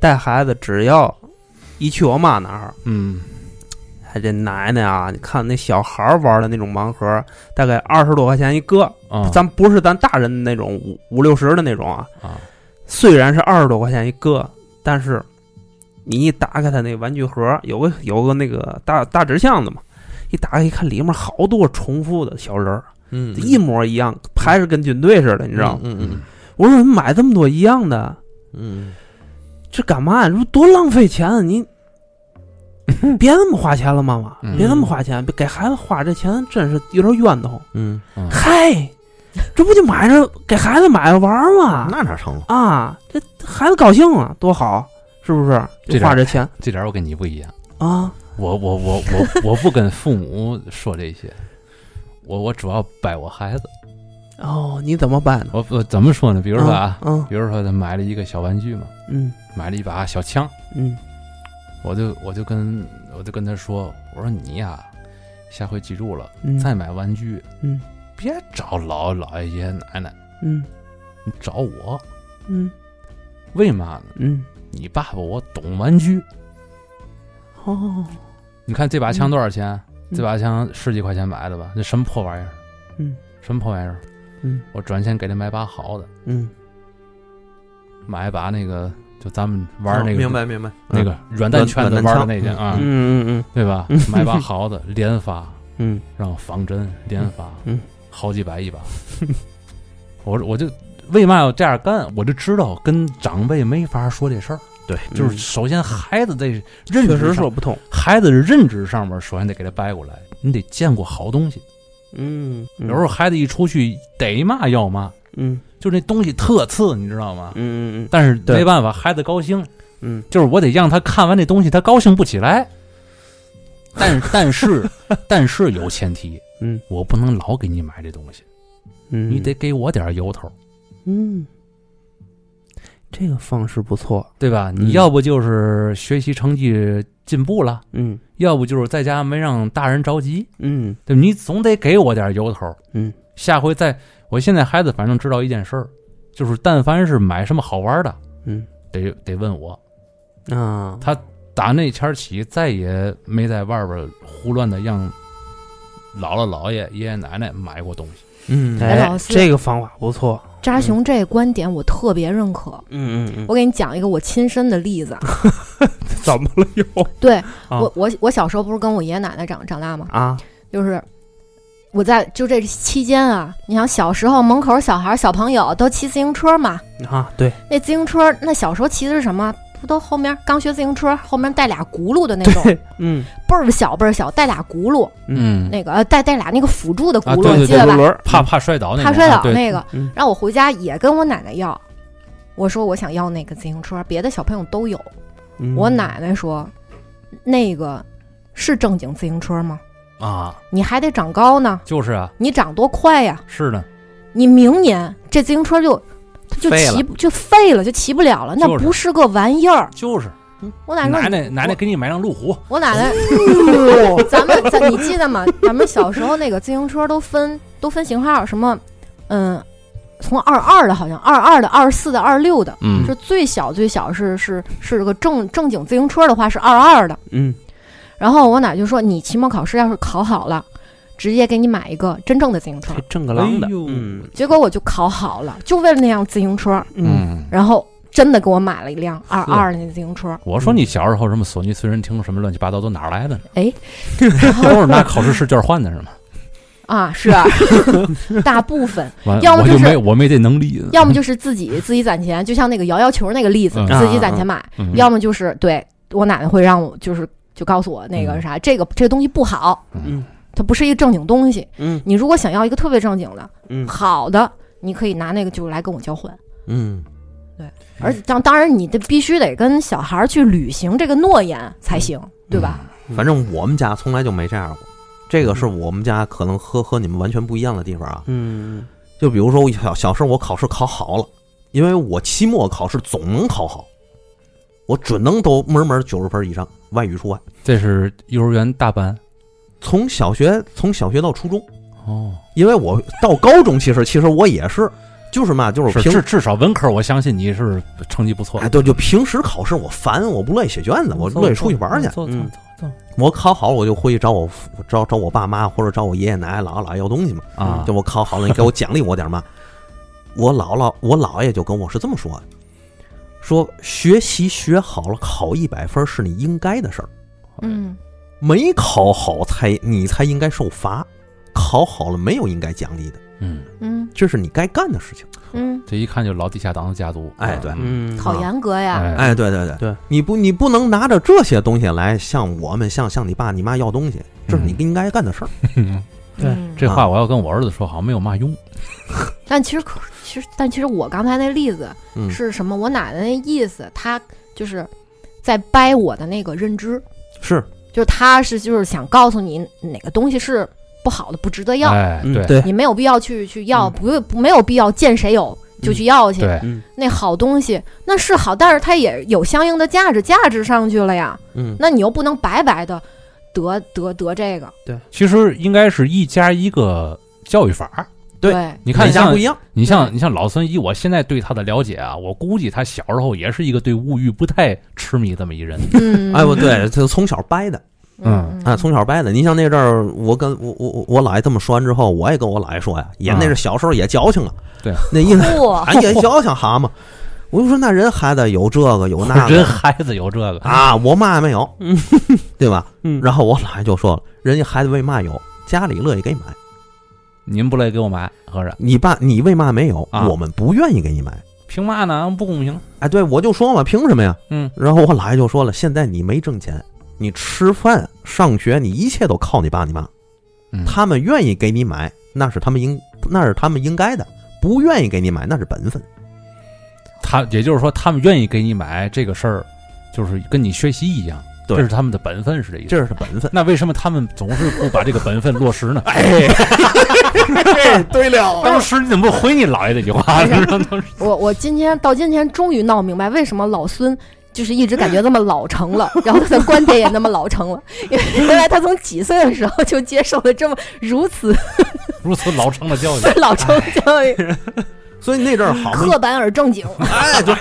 D: 带孩子，只要一去我妈那儿，
C: 嗯，
D: 还这奶奶啊，你看那小孩儿玩的那种盲盒，大概二十多块钱一个，
C: 啊
D: 咱不是咱大人的那种五五六十的那种啊，
C: 啊，
D: 虽然是二十多块钱一个，但是你一打开它那玩具盒，有个有个那个大大纸箱子嘛，一打开一看，里面好多重复的小人儿，
B: 嗯
D: 一模一样，排着跟军队似的，你
B: 你
D: 知道吗？
B: 嗯嗯
D: 我说怎么买这么多一样的？
B: 嗯，
D: 这干嘛呀？这多浪费钱 啊！你别那么花钱了，妈妈，
C: 嗯
D: 别那么花钱，给孩子花这钱真是有点冤得慌。
B: 嗯，
C: 嗯
D: 嗨，这不就买着给孩子买着玩儿吗？
B: 那哪成了？
D: 啊，这孩子高兴啊，多好，是不是？
C: 这
D: 就
C: 点儿
D: 花这钱
C: 这点儿我跟你不一样，
D: 啊，
C: 我我我我 我不跟父母说这些，我我主要摆我孩子，
D: 哦，你怎么办呢？
C: 我我怎么说呢？比
D: 比
C: 如说啊，
D: 嗯
C: 比如说他买了一个小玩具嘛，
D: 嗯
C: 买了一把小枪，
D: 嗯，
C: 我就我就跟我就跟他说，我说你呀，下回记住了，
D: 嗯
C: 再买玩具，
D: 嗯，
C: 别找姥姥姥爷爷爷奶奶，
D: 嗯
C: 你找我，
D: 嗯
C: 为嘛呢？
D: 嗯，
C: 你爸爸我懂玩具，
D: 哦，
C: 你看这把枪多少钱？
D: 嗯
C: 这把枪十几块钱买的吧？这什么破玩意儿？
D: 嗯，
C: 什么破玩意儿？
D: 嗯，
C: 我转钱给他买把好的，
D: 嗯
C: 买一把那个就咱们玩那个、
B: 哦明白明白，嗯
C: 那个软弹圈子玩的那件啊，
D: 嗯嗯
C: 对 吧？买把好的，连发，
D: 嗯
C: 然后仿真连发，
D: 嗯嗯
C: 好几百一把。 我我就为嘛要这样干？我就知道跟长辈没法说这事儿，
B: 对，
D: 嗯，
C: 就是首先孩子得认
D: 确
C: 知
D: 实
C: 上，
D: 说不通。
C: 孩子认知上面首先得给他掰过来，你得见过好东西。
D: 嗯，有
C: 有时候孩子一出去逮嘛要嘛，
D: 嗯
C: 就那东西特次，你知道吗
D: 嗯？嗯
C: 但是
D: 对
C: 没办法，孩子高兴，
D: 嗯
C: 就是我得让他看完那东西，他高兴不起 来。但但是但是有前提，
D: 嗯
C: 我不能老给你买这东西，
D: 嗯，
C: 你得给我点儿由头，
D: 嗯，这个方式不错。
C: 对吧？
D: 嗯
C: 你要不就是学习成绩进步了，
D: 嗯
C: 要不就是在家没让大人着急，
D: 嗯
C: 对吧你总得给我点儿由头。
D: 嗯，
C: 下回再，我现在孩子反正知道一件事儿，就是但凡是买什么好玩的，
D: 嗯
C: 得得问我。
D: 啊，
C: 打那天儿起，再也没在外边儿胡乱的让姥姥、姥爷、爷爷奶奶买过东西。
B: 嗯
A: 哎
D: 哎
A: 老，师
D: 这个方法不错。
A: 扎熊这观点我特别认可。
D: 嗯嗯嗯，嗯
A: 我给你讲一个我亲身的例子，
D: 怎么了又
A: 对、
D: 啊
A: 我我我小时候不是跟我爷爷奶奶长长大吗？
D: 啊？
A: 就是我在就这期间啊，你想小时候门口小孩小朋友都骑自行车嘛，
D: 啊，对，
A: 那自行车那小时候骑的是什么？不都后面刚学自行车后面带俩轱辘的那种，
D: 对，嗯
A: 倍儿小倍儿小，带俩轱辘，
C: 嗯，
A: 那个呃带带俩那个辅助的轱
C: 啊
A: 辘，
C: 对
A: 你
C: 对
A: 记得吧？
D: 轮轮儿
C: 怕怕摔倒那个，
A: 怕摔
C: 啊
A: 倒
C: 对
A: 那个
D: 嗯。
A: 然后我回家也跟我奶奶要，我说我想要那个自行车，别的小朋友都有。
D: 嗯
A: 我奶奶说，那个是正经自行车吗？
C: 啊，
A: 你还得长高呢，
C: 就是啊，
A: 你长多快呀？
C: 是呢，
A: 你明年这自行车就它就
B: 废
A: 骑就废了，就骑不了了，那
C: 就是
A: 不是个玩意儿。
C: 就是
A: 我奶奶
C: 奶
A: 说，
C: 奶奶奶给你买辆路虎，
A: 我奶奶， 咱们咱你记得吗？咱们小时候那个自行车都分都分型号，什么嗯，从二二的好像二二的、二四的、二六的，
C: 嗯
A: 是最小最小是是是个正正经自行车的话是二二的。
D: 嗯
A: 然后我奶就说，你期末考试要是考好了，直接给你买一个真正的自 行车
D: 还。正个郎的
B: 哎，呦
D: 嗯
A: 结果我就考好了，就为了那辆自行车。
C: 嗯，
A: 然后真的给我买了一辆二二那自行车，
C: 我说你小时候什么索尼随身听什么乱七八糟都哪儿来的呢？
A: 嗯哎，
C: 都是拿考试试卷换的是吗？
A: 啊，是大部分，
C: 完
A: 要么
C: 我
A: 就是
C: 没我没这能力，
A: 要么就是自己自己攒钱，就像那个摇摇球那个例子，
C: 嗯
A: 自己攒钱买；
C: 嗯
A: 要么就是对我奶奶会让我就是就告诉我那个
C: 嗯
A: 啥，这个这个东西不好，
D: 嗯
A: 它不是一个正经东西。
D: 嗯
A: 你如果想要一个特别正经的
D: 嗯，
A: 好的，你可以拿那个就来跟我交换。
B: 嗯，
A: 而且当当然，你得必须得跟小孩儿去履行这个诺言才行，对吧？
B: 反正我们家从来就没这样过。这
C: 嗯
B: 个是我们家可能和和你们完全不一样的地方啊。
D: 嗯
B: 就比如说我小小时候我考试考好了，因为我期末考试总能考好，我准能都门门九十分以上，外语除外。
C: 这是幼儿园大班
B: 从小学从小学到初中，
C: 哦，
B: 因为我到高中其实其实我也是，就是嘛，就是是平
C: 至至少文科，我相信你是成绩不错
B: 哎，。对，就平时考试我烦，我不乐意写卷子，我
C: 嗯
B: 乐意出去玩去。嗯
C: 走走走走
B: 我考好了，我就回去找我父找找我爸妈或者找我爷爷奶奶、姥姥姥爷要东西嘛。
C: 啊
B: 嗯就我考好了，你给我奖励我点嘛。我姥姥我姥爷就跟我是这么说的，说学习学好了考一百分是你应该的事儿，
A: 嗯，
B: 没考好才你才应该受罚，考好了没有应该奖励的，
C: 嗯，
A: 嗯
B: 这是你该干的事情。
A: 嗯，
C: 这一看就老地下党的家族。啊
B: 哎对
D: 嗯，
A: 好严格呀，
B: 哎，对对对
D: 对，
B: 你不你不能拿着这些东西来向我们向向你爸你妈要东西，这是你应该干的事儿。
C: 嗯
D: 对
A: 嗯
B: 啊
C: 这话我要跟我儿子说，好像没有嘛用。
A: 但其实可其实但其实我刚才那例子
B: 嗯
A: 是什么？我奶奶那意思，她就是在掰我的那个认知，
B: 是，
A: 就是她是就是想告诉你哪个东西是不好的，不值得要，
C: 哎，
D: 嗯
C: 对
D: 对
A: 你没有必要去去要，
D: 嗯
A: 不用不没有必要见谁有就去要去。
C: 对，
D: 嗯
A: 那好东西那是好，但是它也有相应的价值，价值上去了呀，
B: 嗯，
A: 那你又不能白白的得得得这个，
C: 其实应该是一加一个教育法儿。
B: 对
A: 对
C: 你看
B: 每家
C: 像嗯
B: 不一样，
C: 你像你像老孙，以我现在对他的了解啊，我估计他小时候也是一个对物欲不太痴迷这么一人。
A: 嗯，
B: 哎，我对，这从小掰的
A: 嗯，
B: 啊，从小掰的。你像那阵儿，我跟我我我我姥爷这么说完之后，我也跟我姥爷说呀，也
C: 啊
B: 那是小时候也矫情啊，
C: 对，
B: 那意思
A: 不，
B: 俺也矫情蛤蟆。我就说那人孩子有这个有那
C: 人
B: 个
C: 孩子有这个，
B: 啊，我嘛没有， 对吧？
D: 嗯，
B: 然后我姥爷就说了，人家孩子为嘛有，家里乐意给买。
C: 您不乐意给我买，合着
B: 你爸，你为嘛没有？
C: 啊
B: 我们不愿意给你买。
C: 凭嘛呢？不公平。
B: 哎，对，我就说嘛，凭什么呀？
C: 嗯。
B: 然后我姥爷就说了，现在你没挣钱，你吃饭、上学，你一切都靠你爸你妈。
C: 嗯
B: 他们愿意给你买，那是他们应，那是他们应该的；不愿意给你买，那是本分。
C: 他也就是说，他们愿意给你买这个事儿，就是跟你学习一样，
B: 对
C: 这是他们的本分，是这意思。
B: 这是本分。
C: 那为什么他们总是不把这个本分落实 呢？
B: 哎对了，
C: 当时你怎么不回你姥爷这句话呢？
A: 我我今天到今天终于闹明白为什么老孙就是一直感觉那么老成了，然后他的观点也那么老成了，因为原来他从几岁的时候就接受了这么如此
C: 如此老成的教育，
A: 老成教育，
B: 所以那阵儿好嘛
A: 刻，板而正经。
B: 哎，就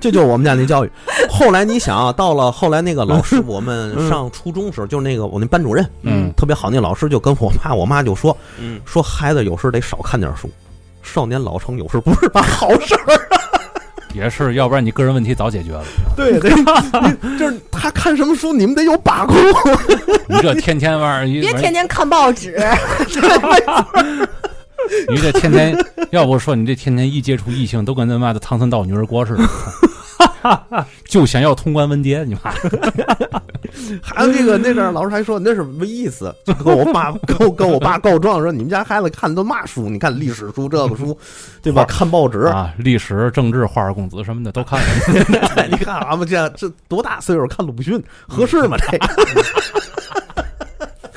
B: 这就是我们家那 教育。后来你想啊，到了后来那个老师，我们上初中时候，就是那个我那班主任，
C: 嗯
B: 特别好，那老师就跟我爸我妈就说，
D: 嗯
B: 说孩子有时候得少看点书，少年老成有事不是办好事儿。
C: 也是，要不然你个人问题早解决了。
B: 对对，你就是他看什么书，你们得有把控。
C: 你这天天玩儿，你
A: 别天天看报纸，
C: 你这天天，要不说你这天天一接触异性，都跟他妈的唐僧到女儿国似的，就想要通关文牒，你妈！
B: 还有那个那阵儿老师还说你那是什么意思？就跟我爸跟我跟我爸告状说你们家孩子看的都嘛书？你看历史书这个书，对吧？看报纸，
C: 啊，历史、政治、花花公子什么的都看了。
B: 你看俺们这这多大岁数看鲁迅合适吗？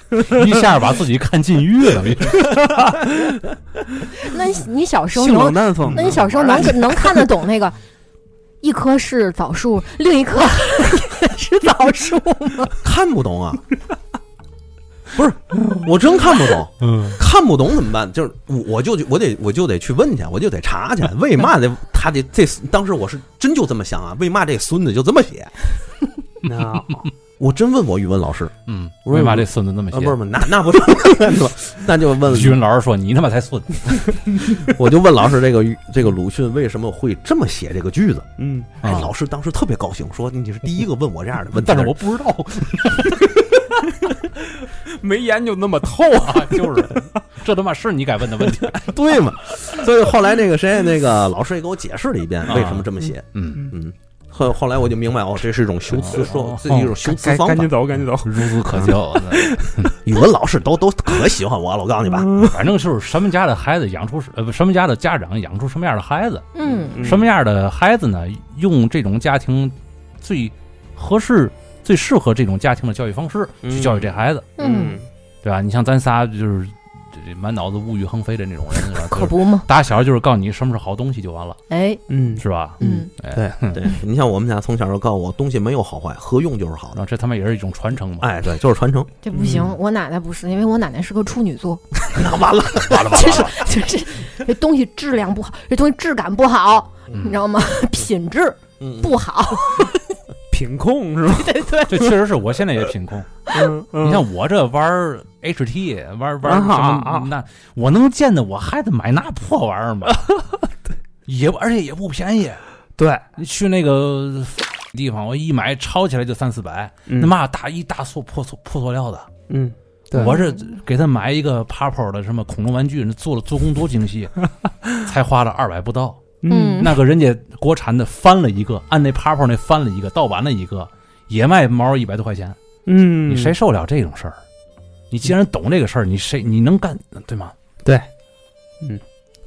B: 这个
C: 一下把自己看禁欲 了。
A: 那你你小时候
D: 性冷
A: 能？
D: 淡风。
A: 那你小时候能能看得懂那个？一棵是枣树，另一棵 是枣树吗？
B: 看不懂啊，不是，我真看不懂。
C: 嗯，
B: 看不懂怎么办？就是我我就我得我就得去问去，我就得查去。为嘛得他得这？当时我是真就这么想啊，为嘛这孙子就这么写？
D: 啊，
B: 我真问我语文老师，
C: 嗯，
B: 我说
C: 为嘛这孙子那么
B: 啊，不是嗯不是，
C: 邪？
B: 那那不是， 那就问
C: 徐云老师说：“你他妈才孙子
B: 我就问老师这个语这个鲁迅为什么会这么写这个句子？
D: 嗯，
B: 哎，
C: 啊
B: 老师当时特别高兴，说你是第一个问我这样的！”问题
C: 但
B: 的
C: 是
B: 人，
C: 我 不知道，
D: 没研究那么透啊。
C: 啊就是这他妈是你该问的问题。
B: 对嘛？所以后来那个谁那个老师也给我解释了一遍为什么这么写。
C: 嗯，
B: 嗯，后后来我就明白哦，这是一种修辞说
C: 哦，
B: 这是一种修辞
D: 赶
B: 方
D: 赶
B: 法
D: 紧。走，赶紧走。
C: 孺子可教。啊
B: 语文老师都都可喜欢我了，我告诉你
D: 嗯
B: 吧，
C: 反正就是什么家的孩子养出呃不什么家的家长养出什么样的孩子，
A: 嗯，
D: 什
C: 什
D: 么
C: 么样的孩子呢？用这种家庭最合适、最适合这种家庭的教育方式去教育这孩子，
A: 嗯，
C: 对吧？你像咱仨就是这这满脑子物欲横飞的那种人，是吧？
A: 可
C: 就是
A: 不嘛。
C: 打小就是告诉你什么是好东西就完了，
A: 哎，
D: 嗯，
C: 是吧？
A: 嗯，
B: 对对，你像我们家从小就告诉我，东西没有好坏，合用就是好
C: 然
B: 的。
C: 后这他妈也是一种传承嘛。
B: 哎，对，就是传承。
A: 这不行
D: 嗯，
A: 我奶奶不是，因为我奶奶是个处女座，
B: 那完了，完了，完
A: 就
B: 了。
A: 是就是这东西质量不好，这东西质感不好，
C: 嗯
A: 你知道吗？ 品质
B: 嗯，
A: 不好，
D: 品控是吧？
C: 这确实是我现在也品控。
D: 嗯，嗯
C: 你像我这玩儿 HT，玩儿玩儿什
D: 啊啊啊
C: 么那，我能见得我孩子买那破玩意儿吗？也而且也不便宜。
D: 对，
C: 你去那个地方，我一买抄起来就三四百，
D: 嗯
C: 那嘛大一大塑破塑破塑料的，
D: 嗯，对
C: 我这给他买一个 Papo 的什么恐龙玩具，那做了做工多精 细，才花了二百不到。
A: 嗯
C: 那个人家国产的翻了一个，按那 Papo 那翻了一个，盗版了一个，也卖毛一百多块钱，
D: 嗯，
C: 你谁受了这种事儿？你既然懂这个事儿，你谁你能干对吗？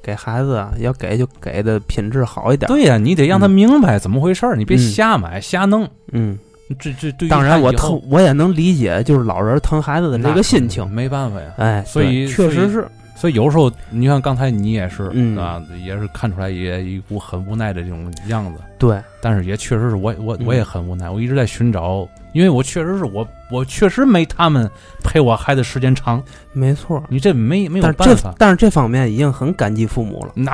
D: 给孩子啊，要给就给的品质好一点。，
C: 对呀、你得让他明白怎么回事儿，你别瞎买瞎弄。
D: 嗯，
C: 嗯这这对于
D: 当
C: 他
D: 然
C: 以后
D: 我疼，我也能理解，就是老人疼孩子的这个心情。
C: 没办法呀。
D: 哎，
C: 所以
D: 对确
C: 所
D: 实
C: 以
D: 是，
C: 所以有时候，你看刚才你也是、
D: 嗯
C: 啊，也是看出来也一股很无奈的这种样子。
D: 对，
C: 但是也确实是我我
D: 嗯
C: 我也很无奈，我一直在寻找，因为我确实是我我确实没他们陪我孩子时间长，
D: 没错。
C: 你这没没有
D: 但是
C: 办
D: 这
C: 法。
D: 但是这方面已经很感激父母了，
C: 那、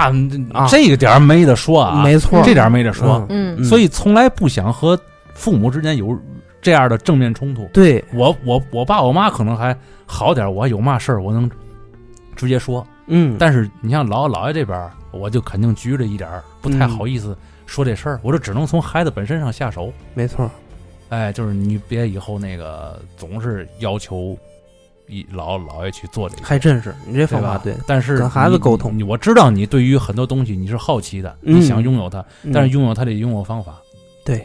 D: 啊
C: 这个点儿没得说啊，
D: 没错，
C: 这点儿没得说。
A: 嗯
C: 所以从来不想和父母之间有这样的正面冲突。
D: 对，
C: 我我我爸我妈可能还好点儿，我有嘛事儿我能直接说。
D: 嗯，
C: 但是你像姥姥姥爷这边儿，我就肯定拘着一点儿，不太好意思说这事儿，我就只能从孩子本身上下手。
D: 没错，
C: 哎，就是你别以后那个总是要求一姥姥姥爷去做这个，
D: 还真是你这
C: 对
D: 方
C: 吧？
D: 法对，
C: 但是
D: 跟孩子
C: 你
D: 沟通
C: 你我知道你对于很多东西你是好奇的，
D: 嗯
C: 你想拥有它，但是
D: 嗯
C: 拥有它得拥有方法。
D: 对，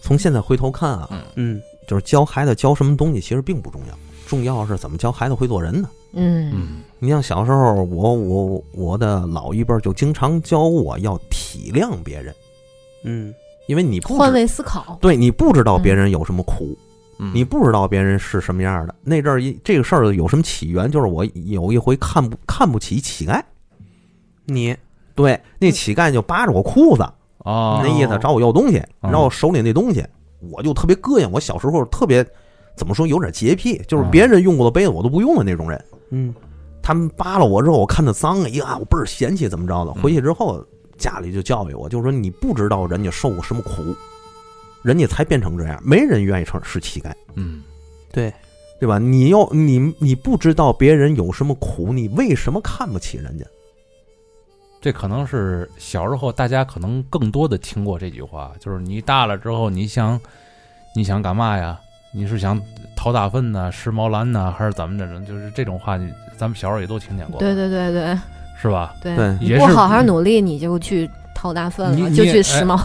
B: 从现在回头看啊，
D: 嗯
B: 就是教孩子教什么东西其实并不重要，重要是怎么教孩子会做人呢？
A: 嗯
C: 嗯
B: 你像小时候，我我我的老一辈儿就经常教我要体谅别人，
D: 嗯
B: 因为你不
A: 换
B: 知
A: 位思考，
B: 对你不知道别人有什么苦，
C: 嗯，
B: 你不知道别人是什么样的。那阵儿一这个事儿有什么起源？就是我有一回看不看不起乞丐，
D: 你
B: 对，嗯那乞丐就扒着我裤子，
C: 哦
D: 啊
B: 那，意思找我要东西，
C: 嗯
B: 然后手里那东西，我就特别膈应。我小时候特别怎么说，有点洁癖，就是
C: 嗯
B: 别人用过的杯子我都不用的那种人。
D: 嗯
B: 他们扒拉我之后，我看他脏啊，呀，我倍儿嫌弃，怎么着的？
C: 嗯
B: 回去之后，家里就教育我，就说你不知道人家受过什么苦，人家才变成这样，没人愿意成是乞丐，
C: 嗯
D: 对，
B: 对吧？你要你你不知道别人有什么苦，你为什么看不起人家？
C: 这可能是小时候大家可能更多的听过这句话，就是你大了之后，你想你想干嘛呀？你是想掏大粪呢、拾毛篮呢，还是怎么着呢？就是这种话，你咱们小时候也都听见过，
A: 对对对对
C: 是吧？
A: 对
B: 对，
A: 你
C: 也
A: 不
C: 是
A: 好好努力，你就去掏大粪
C: 你
A: 了，
C: 你
A: 就
C: 也哎
A: 去时髦。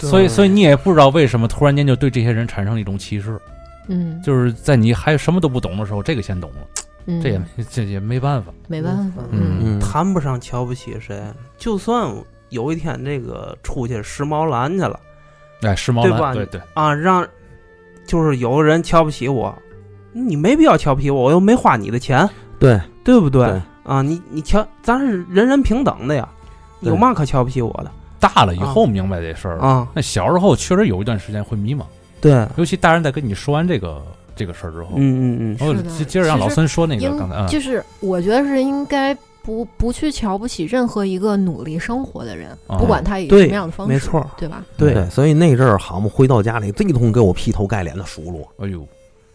C: 所以，所以你也不知道为什么突然间就对这些人产生了一种歧视，
A: 嗯，
C: 就是在你还什么都不懂的时候，这个先懂了，
A: 嗯
C: 这也没这也没办法。
A: 没办法，
C: 嗯
B: 嗯，
D: 谈不上瞧不起谁，就算有一天这个出去拾毛篮去了
C: 哎，时髦
D: 对吧
C: 男，对对，
D: 啊，让就是有人瞧不起我，你没必要瞧不起我，我又没花你的钱，
B: 对
D: 对不对？
B: 对
D: 啊，你你瞧，咱是人人平等的呀，
B: 对
D: 有嘛可瞧不起我的
C: 大了以后明白这事儿了。
D: 啊？
C: 那小时候确实有一段时间会迷茫，
D: 对，
C: 尤其大人在跟你说完这个这个事儿之后，
D: 嗯嗯嗯，
C: 我
A: 是的
C: 哦接接着让老孙说那个
A: 应
C: 刚才啊，
A: 就是我觉得是应该不不去瞧不起任何一个努力生活的人，
C: 啊
A: 不管他以
D: 对
A: 什么样的方式，
D: 没错，
A: 对吧？
D: 对，
B: 所以那阵儿蛤蟆回到家里，这一通给我劈头盖脸的数落，
C: 哎呦，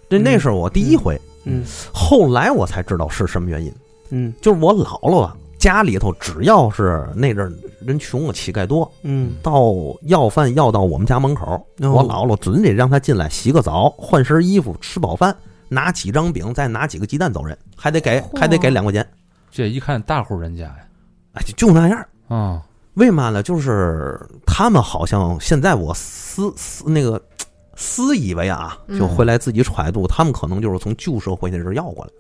B: 这
D: 嗯
B: 那是我第一回。
D: 嗯
B: 后来我才知道是什么原因，
D: 嗯
B: 就是我姥姥啊，家里头只要是那阵儿人穷啊，乞丐多，
D: 嗯，
B: 到要饭要到我们家门口，
D: 哦
B: 我姥姥准得让他进来洗个澡，换身衣服，吃饱饭，拿几张饼，再拿几个鸡蛋走人，还得给
A: 嚯
B: 还得给两块钱，
C: 这一看大户人家呀，
B: 哎，就就那样。
C: 啊，
B: 为嘛呢？就是他们好像现在我私私那个私以为啊，
A: 嗯
B: 就回来自己揣度，他们可能就是从旧社会那阵儿要过来，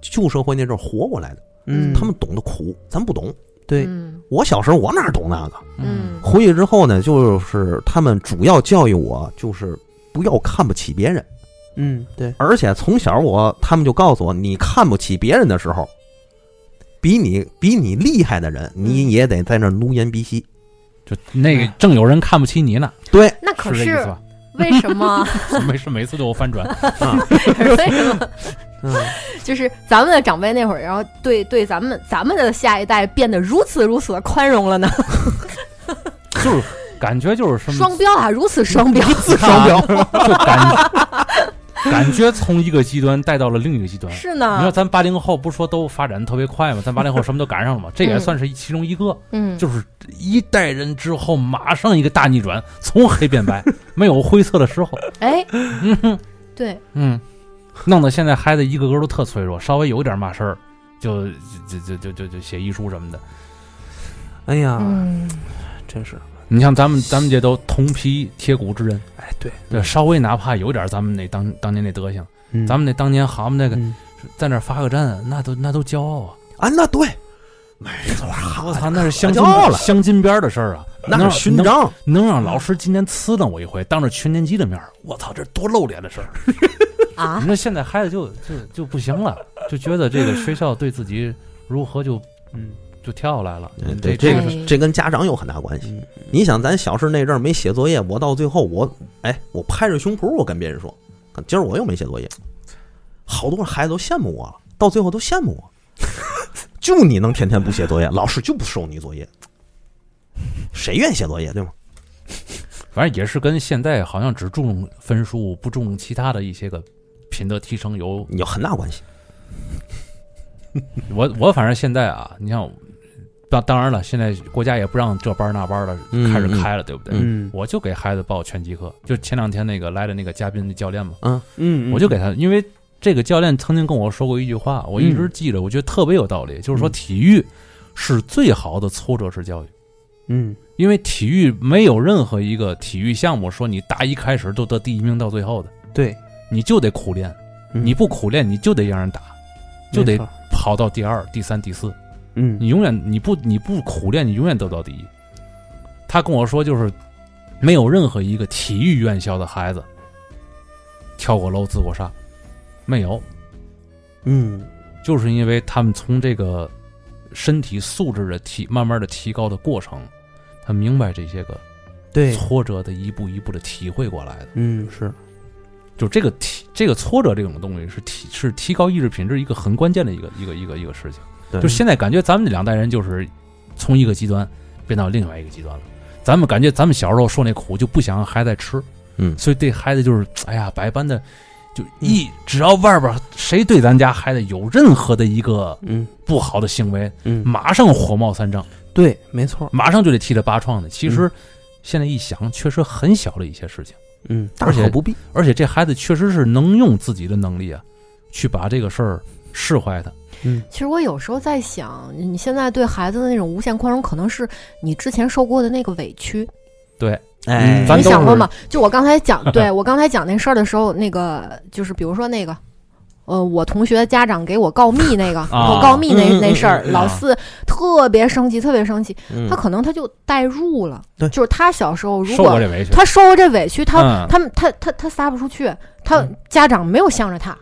B: 旧社会那阵儿活过来的，
D: 嗯，
B: 他们懂得苦，咱不懂。
D: 对
A: 嗯
B: 我小时候我哪懂那个？
A: 嗯，
B: 回去之后呢，就是他们主要教育我就是不要看不起别人，
D: 嗯对，
B: 而且从小我他们就告诉我，你看不起别人的时候，比你比你厉害的人，你也得在那儿奴颜鼻息。
C: 就那个正有人看不起你呢，
B: 对，
A: 那可
C: 是这意思
A: 是
C: 吧？
A: 为什 么？
C: 没事，每次都有翻转，
A: 为什么？
D: 嗯
A: 就是咱们的长辈那会儿，然后对对咱们咱们的下一代变得如此如此的宽容了呢？
C: 就是感觉就是什么
A: 双标啊，如此双标，
C: 自双标，啊 就感感觉从一个极端带到了另一个极端。
A: 是啊
C: 你说
A: 呢，
C: 咱八零后不说都发展得特别快吗？咱八零后什么都赶上了吗？这也算是其中一个，
A: 嗯，
C: 就是一代人之后马上一个大逆转，从黑变白，没有灰色的时候。
A: 哎，
C: 嗯哼，
A: 对，
C: 嗯，弄得现在孩子一个个都特脆弱，稍微有一点嘛事儿，就就就就就就写遗书什么的。
D: 哎
C: 啊
D: 呀，
A: 嗯，
D: 真是，
C: 你像咱们咱们这都铜皮铁骨之人，
D: 哎对，
C: 对，稍微哪怕有点咱们那当当年那德行，
D: 嗯
C: 咱们那当年蛤蟆那个
D: 嗯
C: 在那儿发个站，那都那都骄傲啊！
B: 啊，那对，
C: 我操，那是镶金
B: 骄傲了
C: 镶金边儿的事儿啊，
B: 那是勋
C: 能
B: 章，
C: 能让老师今天呲瞪我一回，当着全年级的面儿，我操，这多露脸的事儿！
A: 啊
C: 你，说现在孩子就就就不行了，就觉得这个学校对自己如何就
D: 嗯
C: 就跳下来了。
B: 嗯，对，
C: 这
B: 这个
A: 哎
B: 是这跟家长有很大关系。
D: 嗯
B: 你想，咱小时候那阵儿没写作业，我到最后我，哎，我拍着胸脯，我跟别人说，今儿我又没写作业，好多孩子都羡慕我了，到最后都羡慕我， 就你能天天不写作业，老师就不收你作业，谁愿意写作业对吗？
C: 反正也是跟现在好像只注重分数，不注重其他的一些个品德提升有
B: 有很大关系。
C: 我我反正现在啊，你像我当当然了，现在国家也不让这班儿那班儿的
B: 嗯
C: 开始开了，对不对？
D: 嗯
C: 我就给孩子报拳击课，就前两天那个来的那个嘉宾那教练嘛，
D: 嗯，
C: 我就给他，因为这个教练曾经跟我说过一句话，我一直记着，我觉得特别有道理，就是说
D: 嗯
C: 体育是最好的挫折式教育，
D: 嗯
C: 因为体育没有任何一个体育项目说你打一开始都得第一名到最后的，
D: 对，
C: 你就得苦练，
D: 嗯
C: 你不苦练你就得让人打，就得
D: 没错
C: 跑到第二、第三、第四，
D: 嗯
C: 你永远你不你不苦练，你永远得不到第一。他跟我说，就是没有任何一个体育院校的孩子跳过楼自过杀，没有，
D: 嗯
C: 就是因为他们从这个身体素质的提慢慢的提高的过程，他明白这些个
D: 对，
C: 挫折的一步一步的体会过来的。
D: 嗯是，
C: 就这个体这个挫折这种东西是提是提高意志品质一个很关键的一个一个一个一个事情。
B: 对
C: 就现在感觉咱们这两代人就是从一个极端变到另外一个极端了。咱们感觉咱们小时候受那苦就不想让孩子再吃，
B: 嗯
C: 所以对孩子就是哎呀百般的，就一、只要外边谁对咱家孩子有任何的一个
D: 嗯
C: 不好的行为，
D: 嗯
C: 马上火冒三丈。
D: 对，没错，
C: 马上就得替他拔创的。其实现在一想，确实很小的一些事情，
D: 嗯，
B: 大可不必。
C: 而且这孩子确实是能用自己的能力啊，去把这个事儿释怀他。
A: 其实我有时候在想，你现在对孩子的那种无限宽容，可能是你之前受过的那个委屈。
B: 哎，
D: 嗯咱
A: 你
D: 都
A: 想过
D: 是
A: 吗？就我刚才讲，对我刚才讲那事儿的时候，那个就是比如说那个。呃，我同学家长给我告密那个，
C: 啊
A: 我告密那
B: 嗯嗯
A: 那事儿，
B: 嗯嗯
A: 老四特别生气，特别生气。
B: 嗯
A: 他可能他就代入了，
B: 对
A: 就是他小时候如
C: 受过
A: 果
C: 这委屈，
A: 他受过这委屈，他
C: 嗯
A: 他们他他他撒不出去，他
D: 嗯
A: 家长没有向着他，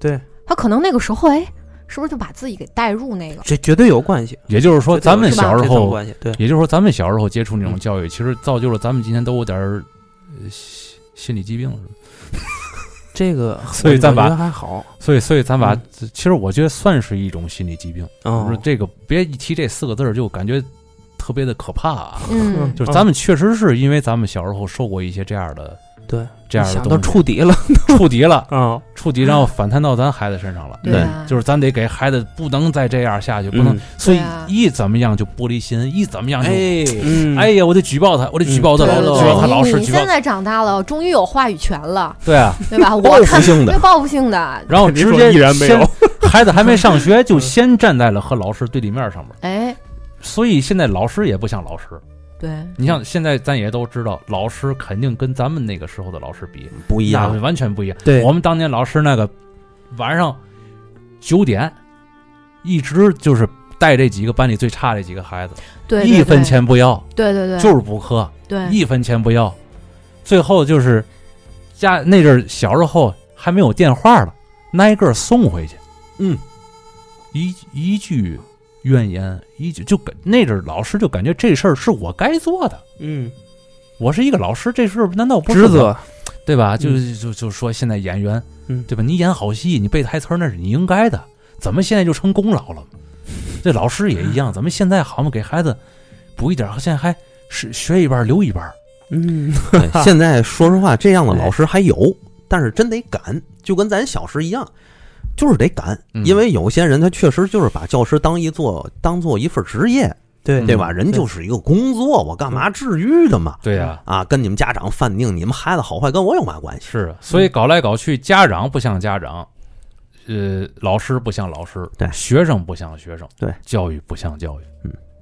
D: 对，
A: 他可能那个时候哎，是不是就把自己给带入那个？
D: 这绝对有关系。
C: 也就是说
D: 绝对有
C: 啊咱们
D: 这层
C: 小时候
D: 关系，对，
C: 也就是说，嗯咱们小时候接触那种教育，其实造就了咱们今天都有点儿呃心心理疾病了。是吧
D: 这个
C: 所以
D: 我
C: 咱
D: 我
C: 把
D: 觉得还好，
C: 所以，所以咱把、
D: 嗯
C: 其实我觉得算是一种心理疾病。
D: 嗯
C: 就是这个别一提这四个字儿就感觉特别的可怕、啊。
A: 嗯，
C: 就是咱们确实是因为咱们小时候受过一些这样的
D: 嗯对
C: 这样的
D: 想
C: 东
D: 到
C: 西，
D: 触 底了
C: 触 及了，
D: 啊，
C: 触及，然后反弹到咱孩子身上了。
A: 对啊，
C: 就是咱得给孩子不能再这样下去，不能
D: 嗯，
C: 所以
A: 对啊
C: 一怎么样就玻璃心，一怎么样就
B: 哎，
D: 嗯，
C: 哎，呀，我得举报他，我得举报他
A: 对
C: 老
A: 对对
C: 师，举报他
A: 你
C: 老师，
A: 你
C: 举报
A: 现在长大了，终于有话语权了，
C: 对啊，
A: 对吧？
B: 报
A: 我
B: 复
A: 看
B: 性的
A: 对，报复性的，
C: 然后
D: 你
C: 直
D: 说
C: 接
D: 依然没有
C: 先孩子还没上学就先站在了和老师对立面上面，
A: 哎，
C: 所以现在老师也不像老师。
A: 对，
C: 你像现在咱也都知道，老师肯定跟咱们那个时候的老师比，
B: 不一样
C: 那，完全不一样。
D: 对
C: 我们当年老师那个晚上九点，一直就是带这几个班里最差这几个孩子，
A: 对，对
C: 一分，钱不要，
A: 对对对，
C: 就是是补课，
A: 对，
C: 一分钱不要。最后就是家那阵儿小时候还没有电话了，挨个儿送回去。
B: 嗯，
C: 一一句怨言，一句就感那阵儿老师就感觉这事儿是我该做的。
D: 嗯，
C: 我是一个老师，这事儿难道不是
D: 职
C: 我
D: 责，
C: 对吧？就就就说现在演员，
D: 嗯
C: 对吧？你演好戏，你背台词儿那是你应该的，怎么现在就成功劳了？这老师也 一样，咱们现在好像给孩子补一点儿，现在还是学一半儿留一半儿。
D: 嗯，
B: 对现在说实话，这样的老师还有，但是真得赶，就跟咱小时一样，就是得赶，
C: 嗯
B: 因为有些人他确实就是把教师当一做当做一份职业，
C: 嗯
D: 对
B: 对吧？人就是一个工作，我干嘛至于的嘛？
C: 对呀、
B: 啊，跟你们家长犯拧，你们孩子好坏跟我有嘛关系？
C: 是啊，所以搞来搞去，家长不像家长，呃，老师不像老师，
B: 对
C: 学生不像学生，
B: 对，
C: 教育不像教育，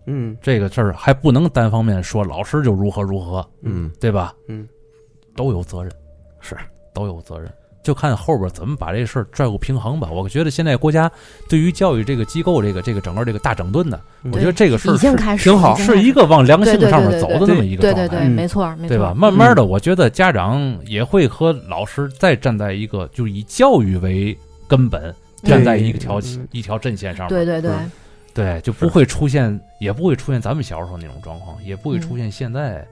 D: 嗯
C: 这个事儿还不能单方面说老师就如何如何，
B: 嗯，
C: 对吧？
D: 嗯，
C: 都有责任，
B: 是
C: 都有责任，就看后边怎么把这事儿拽过平衡吧。我觉得现在国家对于教育这个机构，这个这个整个这个大整顿的，
D: 嗯
C: 我觉得这个事儿
A: 已经
C: 是
A: 开始
D: 挺好
A: 已经开
C: 是
A: 始
C: 一个往良性
A: 对对
C: 上面
A: 对
C: 走
A: 对
C: 的这么一个
A: 对
C: 状态
A: 对。对，
D: 嗯
A: 没错没错，嗯
C: 对吧？慢慢的，我觉得家长也会和老师再站在一个，就是以教育为根本，
A: 嗯
C: 站在一个条
D: 嗯
C: 一条阵线上面
A: 对，对对
D: 嗯
C: 对，就不会出现，也不会出现咱们小时候那种状况，也不会出现现在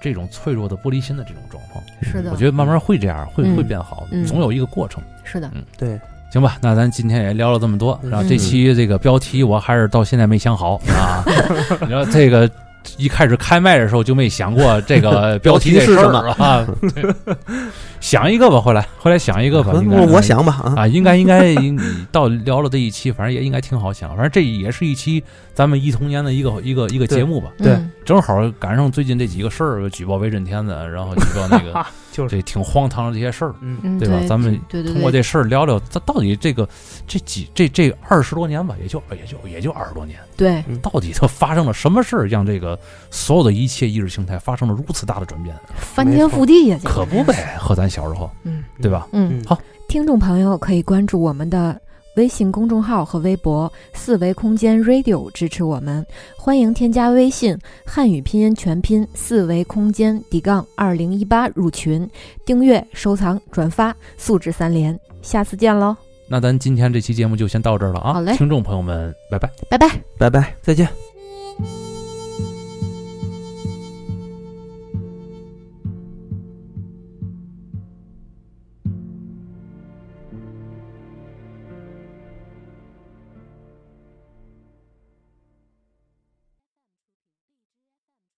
C: 这种脆弱的玻璃心的这种状况。
A: 是的
C: 我觉得慢慢会这样，会
A: 嗯
C: 会变好
A: 嗯，
C: 总有一个过程。
A: 是的，
D: 对，
C: 行吧，那咱今天也聊了这么多，
D: 嗯
C: 然后这期这个标题我还是到现在没想好 啊。然后这个一开始开麦的时候就没想过这 个标题这事
B: 标题是什
C: 儿
B: 么
C: 啊。对想一个吧，回来回来想一个吧。应该
B: 我我想吧啊，
C: 啊，应该应该应到聊了这一期，反正也应该挺好想，反正这也是一期咱们忆童年的一个一个一个节目吧。
D: 对
A: 嗯
C: 正好赶上最近这几个事儿，举报威震天的，然后举报那 个
D: 就是
C: 这挺荒唐的这些事儿，
D: 嗯
A: 嗯
C: 对吧？咱们
A: 对对
C: 通过
A: 对，
C: 这事儿聊聊，咱到底这个这几这这二十多年吧，也就也就也就二十多年，
A: 对
C: 到底它发生了什么事儿，让这个所有的一切意识形态发生了如此大的转变？
A: 翻天覆地呀，这个
C: 可不呗，和咱小时候，
A: 嗯
C: 对吧？
A: 嗯，
C: 好
A: 听众朋友可以关注我们的微信公众号和微博“四维空间 Radio” 支持我们，欢迎添加微信汉语拼音全拼“四维空间”底杠二零一八入群，订阅、收藏、转发，素质三连，下次见喽，
C: 那咱今天这期节目就先到这儿了啊，
A: 嗯好嘞
C: 听众朋友们，拜拜。
A: 拜拜。
B: 拜拜。
D: 再见。
E: 是你